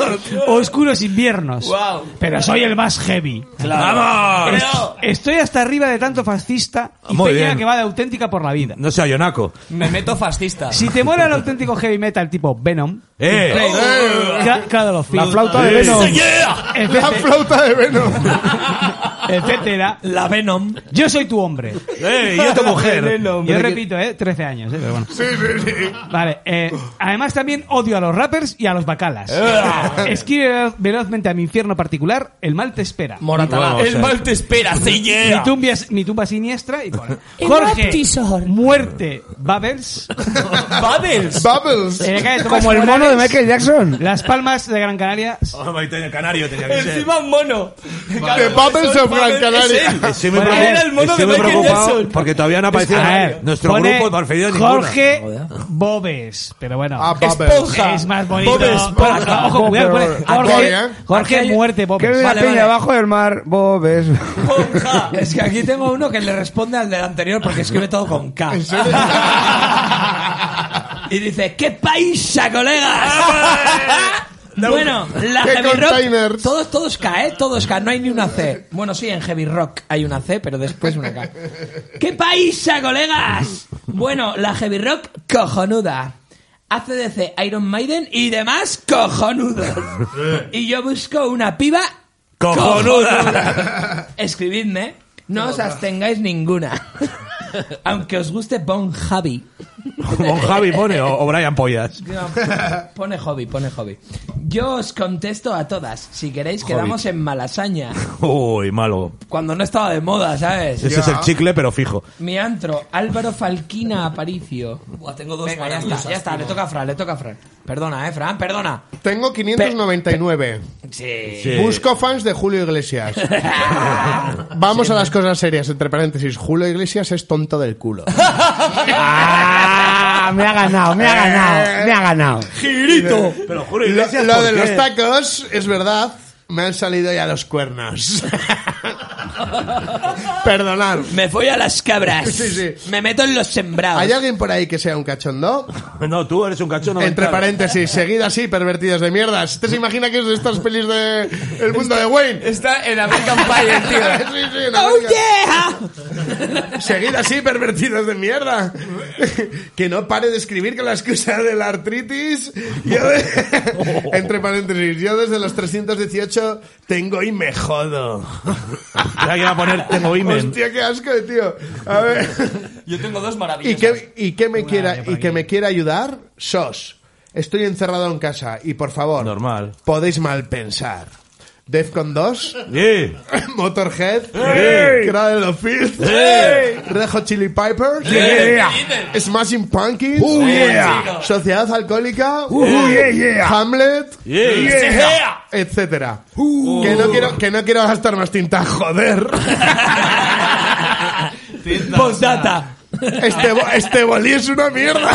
oscuros inviernos. Guau. Pero soy el más heavy. Claro. ¡Vamos! Es- Estoy hasta arriba de tanto fascista y Muy peña bien. que va de auténtica por la vida. No sea Yonaco. Me meto fascista. Si te mola el auténtico heavy metal tipo Venom, ¡Eh! Ca- cada los Eh. La films. flauta de Venom. Etcétera. de Venom. Etcétera. La Venom. Yo soy tu hombre. ¡Eh! Y yo tu mujer. Yo repito, ¿eh? 13 años, ¿eh? Pero bueno. Vale, eh, además también odio a los rappers y a los bacalas. Escribe velo- velozmente a mi infierno particular, el mal te espera. Moratalá. Vamos, El eh. mal te espera, sí, yeah. Mi tumba, es- mi tumba siniestra y con- El Jorge, baptisor. muerte, Bubbles. Bubbles. Bubbles. En la calle Tomás Como el mono de Morales, Michael Jackson. Las Palmas de Gran Canaria. el canario tenía que ser. Encima un mono. De Bubbles of Gran Canaria. Estoy muy preocup- Era el mono de estoy muy Michael preocupado Jackson. porque todavía no ha aparecido nadie. Nuestro pone grupo no ha aparecido ninguna. Jorge Bobes, pero bueno. Ah, Bobes. Esponja. Es más bonito. Bobes, esponja. Ojo, ojo, cuidado, pone Bobes. Jorge, Bobes, ¿eh? Jorge Aquello- muerte Que Bobes. vive la peña abajo del mar, Bobes. Ah, Es que aquí tengo uno que le responde al del anterior porque escribe todo con K. y dice, ¡qué paisa, colegas! Ah, bueno, la ¡Qué Heavy Rock... containers! Todos, todos K, ¿eh? Todos K, no hay ni una C. Bueno, sí, en Heavy Rock hay una C, pero después una K. ¡Qué paisa, colegas! Bueno, la Heavy Rock cojonuda. ACDC, Iron Maiden y demás cojonudos. Y yo busco una piba cojonuda. Escribidme, no os abstengáis ninguna. Aunque os guste Bon Javi. Bon Javi pone oh. o, o Brian Pollas. No, pone hobby, pone hobby. Yo os contesto a todas. Si queréis, Hobby. quedamos en Malasaña. Uy, malo. Cuando no estaba de moda, ¿sabes? Ese es el chicle, pero fijo. Mi antro, Álvaro Falquina Aparicio. tengo dos Venga, ya está, ya está. Le toca a Fran, le toca a Fran. Perdona, eh, Fran, perdona. Tengo 599. Sí. Busco fans de Julio Iglesias. Vamos a las cosas serias, entre paréntesis. Julio Iglesias es tonto del culo. Ah, me ha ganado, me ha ganado, me ha ganado. ¡Girito! Pero Julio Lo, Iglesias, lo ¿por de qué? los tacos, es verdad, me han salido ya los cuernos. Perdonad. Me voy a las cabras. Sí, sí. Me meto en los sembrados. ¿Hay alguien por ahí que sea un cachondo? No, tú eres un cachondo. Entre mental. paréntesis, seguida así, pervertidos de mierdas. ¿Te se imagina que es de estas pelis de El mundo de Wayne? Está en American Pie, el tío. Sí, sí, en American- Seguid así, pervertidos de mierda. que no pare de escribir con la excusa de la artritis. Yo de- Entre paréntesis, yo desde los 318 tengo y me jodo. Ya que iba a poner tengo imen. Hostia, qué asco, tío. A ver. Yo tengo dos ¿Y maravillas. que, y que me quiera, y que me quiera ayudar? SOS. Estoy encerrado en casa y por favor. Normal. Podéis mal pensar. Defcon 2. Sí. Motorhead. Sí. Cradle of Filth. Sí. Red Hot Chili Pipers. Sí. Yeah. Smashing Pumpkins. Uh, yeah. Sociedad Alcohólica. Uh, yeah, yeah. Hamlet. Yeah. Yeah. Etcétera. Que, no quiero, que no quiero gastar más tinta, joder. Postdata. Este, bo- este bolí es una mierda.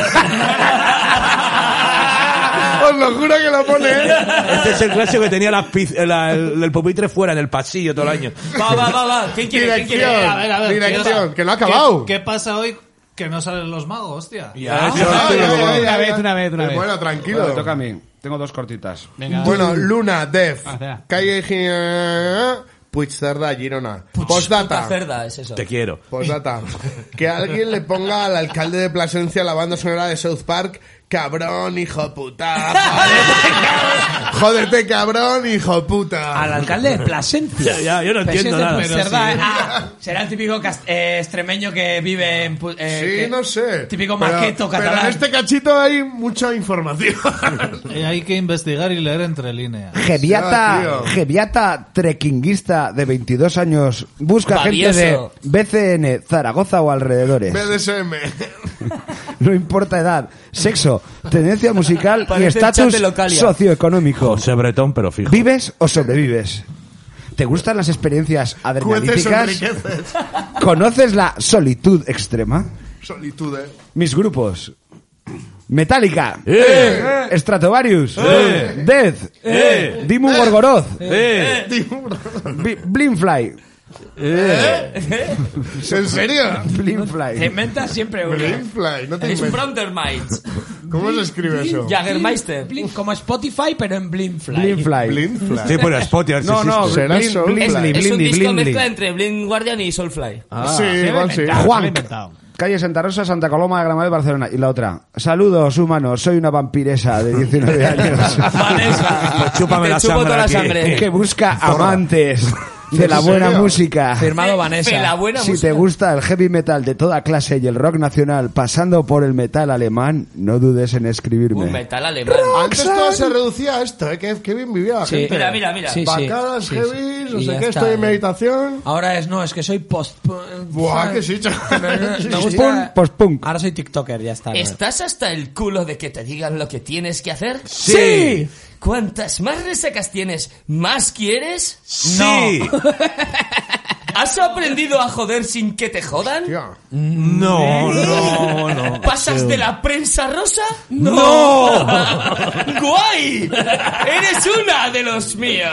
Os lo juro que lo pone. ¿eh? Este es el clásico que tenía la piz- eh, la- el, el pupitre fuera en el pasillo todo el año. Va, va, va, va. ¿Quién quiere? ¿Quién quiere? Dirección. A ver, a ver, Dirección, quiero- que no ha acabado. ¿Qué, qué pasa hoy que no salen los magos, hostia? Ah, Ya, Ya, ya, ya, ya, ya, ya. Eh, Bueno, tranquilo. Bueno, toca a mí. Tengo dos cortitas. Bueno, Luna, Def, Ah, espera. Calle Gi- Puigcerda, Girona. Postdata. Cerda, es eso. Te quiero. Postdata. Pues Que alguien le ponga al alcalde de Plasencia la banda sonora de South Park. Cabrón, hijo puta. Jódete, cabrón, hijo puta. Al alcalde de Plasencia. Ya, ya, yo no Pero si entiendo es de nada. Puigcerdá, Pero sí. eh, ah, será el típico cast- eh, extremeño que vive en. Pu- eh, Sí, que- no sé. Típico Pero- maqueto pero catalán. en este cachito hay mucha información. Eh, Hay que investigar y leer entre líneas. Geviata, Geviata trekkinguista de 22 años busca Travieso. gente de BCN, Zaragoza o alrededores. BDSM. No importa edad, sexo, tendencia musical y Parece el chat estatus de Localia. socioeconómico. José Bretón, pero fijo. ¿Vives o sobrevives? ¿Te gustan las experiencias Cuentes adrenalíticas? enriqueces. ¿Conoces la solitud extrema? Solitude. Mis grupos. Metallica. Eh. Stratovarius. Eh. Death. Eh. Dimmu Gorgoroth. Eh. Bi- Blimfly. Eh. ¿En serio? Blimfly. Te inventas siempre uno. Blimfly, no te Es inventes. Frontermites. ¿Cómo se escribe eso? Jagermeister. Blin- como Spotify, pero en Blinfly. Blimfly. Blimfly. Sí, pero Spotify. No, no, ¿Será Blin- Soulfly? Blindly, Es un Blindly, disco Blindly. mezcla entre Blind Guardian y Soulfly. Ah, Sí, igual sí. Juan. Calle Santa Rosa, Santa Coloma, Gramadet, Barcelona. Y la otra. Saludos, humanos. Soy una vampiresa de 19 años. Pues chúpame Te la chupo sangre. toda la aquí. sangre. que busca Zorra. amantes de la ¿En buena serio? música. Firmado Vanessa. de la buena si música. te gusta el heavy metal de toda clase y el rock nacional, pasando por el metal alemán, no dudes en escribirme. Un metal alemán. Antes todo se reducía a esto, ¿eh? Qué, qué bien vivía la Sí. gente. Mira, mira, mira. Sí, sí. Bacalas, Sí, sí. heavies, no Y sé ya qué, está, estoy eh. en meditación. Ahora es, no, es que soy post. Buah, qué chicha. Me Punk, gusta. post-punk. Ahora soy TikToker, ya está. ¿Estás hasta el culo de que te digan lo que tienes que hacer? Sí. ¿Cuantas más resacas tienes, más quieres? Sí. ¿Has aprendido a joder sin que te jodan? No, no, no. Oh, ¿Pasas de la prensa rosa? ¡No! ¡Guay! ¡Eres una de los míos!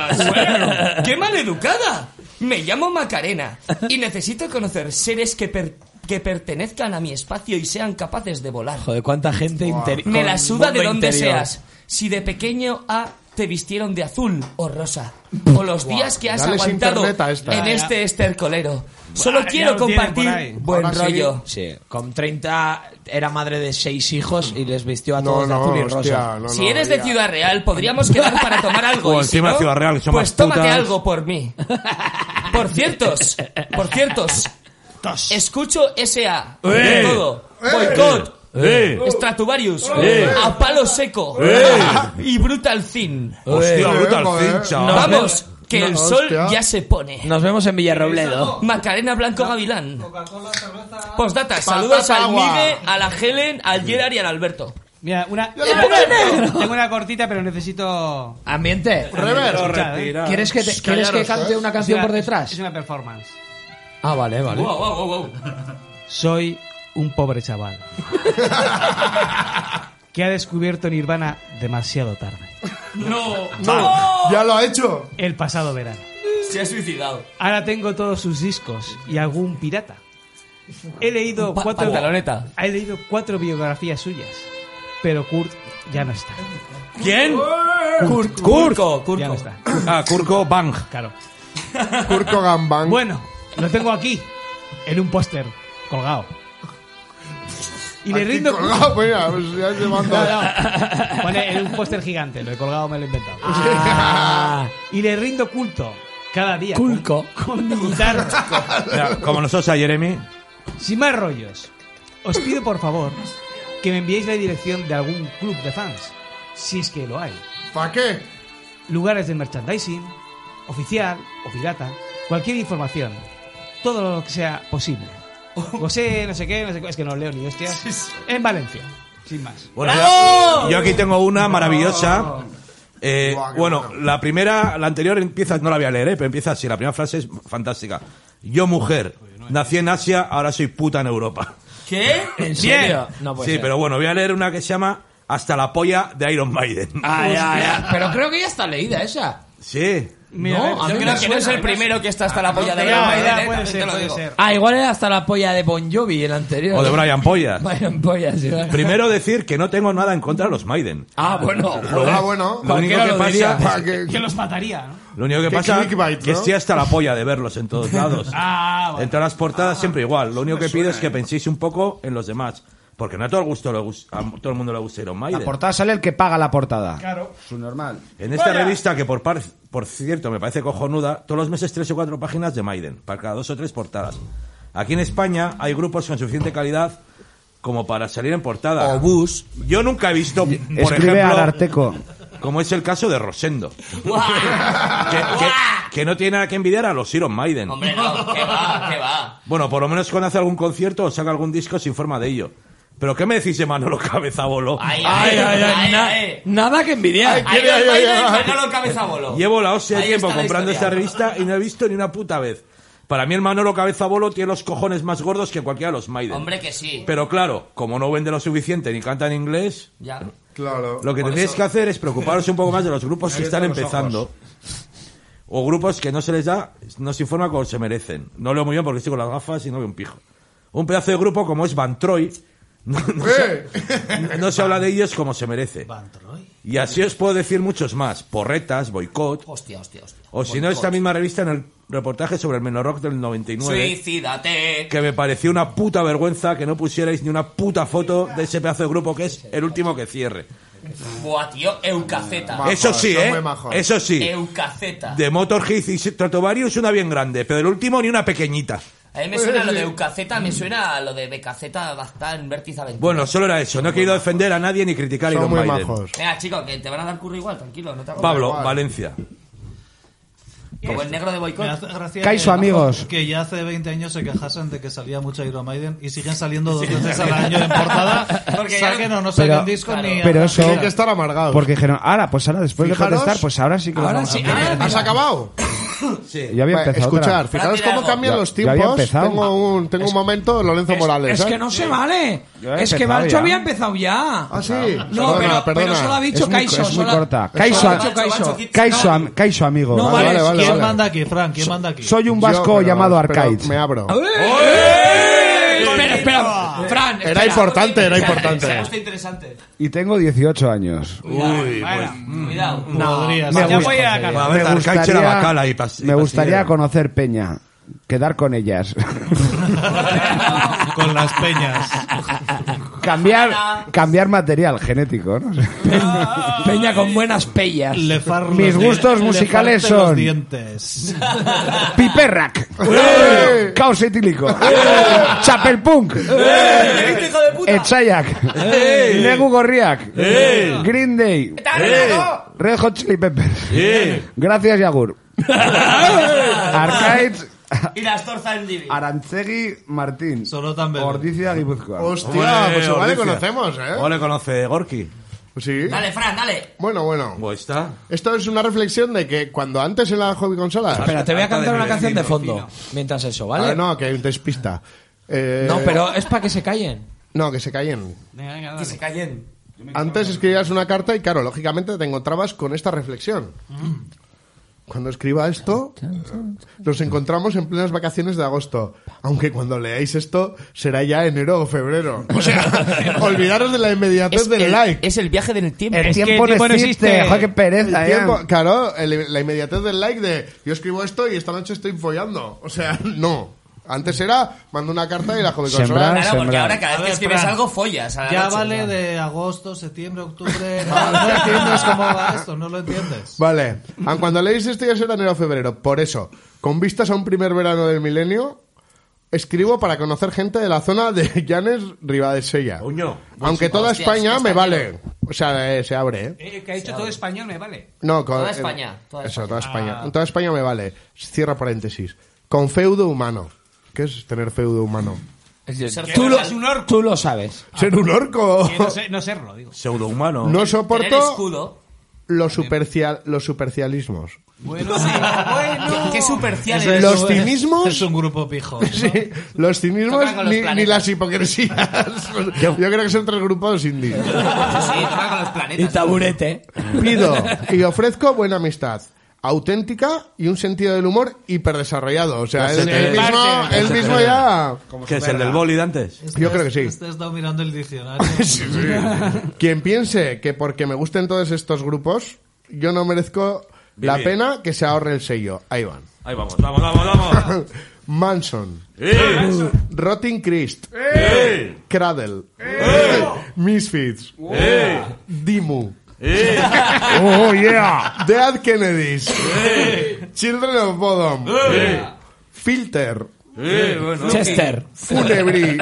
¡Qué maleducada! Me llamo Macarena y necesito conocer seres que, per- que pertenezcan a mi espacio y sean capaces de volar. Joder, cuánta gente interior. Me la suda de donde seas. Si de pequeño A te vistieron de azul o rosa. O los días que has dales aguantado internet a esta. en Ya, ya. este estercolero. Solo ya quiero lo tienen por ahí. compartir buen Ahora sí. rollo. Sí, con 30 era madre de seis hijos y les vistió a No, todos de no, azul y rosa. hostia, no, si no, eres ya. de Ciudad Real, podríamos quedar para tomar algo. O y si encima no, Ciudad Real, que son pues más tómate putas. algo por mí. Por ciertos, por ciertos. Escucho SA. de ¡Eh! Todo. Boicot. Eh. Stratovarius. Eh. A palo seco. Eh. Y Brutal Thin. Hostia, Brutal Thin, chaval. Nos vemos, que No, el sol hostia. ya se pone. Nos vemos en Villarrobledo. Macarena Blanco Gavilán. Postdata, saludos Patata al agua. Migue, a la Helen, al Gerard y al Alberto. Mira, una. Tengo una cortita, pero necesito. Ambiente. Rever. ¿Quieres que, te- ¿quieres que cante una canción por detrás? Es ¿eh? una performance. Ah, vale, vale. Wow, Soy un pobre chaval. que ha descubierto Nirvana demasiado tarde. No, No. Ya lo ha hecho. El pasado verano. Se ha suicidado. Ahora tengo todos sus discos y algún pirata. He leído Pa- cuatro. pantaloneta. He leído cuatro biografías suyas, pero Kurt ya no está. ¿Quién? Kurt. Curco. Ya no está. Ah, Curco Bang. Claro. Kurt Gambang. Bueno, lo tengo aquí, en un póster, colgado. Y le Aquí rindo. colgado, pues ya, pues ya se manda. No, no. Pone en un póster gigante, lo he colgado, me lo he inventado. Ah. Y le rindo culto cada día. Culco. Con, con mi guitarra. Mira, como nosotros a Jeremy. Sin más rollos, os pido por favor que me enviéis la dirección de algún club de fans, si es que lo hay. ¿Para qué? Lugares de merchandising, oficial o pirata, cualquier información, todo lo que sea posible. José, no sé qué, no sé qué, es que no leo ni hostias. En Valencia, sin más. Bueno, yo, yo aquí tengo una maravillosa. Eh, bueno, la primera, la anterior empieza, no la voy a leer, eh, pero empieza así. La primera frase es fantástica. Yo, mujer, nací en Asia, ahora soy puta en Europa. ¿Qué? ¿En serio? No puede sí, ser. pero bueno, voy a leer una que se llama Hasta la polla de Iron Maiden. Ay, ay, ay. Pero creo que ya está leída esa. Sí. Mira, a ver, yo a mí creo me que no suena, es el a mí me primero que está hasta la polla de Ya, Iron Maiden, ya, puede eh, también ser, te lo puede digo. ser. Ah, igual era hasta la polla de Bon Jovi el anterior. O de Brian Polla. Brian Polla, sí. vale. Primero decir que no tengo nada en contra de los Maiden. Ah, bueno. Lo- Ah, bueno. Lo único Cualquiera que lo diría. pasa, Que los mataría, ¿no? lo único que Qué pasa clickbait, que ¿no? estoy hasta la polla de verlos en todos lados. Ah, En todas las portadas siempre igual. Lo único que pido es que penséis un poco en los demás. Porque no a todo el, gusto le gus- a todo el mundo le gusta Iron Maiden. La portada sale el que paga la portada. Claro. Su normal. En esta Vaya. revista, que por, par- por cierto me parece cojonuda, todos los meses tres o cuatro páginas de Maiden, para cada dos o tres portadas. Aquí en España hay grupos con suficiente calidad como para salir en portada. O Bus. Yo nunca he visto, por Escribe ejemplo, al Arteco. como es el caso de Rosendo, que, que- que no tiene nada que envidiar a los Iron Maiden. Hombre, no, que va, que va. Bueno, por lo menos cuando hace algún concierto o saca algún disco se informa de ello. ¿Pero qué me decís de Manolo Cabeza Bolo? Ay, ay, ay, ay, ay. Nada que envidiar. Iron Maiden, Manolo Cabeza Bolo. Llevo la hostia de Ahí tiempo está la comprando esta historia. revista y no he visto ni una puta vez. Para mí el Manolo Cabeza Bolo tiene los cojones más gordos que cualquiera de los Maiden. Hombre, que sí. Pero claro, como no vende lo suficiente ni canta en inglés, Ya. Claro. Pues lo que Por tendríais eso- que hacer es preocuparos un poco más de los grupos Me que ha están abierto los empezando. O grupos que no se les da, no se informa como se merecen. No leo muy bien porque estoy con las gafas y no veo un pijo. Un pedazo de grupo como es Van Troy, no, no ¡Eh! se, no se habla de ellos como se merece. Y así os puedo decir muchos más. Porretas, boicot. Hostia, hostia, hostia. O si no, Boicot. esta misma revista en el reportaje sobre el Menorrock del 99 Suicídate. que me pareció una puta vergüenza que no pusierais ni una puta foto de ese pedazo de grupo que es el último que cierre. Buah, tío, Eucaceta. Eso sí, Son ¿eh? muy majos. Eso sí. Eucaceta. De Motorhead y Stratovarius una bien grande, pero el último ni una pequeñita. A mí me suena lo de Eucaceta, me suena a lo de Becaceta, Bastán, Vértiz Aventura. Bueno, solo era eso. No he querido defender a nadie ni criticar a Iron Maiden. Venga, chicos, que te van a dar curro igual, tranquilo, no te hagas- Pablo, Valencia. Como el negro de Me boicot. hace gracia Caiso, que- amigos. Que ya hace 20 años se quejasen de que salía mucho Iron Maiden y siguen saliendo dos veces al año en portada. Porque ya- saquen o no Pero- saquen disco ni. pero eso- Tienen que estar amargados. Porque dijeron, ahora, pues ahora después Fijaros- de contestar, pues ahora sí que lo Ahora vamos a sí. Ah, hacer. ¿Has acabado? Sí. Yo había Vale, empezado escuchar, otra. fijaros cómo cambian Ya- los ya había tiempos. empezado. Tengo un, tengo un momento, Lorenzo Morales. Es ¿eh? que no se vale. Yo he Es que empezado Balcho ya. había empezado ya. Ah, sí. No, Perdona, pero, perdona. pero solo ha dicho Es muy- Kaiso. es muy solo ha- corta. solo Kaiso, ha dicho Kaiso. Caiso, am- Caiso, amigo. No, vale, vale, ¿Quién vale. manda aquí, Frank? ¿Quién manda aquí? Soy un Yo, vasco pero- llamado pero Arcaids. Me abro. Espera, espera. Fran, Era espera. importante, era Espera, importante. espera, está interesante. Y tengo 18 años. Uy, Mm. Cuidado. Podría Me ser. gusta- A ver, Arcaiz Me era gustaría- bacala y pas- y me gustaría pastillero. conocer Peña. Quedar con ellas. Con las peñas. cambiar, cambiar material genético, ¿no? Peña con buenas pellas. Mis gustos musicales son Piperrack, Caos Etílico, Chapel Punk, Etsayak, ¡Ey! Negu Gorriak, ¡Ey! Green Day, ¡Ey! Red Hot Chili Peppers, ¡Ey! Gracias Yagur, Arcaids, Y las torzas en Divi. Aranzegui Martín, Ordicia Guipúzcoa. Hostia, pues igual le conocemos, ¿eh? Pues ¿O le conoce Gorky? Sí. Dale, Fran, dale. Bueno, bueno. Pues está. Esto es una reflexión de que cuando antes en la hobby consola. Espera, te voy a cantar una canción de fondo mientras eso, ¿vale? Ah, no, que despista. Eh, No, pero es para que se callen. No, que se callen. Que se callen. Antes escribías una carta y, claro, lógicamente te encontrabas con esta reflexión. Cuando escriba esto, nos encontramos en plenas vacaciones de agosto. Aunque cuando leáis esto, será ya enero o febrero. O sea, olvidaros de la inmediatez Es del el- like. Es el viaje del tiempo. Es que tiempo no existe, joder, qué pereza, El eh. tiempo- claro, el- la inmediatez del like de yo escribo esto y esta noche estoy follando. O sea, no. Antes era mando una carta y la joven Sembrar, consola. Claro, porque ahora cada A vez ver, que escribes Fran, algo follas. a la Ya noche. vale de agosto, septiembre, octubre. No, no entiendes cómo va esto, no lo entiendes. Vale. Aun cuando leéis esto ya será enero o febrero. Por eso, con vistas a un primer verano del milenio, escribo para conocer gente de la zona de Llanes Ribadesella. Aunque toda Hostias, España es me español. vale. O sea, eh, se abre, ¿eh? que ha dicho todo español, me vale. No, con- Toda eh, España, toda eso, España. toda España. Ah. Toda España me vale. Cierra paréntesis. Con feudo humano. ¿Qué es tener feudo humano? Tú lo, tú lo sabes. Ser un orco. Que No, sé, no serlo, digo. Pseudo humano. No soporto- Tener escudo. Los, supercia- los supercialismos. Bueno, sí. bueno. Qué supercial Eso es- eres. Los cinismos- Es un grupo pijo. Sí, los cinismos Tocan con los ni, planetas. ni las hipocresías. Pues, Yo creo que son tres grupos indies. Sí, toca con los planetas. Y taburete. Pido y ofrezco buena amistad. Auténtica y un sentido del humor hiperdesarrollado. O sea, Ya él, se te- él Ah, mismo, Parte. él Ya se mismo te- ya. ¿Qué es el del boli de antes? Yo creo que sí. Este ha estado mirando el diccionario. Quien piense que porque me gusten todos estos grupos, yo no merezco Bien, la bien. pena que se ahorre el sello. Ahí van. Ahí vamos, vamos, vamos, vamos. Manson. ¡Eh! Rotting Christ. ¡Eh! Cradle. Misfits. ¡Eh! Dimu. ¡Eh! Oh yeah. Dead Kennedys. Children of Bodom. ¡Eh! Filter. Eh, bueno. Chester. Funebri.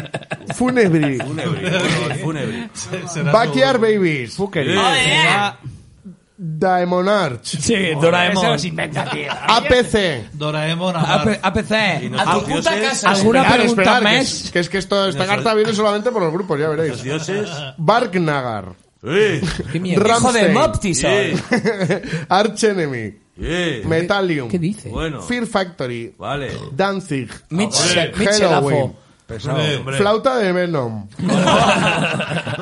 Funebri. Fúnebre, bueno, fúnebre. Backyard Babies. Eh. Da- Daemonarch. Oh, Sí, Doraemon. Eso se inventa, tío. APC. Doraemon AP- amar. APC. nos ¿Algún- dioses- casa? ¿Alguna Esperad, pregunta esperad, que más? es- Que, es que esto, esta carta viene solamente por los grupos, ya veréis. dioses. Barknagar. ¡Eh! ¡Qué mierda! ¡Hijo de Rammstein. Mopti soy! Eh. Arch Enemy. ¡Eh! Metallium. ¿Qué dices? Bueno. Fear Factory. Vale. Danzig. Mitch- Eh, Mitch Helloween. Elafo. Pesado, Eh, hombre. Flauta de Venom.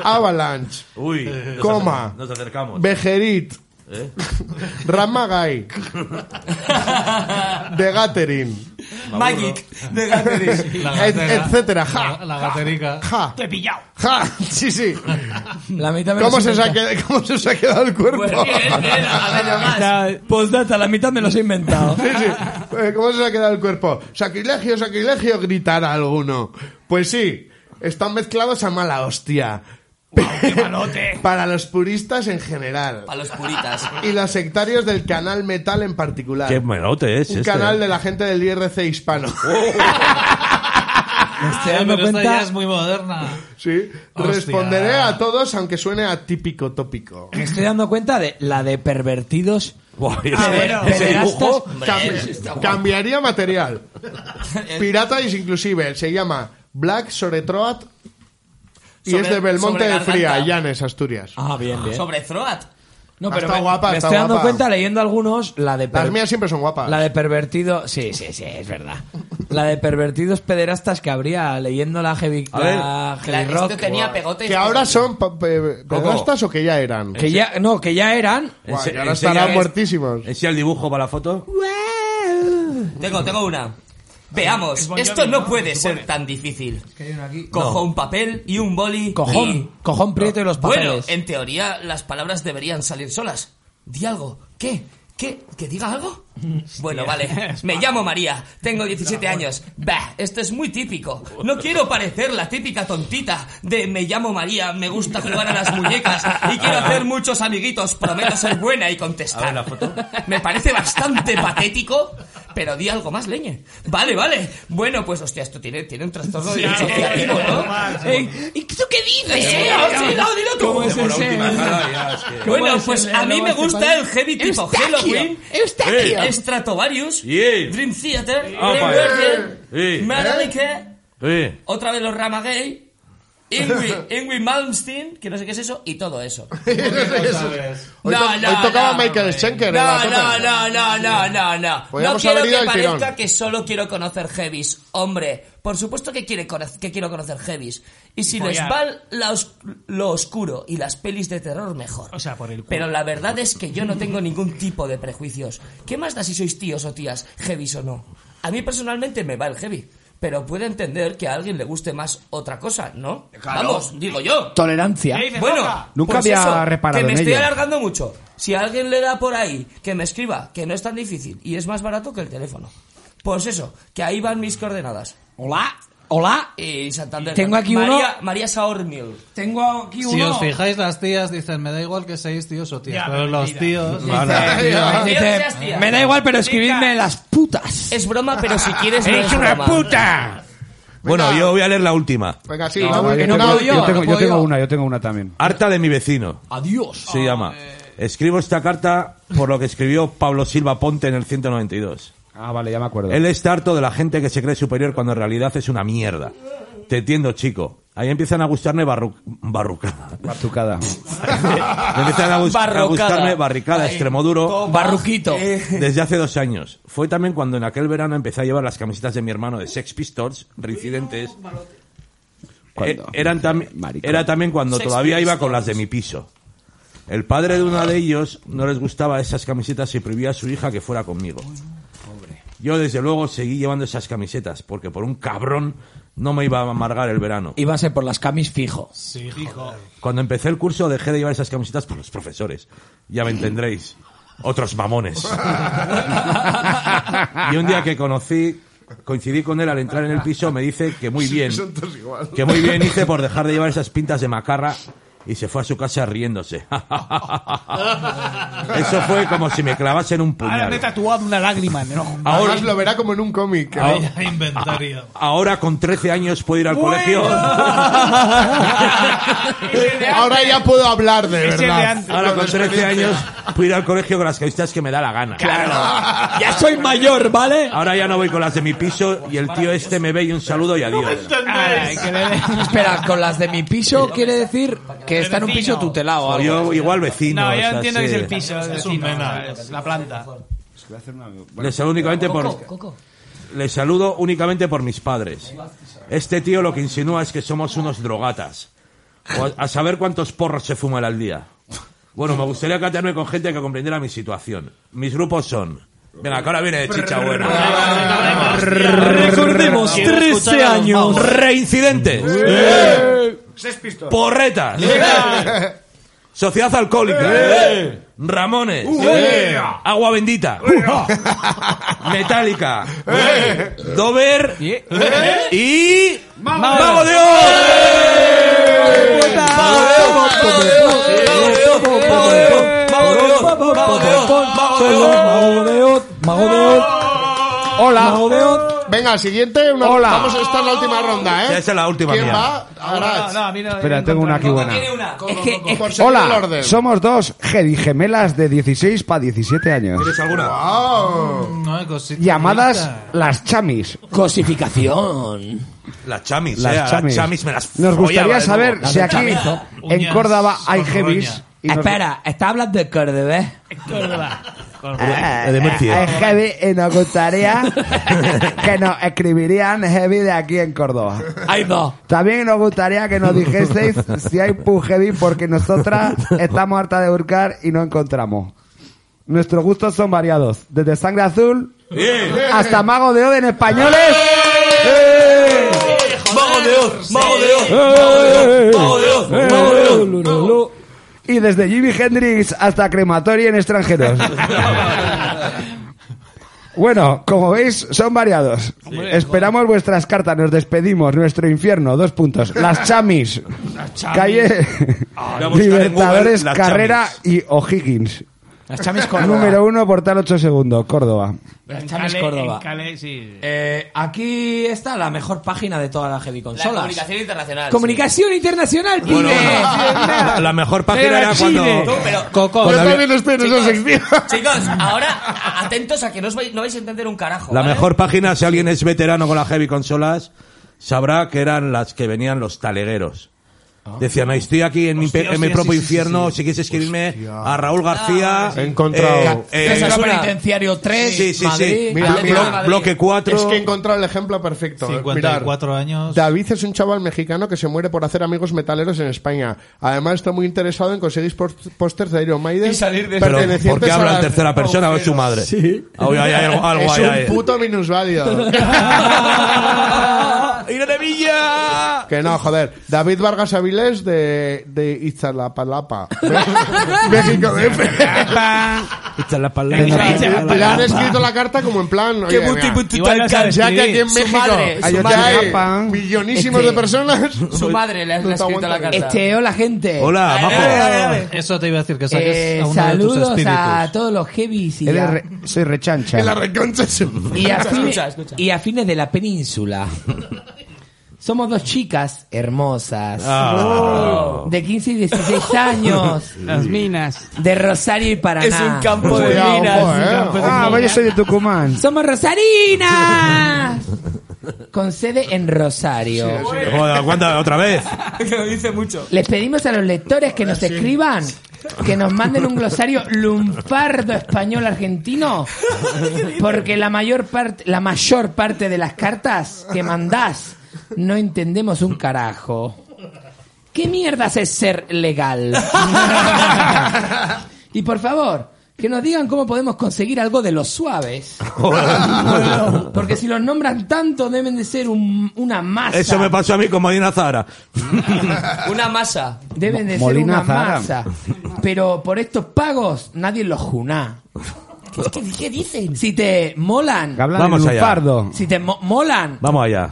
Avalanche. Uy. nos Coma. acer- Nos acercamos. Bejerit. ¿Eh? Ramagai. The Gathering. Magic. De Gateris. La gatera. Et- etcétera. Ja. La, la gaterica. Ja. Te he pillado. Ja. Sí, sí. La mitad me ¿Cómo los se, os ha inventa. quedado, cómo se os ha quedado el Pues cuerpo? Ya, Postdata, pues, la mitad me los he inventado. Sí, sí. Eh, ¿Cómo se os ha quedado el cuerpo? Sacrilegio, sacrilegio, gritará alguno. Pues sí, están mezclados a mala hostia. Para los puristas en general. Para los puritas. Y los sectarios del canal Metal en particular. ¡Qué melote es Un este! canal de la gente del IRC hispano. Eh, dando pero esta cuenta- ya es muy moderna. Sí. Hostia. Responderé a todos aunque suene atípico tópico. Me estoy dando cuenta de la de pervertidos. Ah, ese- ese dibujo. Cambi- cambiaría material. Pirata es inclusive. Se llama Black Soretroat y Sobre- es de Belmonte sobre de Fría, garganta. Llanes, Asturias. Ah, bien, bien. Sobre Throat. No, Ha pero estado me, Ah, guapa, ha me estado estoy dando guapa. cuenta leyendo algunos la de Las per- mías siempre son guapas. la de pervertido, sí, sí, sí, es verdad. La de pervertidos pederastas que habría leyendo la heavy, A ver. la heavy Claro, rock. esto este tenía pegotes. ¿Que ahora son pa- pe- Coco. pedastas o que ya eran? Que ya, no, que ya eran. Guau, Ense- y ahora enseña estarán es- muertísimos. Enseña el dibujo para la foto. Tengo, tengo una. Veamos, Es Bon Jovi, esto ¿no? no puede ser tan difícil. Que hay uno aquí. Cojo un papel y un boli. Cojón, y- cojón prieto y los Bueno, papeles. en teoría las palabras deberían salir solas. Di algo. ¿Qué? ¿Qué? ¿Que diga algo? Bueno, vale. Me llamo María, tengo 17 años. Bah, esto es muy típico. No quiero parecer la típica tontita de me llamo María, me gusta jugar a las muñecas y quiero hacer muchos amiguitos, prometo ser buena y contestar. Me parece bastante patético, pero di algo más, leñe. Vale, vale. Bueno, pues hostia, esto tiene, tiene un trastorno Sí, disociativo, ¿no? algo más. Eh, ¿Y tú qué dices? Sí, eh? algo Sí, no, dilo tú. ¿Cómo es Como la ese? última jala, ya, es que- ¿Cómo Bueno, es pues el- a mí el me avance, gusta padre? el heavy tipo Eustaquio, Halloween, Eustaquio. eh, Stratovarius, Yeah. Dream Theater, Ah, Dream vale. Theater, Yeah. ¿Eh? Metallica, Sí. otra vez los Ramagay, Ingrid, Ingrid Malmsteen, que no sé qué es eso, y todo eso. Hoy, No, to- no, hoy tocaba no. Michael Schenker. ¿eh? en No, la no, tope. no, no, no, no, no. No Podríamos quiero haber ido que al tirón. parezca que solo quiero conocer heavies. Hombre, por supuesto que, quiere conoc- que quiero conocer heavies. Y si Y les follar. va la os- lo oscuro y las pelis de terror, mejor. O sea, por el culo. Pero la verdad es que yo no tengo ningún tipo de prejuicios. ¿Qué más da si sois tíos o tías, heavies o no? A mí personalmente me va el heavy. Pero puede entender que a alguien le guste más otra cosa, ¿no? Vamos, digo yo. Tolerancia. Bueno, Nunca pues había eso, reparado que me en estoy ello. alargando mucho. Si alguien le da por ahí, que me escriba, que no es tan difícil y es más barato que el teléfono. Pues eso, que ahí van mis coordenadas. Hola, hola. Y Santander. Tengo aquí uno- María, María Saormil. Tengo aquí Si uno. os fijáis, las tías dicen, me da igual que seáis tíos o tías, Ya, pero los Dice, tíos... dice, me da igual, pero escribidme las putas. Es broma, pero si quieres. no es una broma. puta! Bueno, yo voy a leer la última. Venga, sí, No, la no, última. que Yo no tengo- puedo yo, yo tengo- no yo puedo tengo yo. una, yo tengo una también. Harta de mi vecino. Adiós. Se llama. Escribo esta carta por lo que escribió Pablo Silva Ponte en el 192. Ah, vale, ya me acuerdo. Él está harto de la gente que se cree superior cuando en realidad es una mierda. Te entiendo, chico. Ahí empiezan a gustarme barru barrucada. Batucada. Me empiezan a, gust- a Barrocada. gustarme barricada, Ahí. extremoduro. Barruquito. eh. Desde hace dos años. Fue también cuando en aquel verano empecé a llevar las camisetas de mi hermano de Sex Pistols, reincidentes. Eh, eran tam- era también cuando Sex todavía iba Pistols. con las de mi piso. El padre de uno de ellos no les gustaba esas camisetas y prohibía a su hija que fuera conmigo. Yo, desde luego, seguí llevando esas camisetas porque por un cabrón no me iba a amargar el verano. Iba a ser por las camis fijo. Sí, hijo. Cuando empecé el curso dejé de llevar esas camisetas por los profesores. Ya me entendréis. Otros mamones. Y un día que conocí, coincidí con él al entrar en el piso, me dice que muy bien, Son todos igual. que muy bien hice por dejar de llevar esas pintas de macarra y se fue a su casa riéndose. Eso fue como si me clavasen un Ahora me he puñal. tatuado una lágrima en el ojo. Ahora- Además lo verá como en un cómic. que Ahora- no- Inventario. Ahora con 13 años puedo ir al colegio. Ahora ya puedo hablar de Es el de verdad. antes. Ahora con 13 años puedo ir al colegio con las camisetas que me da la gana. Claro. Ya soy mayor, ¿vale? Ahora ya no voy con las de mi piso y el tío este me ve y un saludo y adiós. Ay, que le- Espera, con las de mi piso quiere decir que está en un piso tutelado. o O algo. yo igual vecino. No, yo o sea, entiendo que es sí. el piso, es un mena, es la planta. Les saludo únicamente por... Coco, Les saludo únicamente por mis padres. Este tío lo que insinúa es que somos unos drogatas. O a, a saber cuántos porros se fuman al día. Bueno, me gustaría catarme con gente que comprendiera mi situación. Mis grupos son... Venga, que ahora viene chicha buena. Recordemos, 13 años. Reincidentes. Eh. Sex Pistols. Porretas. Yeah. Sociedad alcohólica. Eh. Ramones. Uh. Eh. Yeah. Agua bendita. Eh. Metallica. Eh. Dover. Y. Mago. ¡Mago de Oz! Hola. Venga, siguiente. una- Hola. Vamos, esta es la última ronda, ¿eh? Ya, esa es la última ¿Quién mía. va? Ahora. No, no, mira, Espera, tengo una aquí buena. Es que, por seguir el Hola, orden. somos dos heavy gemelas de 16 para 17 años. Llamadas las chamis. Cosificación. Las chamis, Las eh, a las chamis. chamis me las Nos gustaría follaba eh, de saber nuevo. si aquí en Córdoba hay heavies. y nos- Espera, está hablando de Córdoba. Eh, de Murcia. Hay heavy y nos gustaría que nos escribirían heavy de aquí en Córdoba. Hay dos. También nos gustaría que nos dijeseis si hay pub heavy porque nosotras estamos hartas de buscar y no encontramos. Nuestros gustos son variados, desde sangre azul hasta mago de Oz en españoles. Mago de Oz, Mago de Oz, ¡Eh! Mago de Oz, Mago de Oz, Mago de Oz. Y desde Jimi Hendrix hasta crematoria en extranjeros. Bueno, como veis, son variados. Esperamos vuestras cartas, nos despedimos. Nuestro infierno, dos puntos. Las chamis. Las chamis. Calle Ah, voy a buscar en Libertadores, Google las Carrera y O'Higgins. Las chamis Córdoba. Número uno, portal 8 segundo, Córdoba. Las En Chamis Cale- Córdoba. en Cale, sí. Eh, aquí está la mejor página de toda la heavy consolas. comunicación internacional, Comunicación internacional, pibe. Bueno, Mierda. La mejor página era cuando. Tú, pero- Coco. Yo cuando también había- Chicos, ahora a- atentos a que no, os vais, no vais a entender un carajo. La ¿vale? mejor página, si alguien es veterano con las heavy consolas, sabrá que eran las que venían los talegueros. Ah. Decían, "Ahí estoy aquí en mi, pe- en mi hostia, propio sí, sí, infierno, si quieres escribirme a Raúl García. Ah, eh, He encontrado- eh, Casa Penitenciario 3, Sí, sí, Madrid. sí. Blo- blo- bloque 4. Es que he encontrado el ejemplo perfecto. 54 Mirar. años. David es un chaval mexicano que se muere por hacer amigos metaleros en España. Además está muy interesado en conseguir post- pósters de Iron Maiden. Y salir de- Pero, pertenecientes ¿por qué habla a en tercera persona? ¿O es su madre? Sí. Ah, oye, hay algo- algo es hay un ahí. puto minusválido. que no, joder. David Vargas Avilés de, de Iztapalapa. México DF. Le han escrito la carta como en plan. Qué oye, buti, mira, buti, igual tal, no tal. sabes ya que aquí en Su México madre, su hay madre. ya hay millonísimos Este. de personas. Su madre le ha No te escrito la aguantas. carta. Este, hola, gente. Hola, Eso te iba a decir, que saques Eh, a uno de tus saludos espíritus. a todos los heavies y Él a- es re- soy rechancha. y a, fines, Escucha, escucha. y a fines de la península. Somos dos chicas hermosas. Ah. De 15 y 16 años. Las minas. pues, De Rosario y Paraná. Es un campo de Cuidado, minas. ojo, eh. Ah, vaya, soy de Tucumán. Somos Rosarinas. Con sede en Rosario. Joder, aguanta, otra vez. que lo dice mucho. Les pedimos a los lectores que nos escriban, que nos manden un glosario lunfardo español argentino, porque la mayor parte, la mayor parte de las cartas que mandás no entendemos un carajo. ¿Qué mierdas es ser legal? y por favor, que nos digan cómo podemos conseguir algo de los suaves. Porque si los nombran tanto deben de ser un- una masa. Eso me pasó a mí con Modina Zara. Una masa. Deben de Molina ser una Zara. masa. Pero por estos pagos nadie los juná. ¿Qué, qué dicen? Si te molan. Hablan Vamos en allá. lunfardo. Si te mo- molan. Vamos allá.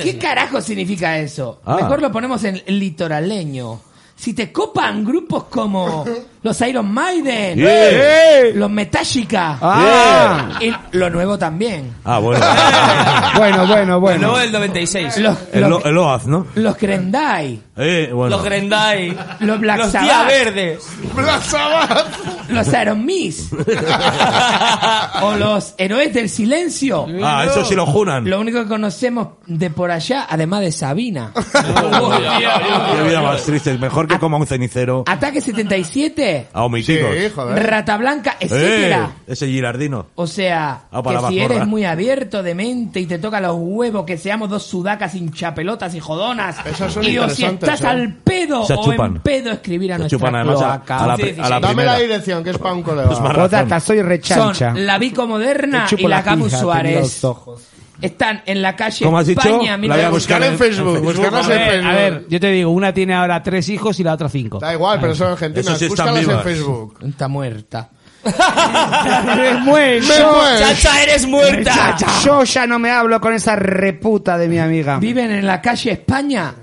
¿Qué carajo significa eso? Ah. Mejor lo ponemos en litoraleño. Si te copan grupos como los Iron Maiden, Yeah. los Metallica, Ah. y lo nuevo también. Ah, bueno. bueno, bueno, Bueno, bueno. el 96. Los, El, lo- el OAZ, ¿no? los Grendai. Eh, bueno. Los Grendai. Los Black Los Sabbath. Tía Verde. Los Iron Miss. o los Héroes del Silencio. Ah, eso sí lo junan. Lo único que conocemos de por allá, además de Sabina. Qué vida más triste. Mejor que como un cenicero Ataque 77. a omiticos. Rata Blanca, Eh, etcétera. ese Girardino. O sea, Ah, para que la si mazmorra. eres muy abierto de mente y te toca los huevos, que seamos dos sudacas hinchapelotas y jodonas. son y o si interesantes, estás ¿eh? al pedo Se o en chupan. pedo escribir a Se nuestra chupan además a- cloaca. a la pri- a la Dame la primera. dirección, que es para un colega. Pues más razón. Bodata, soy rechancha. Son la Vico Moderna Te y chupo la la Camus pija, Suárez. tenía los Están en la calle ¿Cómo has dicho? España. mil- La voy a buscar en Facebook. a, ver, a ver, yo te digo, una tiene ahora tres hijos y la otra cinco. Da igual, pero son argentinas. Eso sí están Búscalas en vivas. Facebook. Está muerta. Eres muerto. Me muero. Chacha, eres muerta. Yo ya no me hablo con esa reputa de mi amiga. Viven en la calle España.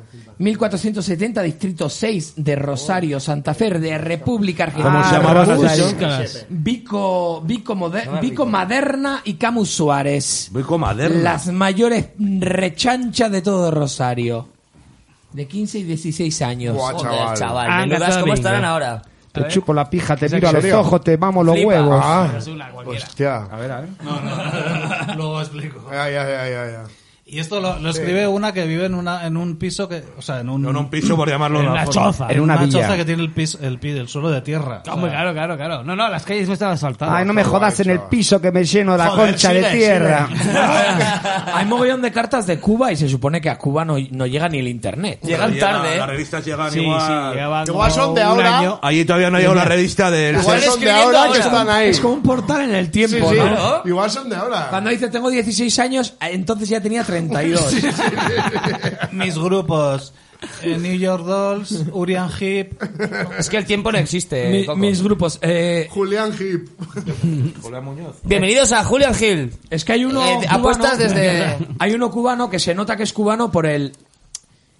1470, distrito 6 de Rosario, Santa Fe, de República Argentina. ¿Cómo se llamaba esa República. sección? Vico, Vico, Moder- Vico Maderna y Camus Suárez. Voy con Maderna. Las mayores rechanchas de todo Rosario. De 15 y 16 años. Buah, Joder, chaval. chaval, Ah, menudas, casa ¿cómo de estarán bingo. ahora? Te chupo la pija, te ¿Es miro a en los serio? ojos, te mamo los Flipas. huevos. Ah. Hostia. A ver, a ver. No, no, no, luego explico. Y esto lo, lo Sí. escribe una que vive en, una, en un piso que. O sea, en un. En un piso, por llamarlo En de una, una forma. choza. En En una una, villa. choza que tiene el, piso, el, pi- el suelo de tierra. O sea, claro, claro, claro. No, no, las calles no están asfaltadas. Ay, no me jodas en el piso que me lleno la Joder, concha sigue, de tierra. Hay mogollón de cartas de Cuba y se supone que a Cuba no, no llega ni el internet. Llegan Llegan, tarde, ¿eh? las revistas llegan Sí, igual- sí, llegan Igual son de ahora. Allí todavía no ha llegado la revista del. Igual son de ahora que están ahí. Es como un portal en el tiempo, Sí, sí. ¿no? Igual son de ahora. Cuando dice ah, tengo 16 años, entonces ya tenía 32. mis grupos eh, New York Dolls, Urian Heep. Es que el tiempo no existe. Mi- mis eh, grupos. Julián Hip. Julián Muñoz. Bienvenidos a Julian Hill. Es que hay uno. Eh, cubano- apuestas desde- Hay uno cubano que se nota que es cubano por el.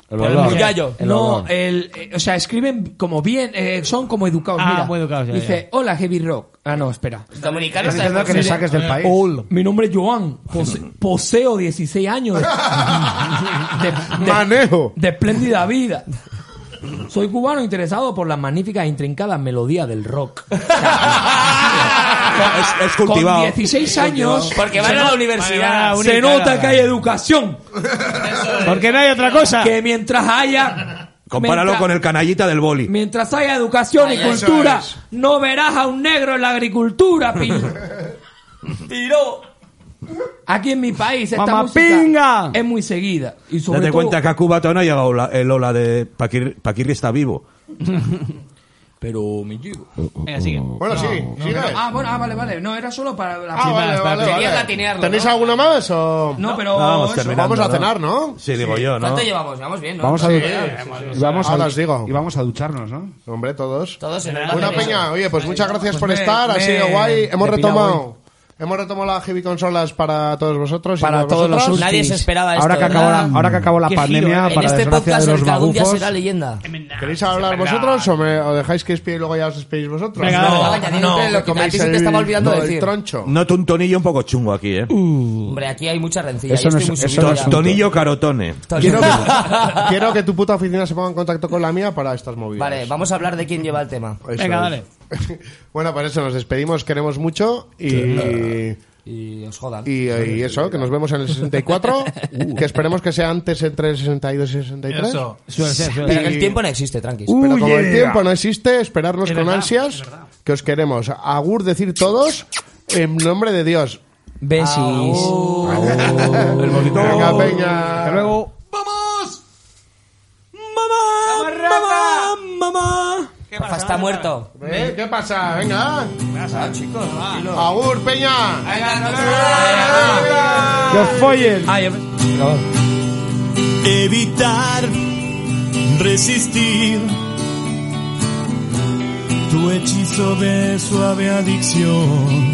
El olor. muyallo. El no, olor. el, eh, o sea, escriben como bien, eh, son como educados. Ah, mira. muy educados, ya, Dice, hola heavy rock. Ah, no, espera. Dominicano está Mire, Hola, mi nombre es Joan, pose- poseo 16 años. Manejo. De espléndida vida. Soy cubano interesado por las magníficas e intrincadas melodías del rock. Es, es cultivado. Con 16 años. Porque van se a la no- universidad. Se Claro. nota que hay educación. Porque no hay otra cosa. Que mientras haya. Compáralo mientras- con el canallita del boli. Mientras haya educación y Ay, eso cultura, es. no verás a un negro en la agricultura, pi- Tiro. Aquí en mi país esta Mamá música es muy seguida. Y sobre Date todo- cuenta que a Cuba todavía no ha llegado la- el ola de Paquirri, Paquirri está vivo. Pero me llego. Venga, sigue. Bueno, No, sí, no, sigue. no. Ah, bueno, ah, vale, vale. No, era solo para la Ah, vale, vale, vale. ¿Tenéis alguna más o...? No, pero vamos, eso. vamos a cenar, ¿no? Sí, digo yo, ¿no? ¿Cuánto llevamos? Llevamos bien, ¿no? Vamos a Sí, duchar. vamos, Y vamos a Ahora duch- os digo. Y vamos a ducharnos, ¿no? Hombre, todos. Todos en el Buena orden. peña, oye, pues muchas gracias Pues por me- estar, ha me- sido guay. Hemos me pila retomado. Hemos retomado las heavy consolas para todos vosotros. y Para todas todos los vosotras. hustis. Nadie se esperaba esto, Ahora que acabó la, ¿verdad? ahora que acabó la Qué pandemia, giro, ¿eh? para en este desgracia podcast de los el que algún día magufos, será leyenda. ¿Queréis hablar vosotros o, me, o dejáis que espie y luego ya os despedís vosotros? Venga, No, dale. añadir lo que a ti coméis se te el- estaba olvidando no, decir. El troncho. Noto un tonillo un poco chungo aquí, ¿eh? Hombre, aquí hay mucha rencilla. Eso Yo no estoy es- muy eso subido no es ya. un tonillo carotone. Quiero que, quiero que tu puta oficina se ponga en contacto con la mía para estas movidas. Vale, vamos a hablar de quién lleva el tema. Eso es. Bueno, para eso nos despedimos, queremos mucho y... Y os jodan. Y, y eso, que nos vemos en el 64, Uh. que esperemos que sea antes entre el 62 y el 63. Eso. Suele ser, suele ser. Pero el tiempo no existe, tranqui. Pero Uh, como el yeah. tiempo no existe, esperarnos Es con verdad, ansias, que os queremos. Agur decir todos, en nombre de Dios. Besis. El bonito. Venga, peña. Hasta luego. ¡Mamá! ¡Mamá! Rafa está muerto. ¿Eh? ¿Qué pasa? Venga. Ah, chicos, tranquilo. Agur, peña. ¡Que os follen! Evitar, resistir tu hechizo de suave adicción,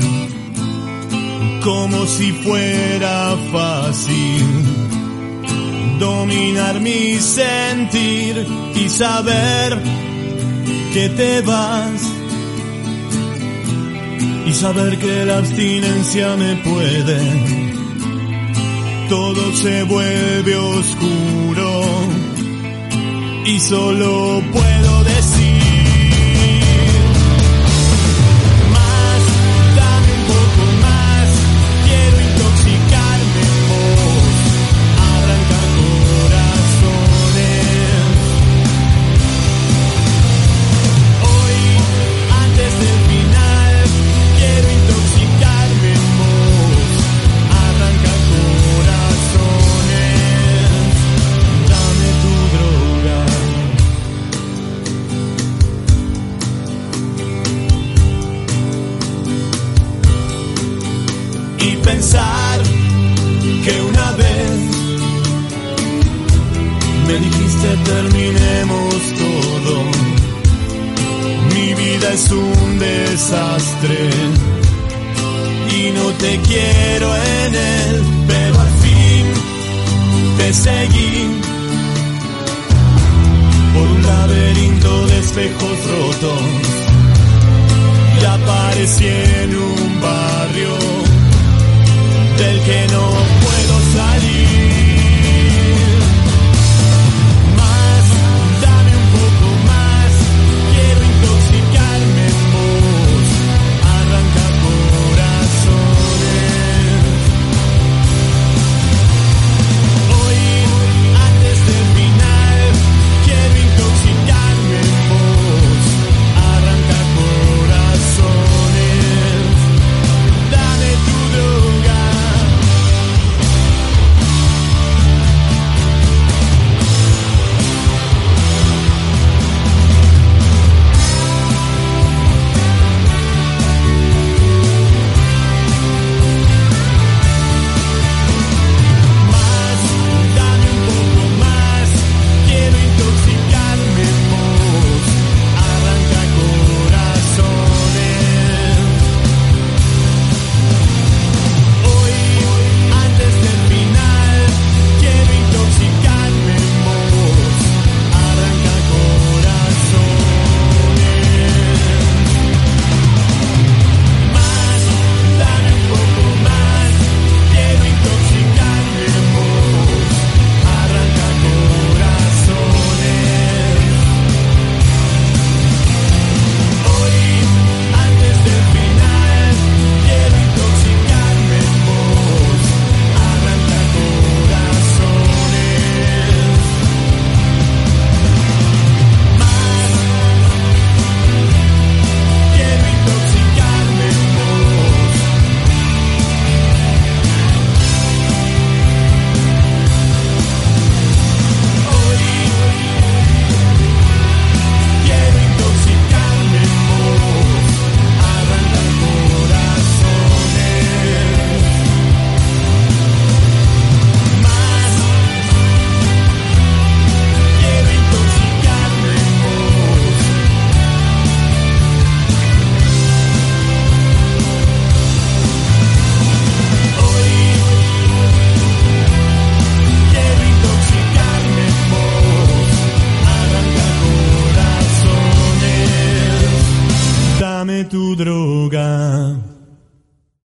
como si fuera fácil dominar mi sentir y saber que te vas y saber que la abstinencia me puede todo se vuelve oscuro y solo puedo decir más, dame un poco más, quiero intoxicarme en vos, arrancar corazones. Hoy, antes del final, quiero intoxicarme en vos, arranca corazones, dame tu droga. Y pensar que una vez me dijiste terminemos todo, mi vida es un desastre y no te quiero en él, pero al fin te seguí por un laberinto de espejos rotos y aparecí en un barrio del que no puedo salir.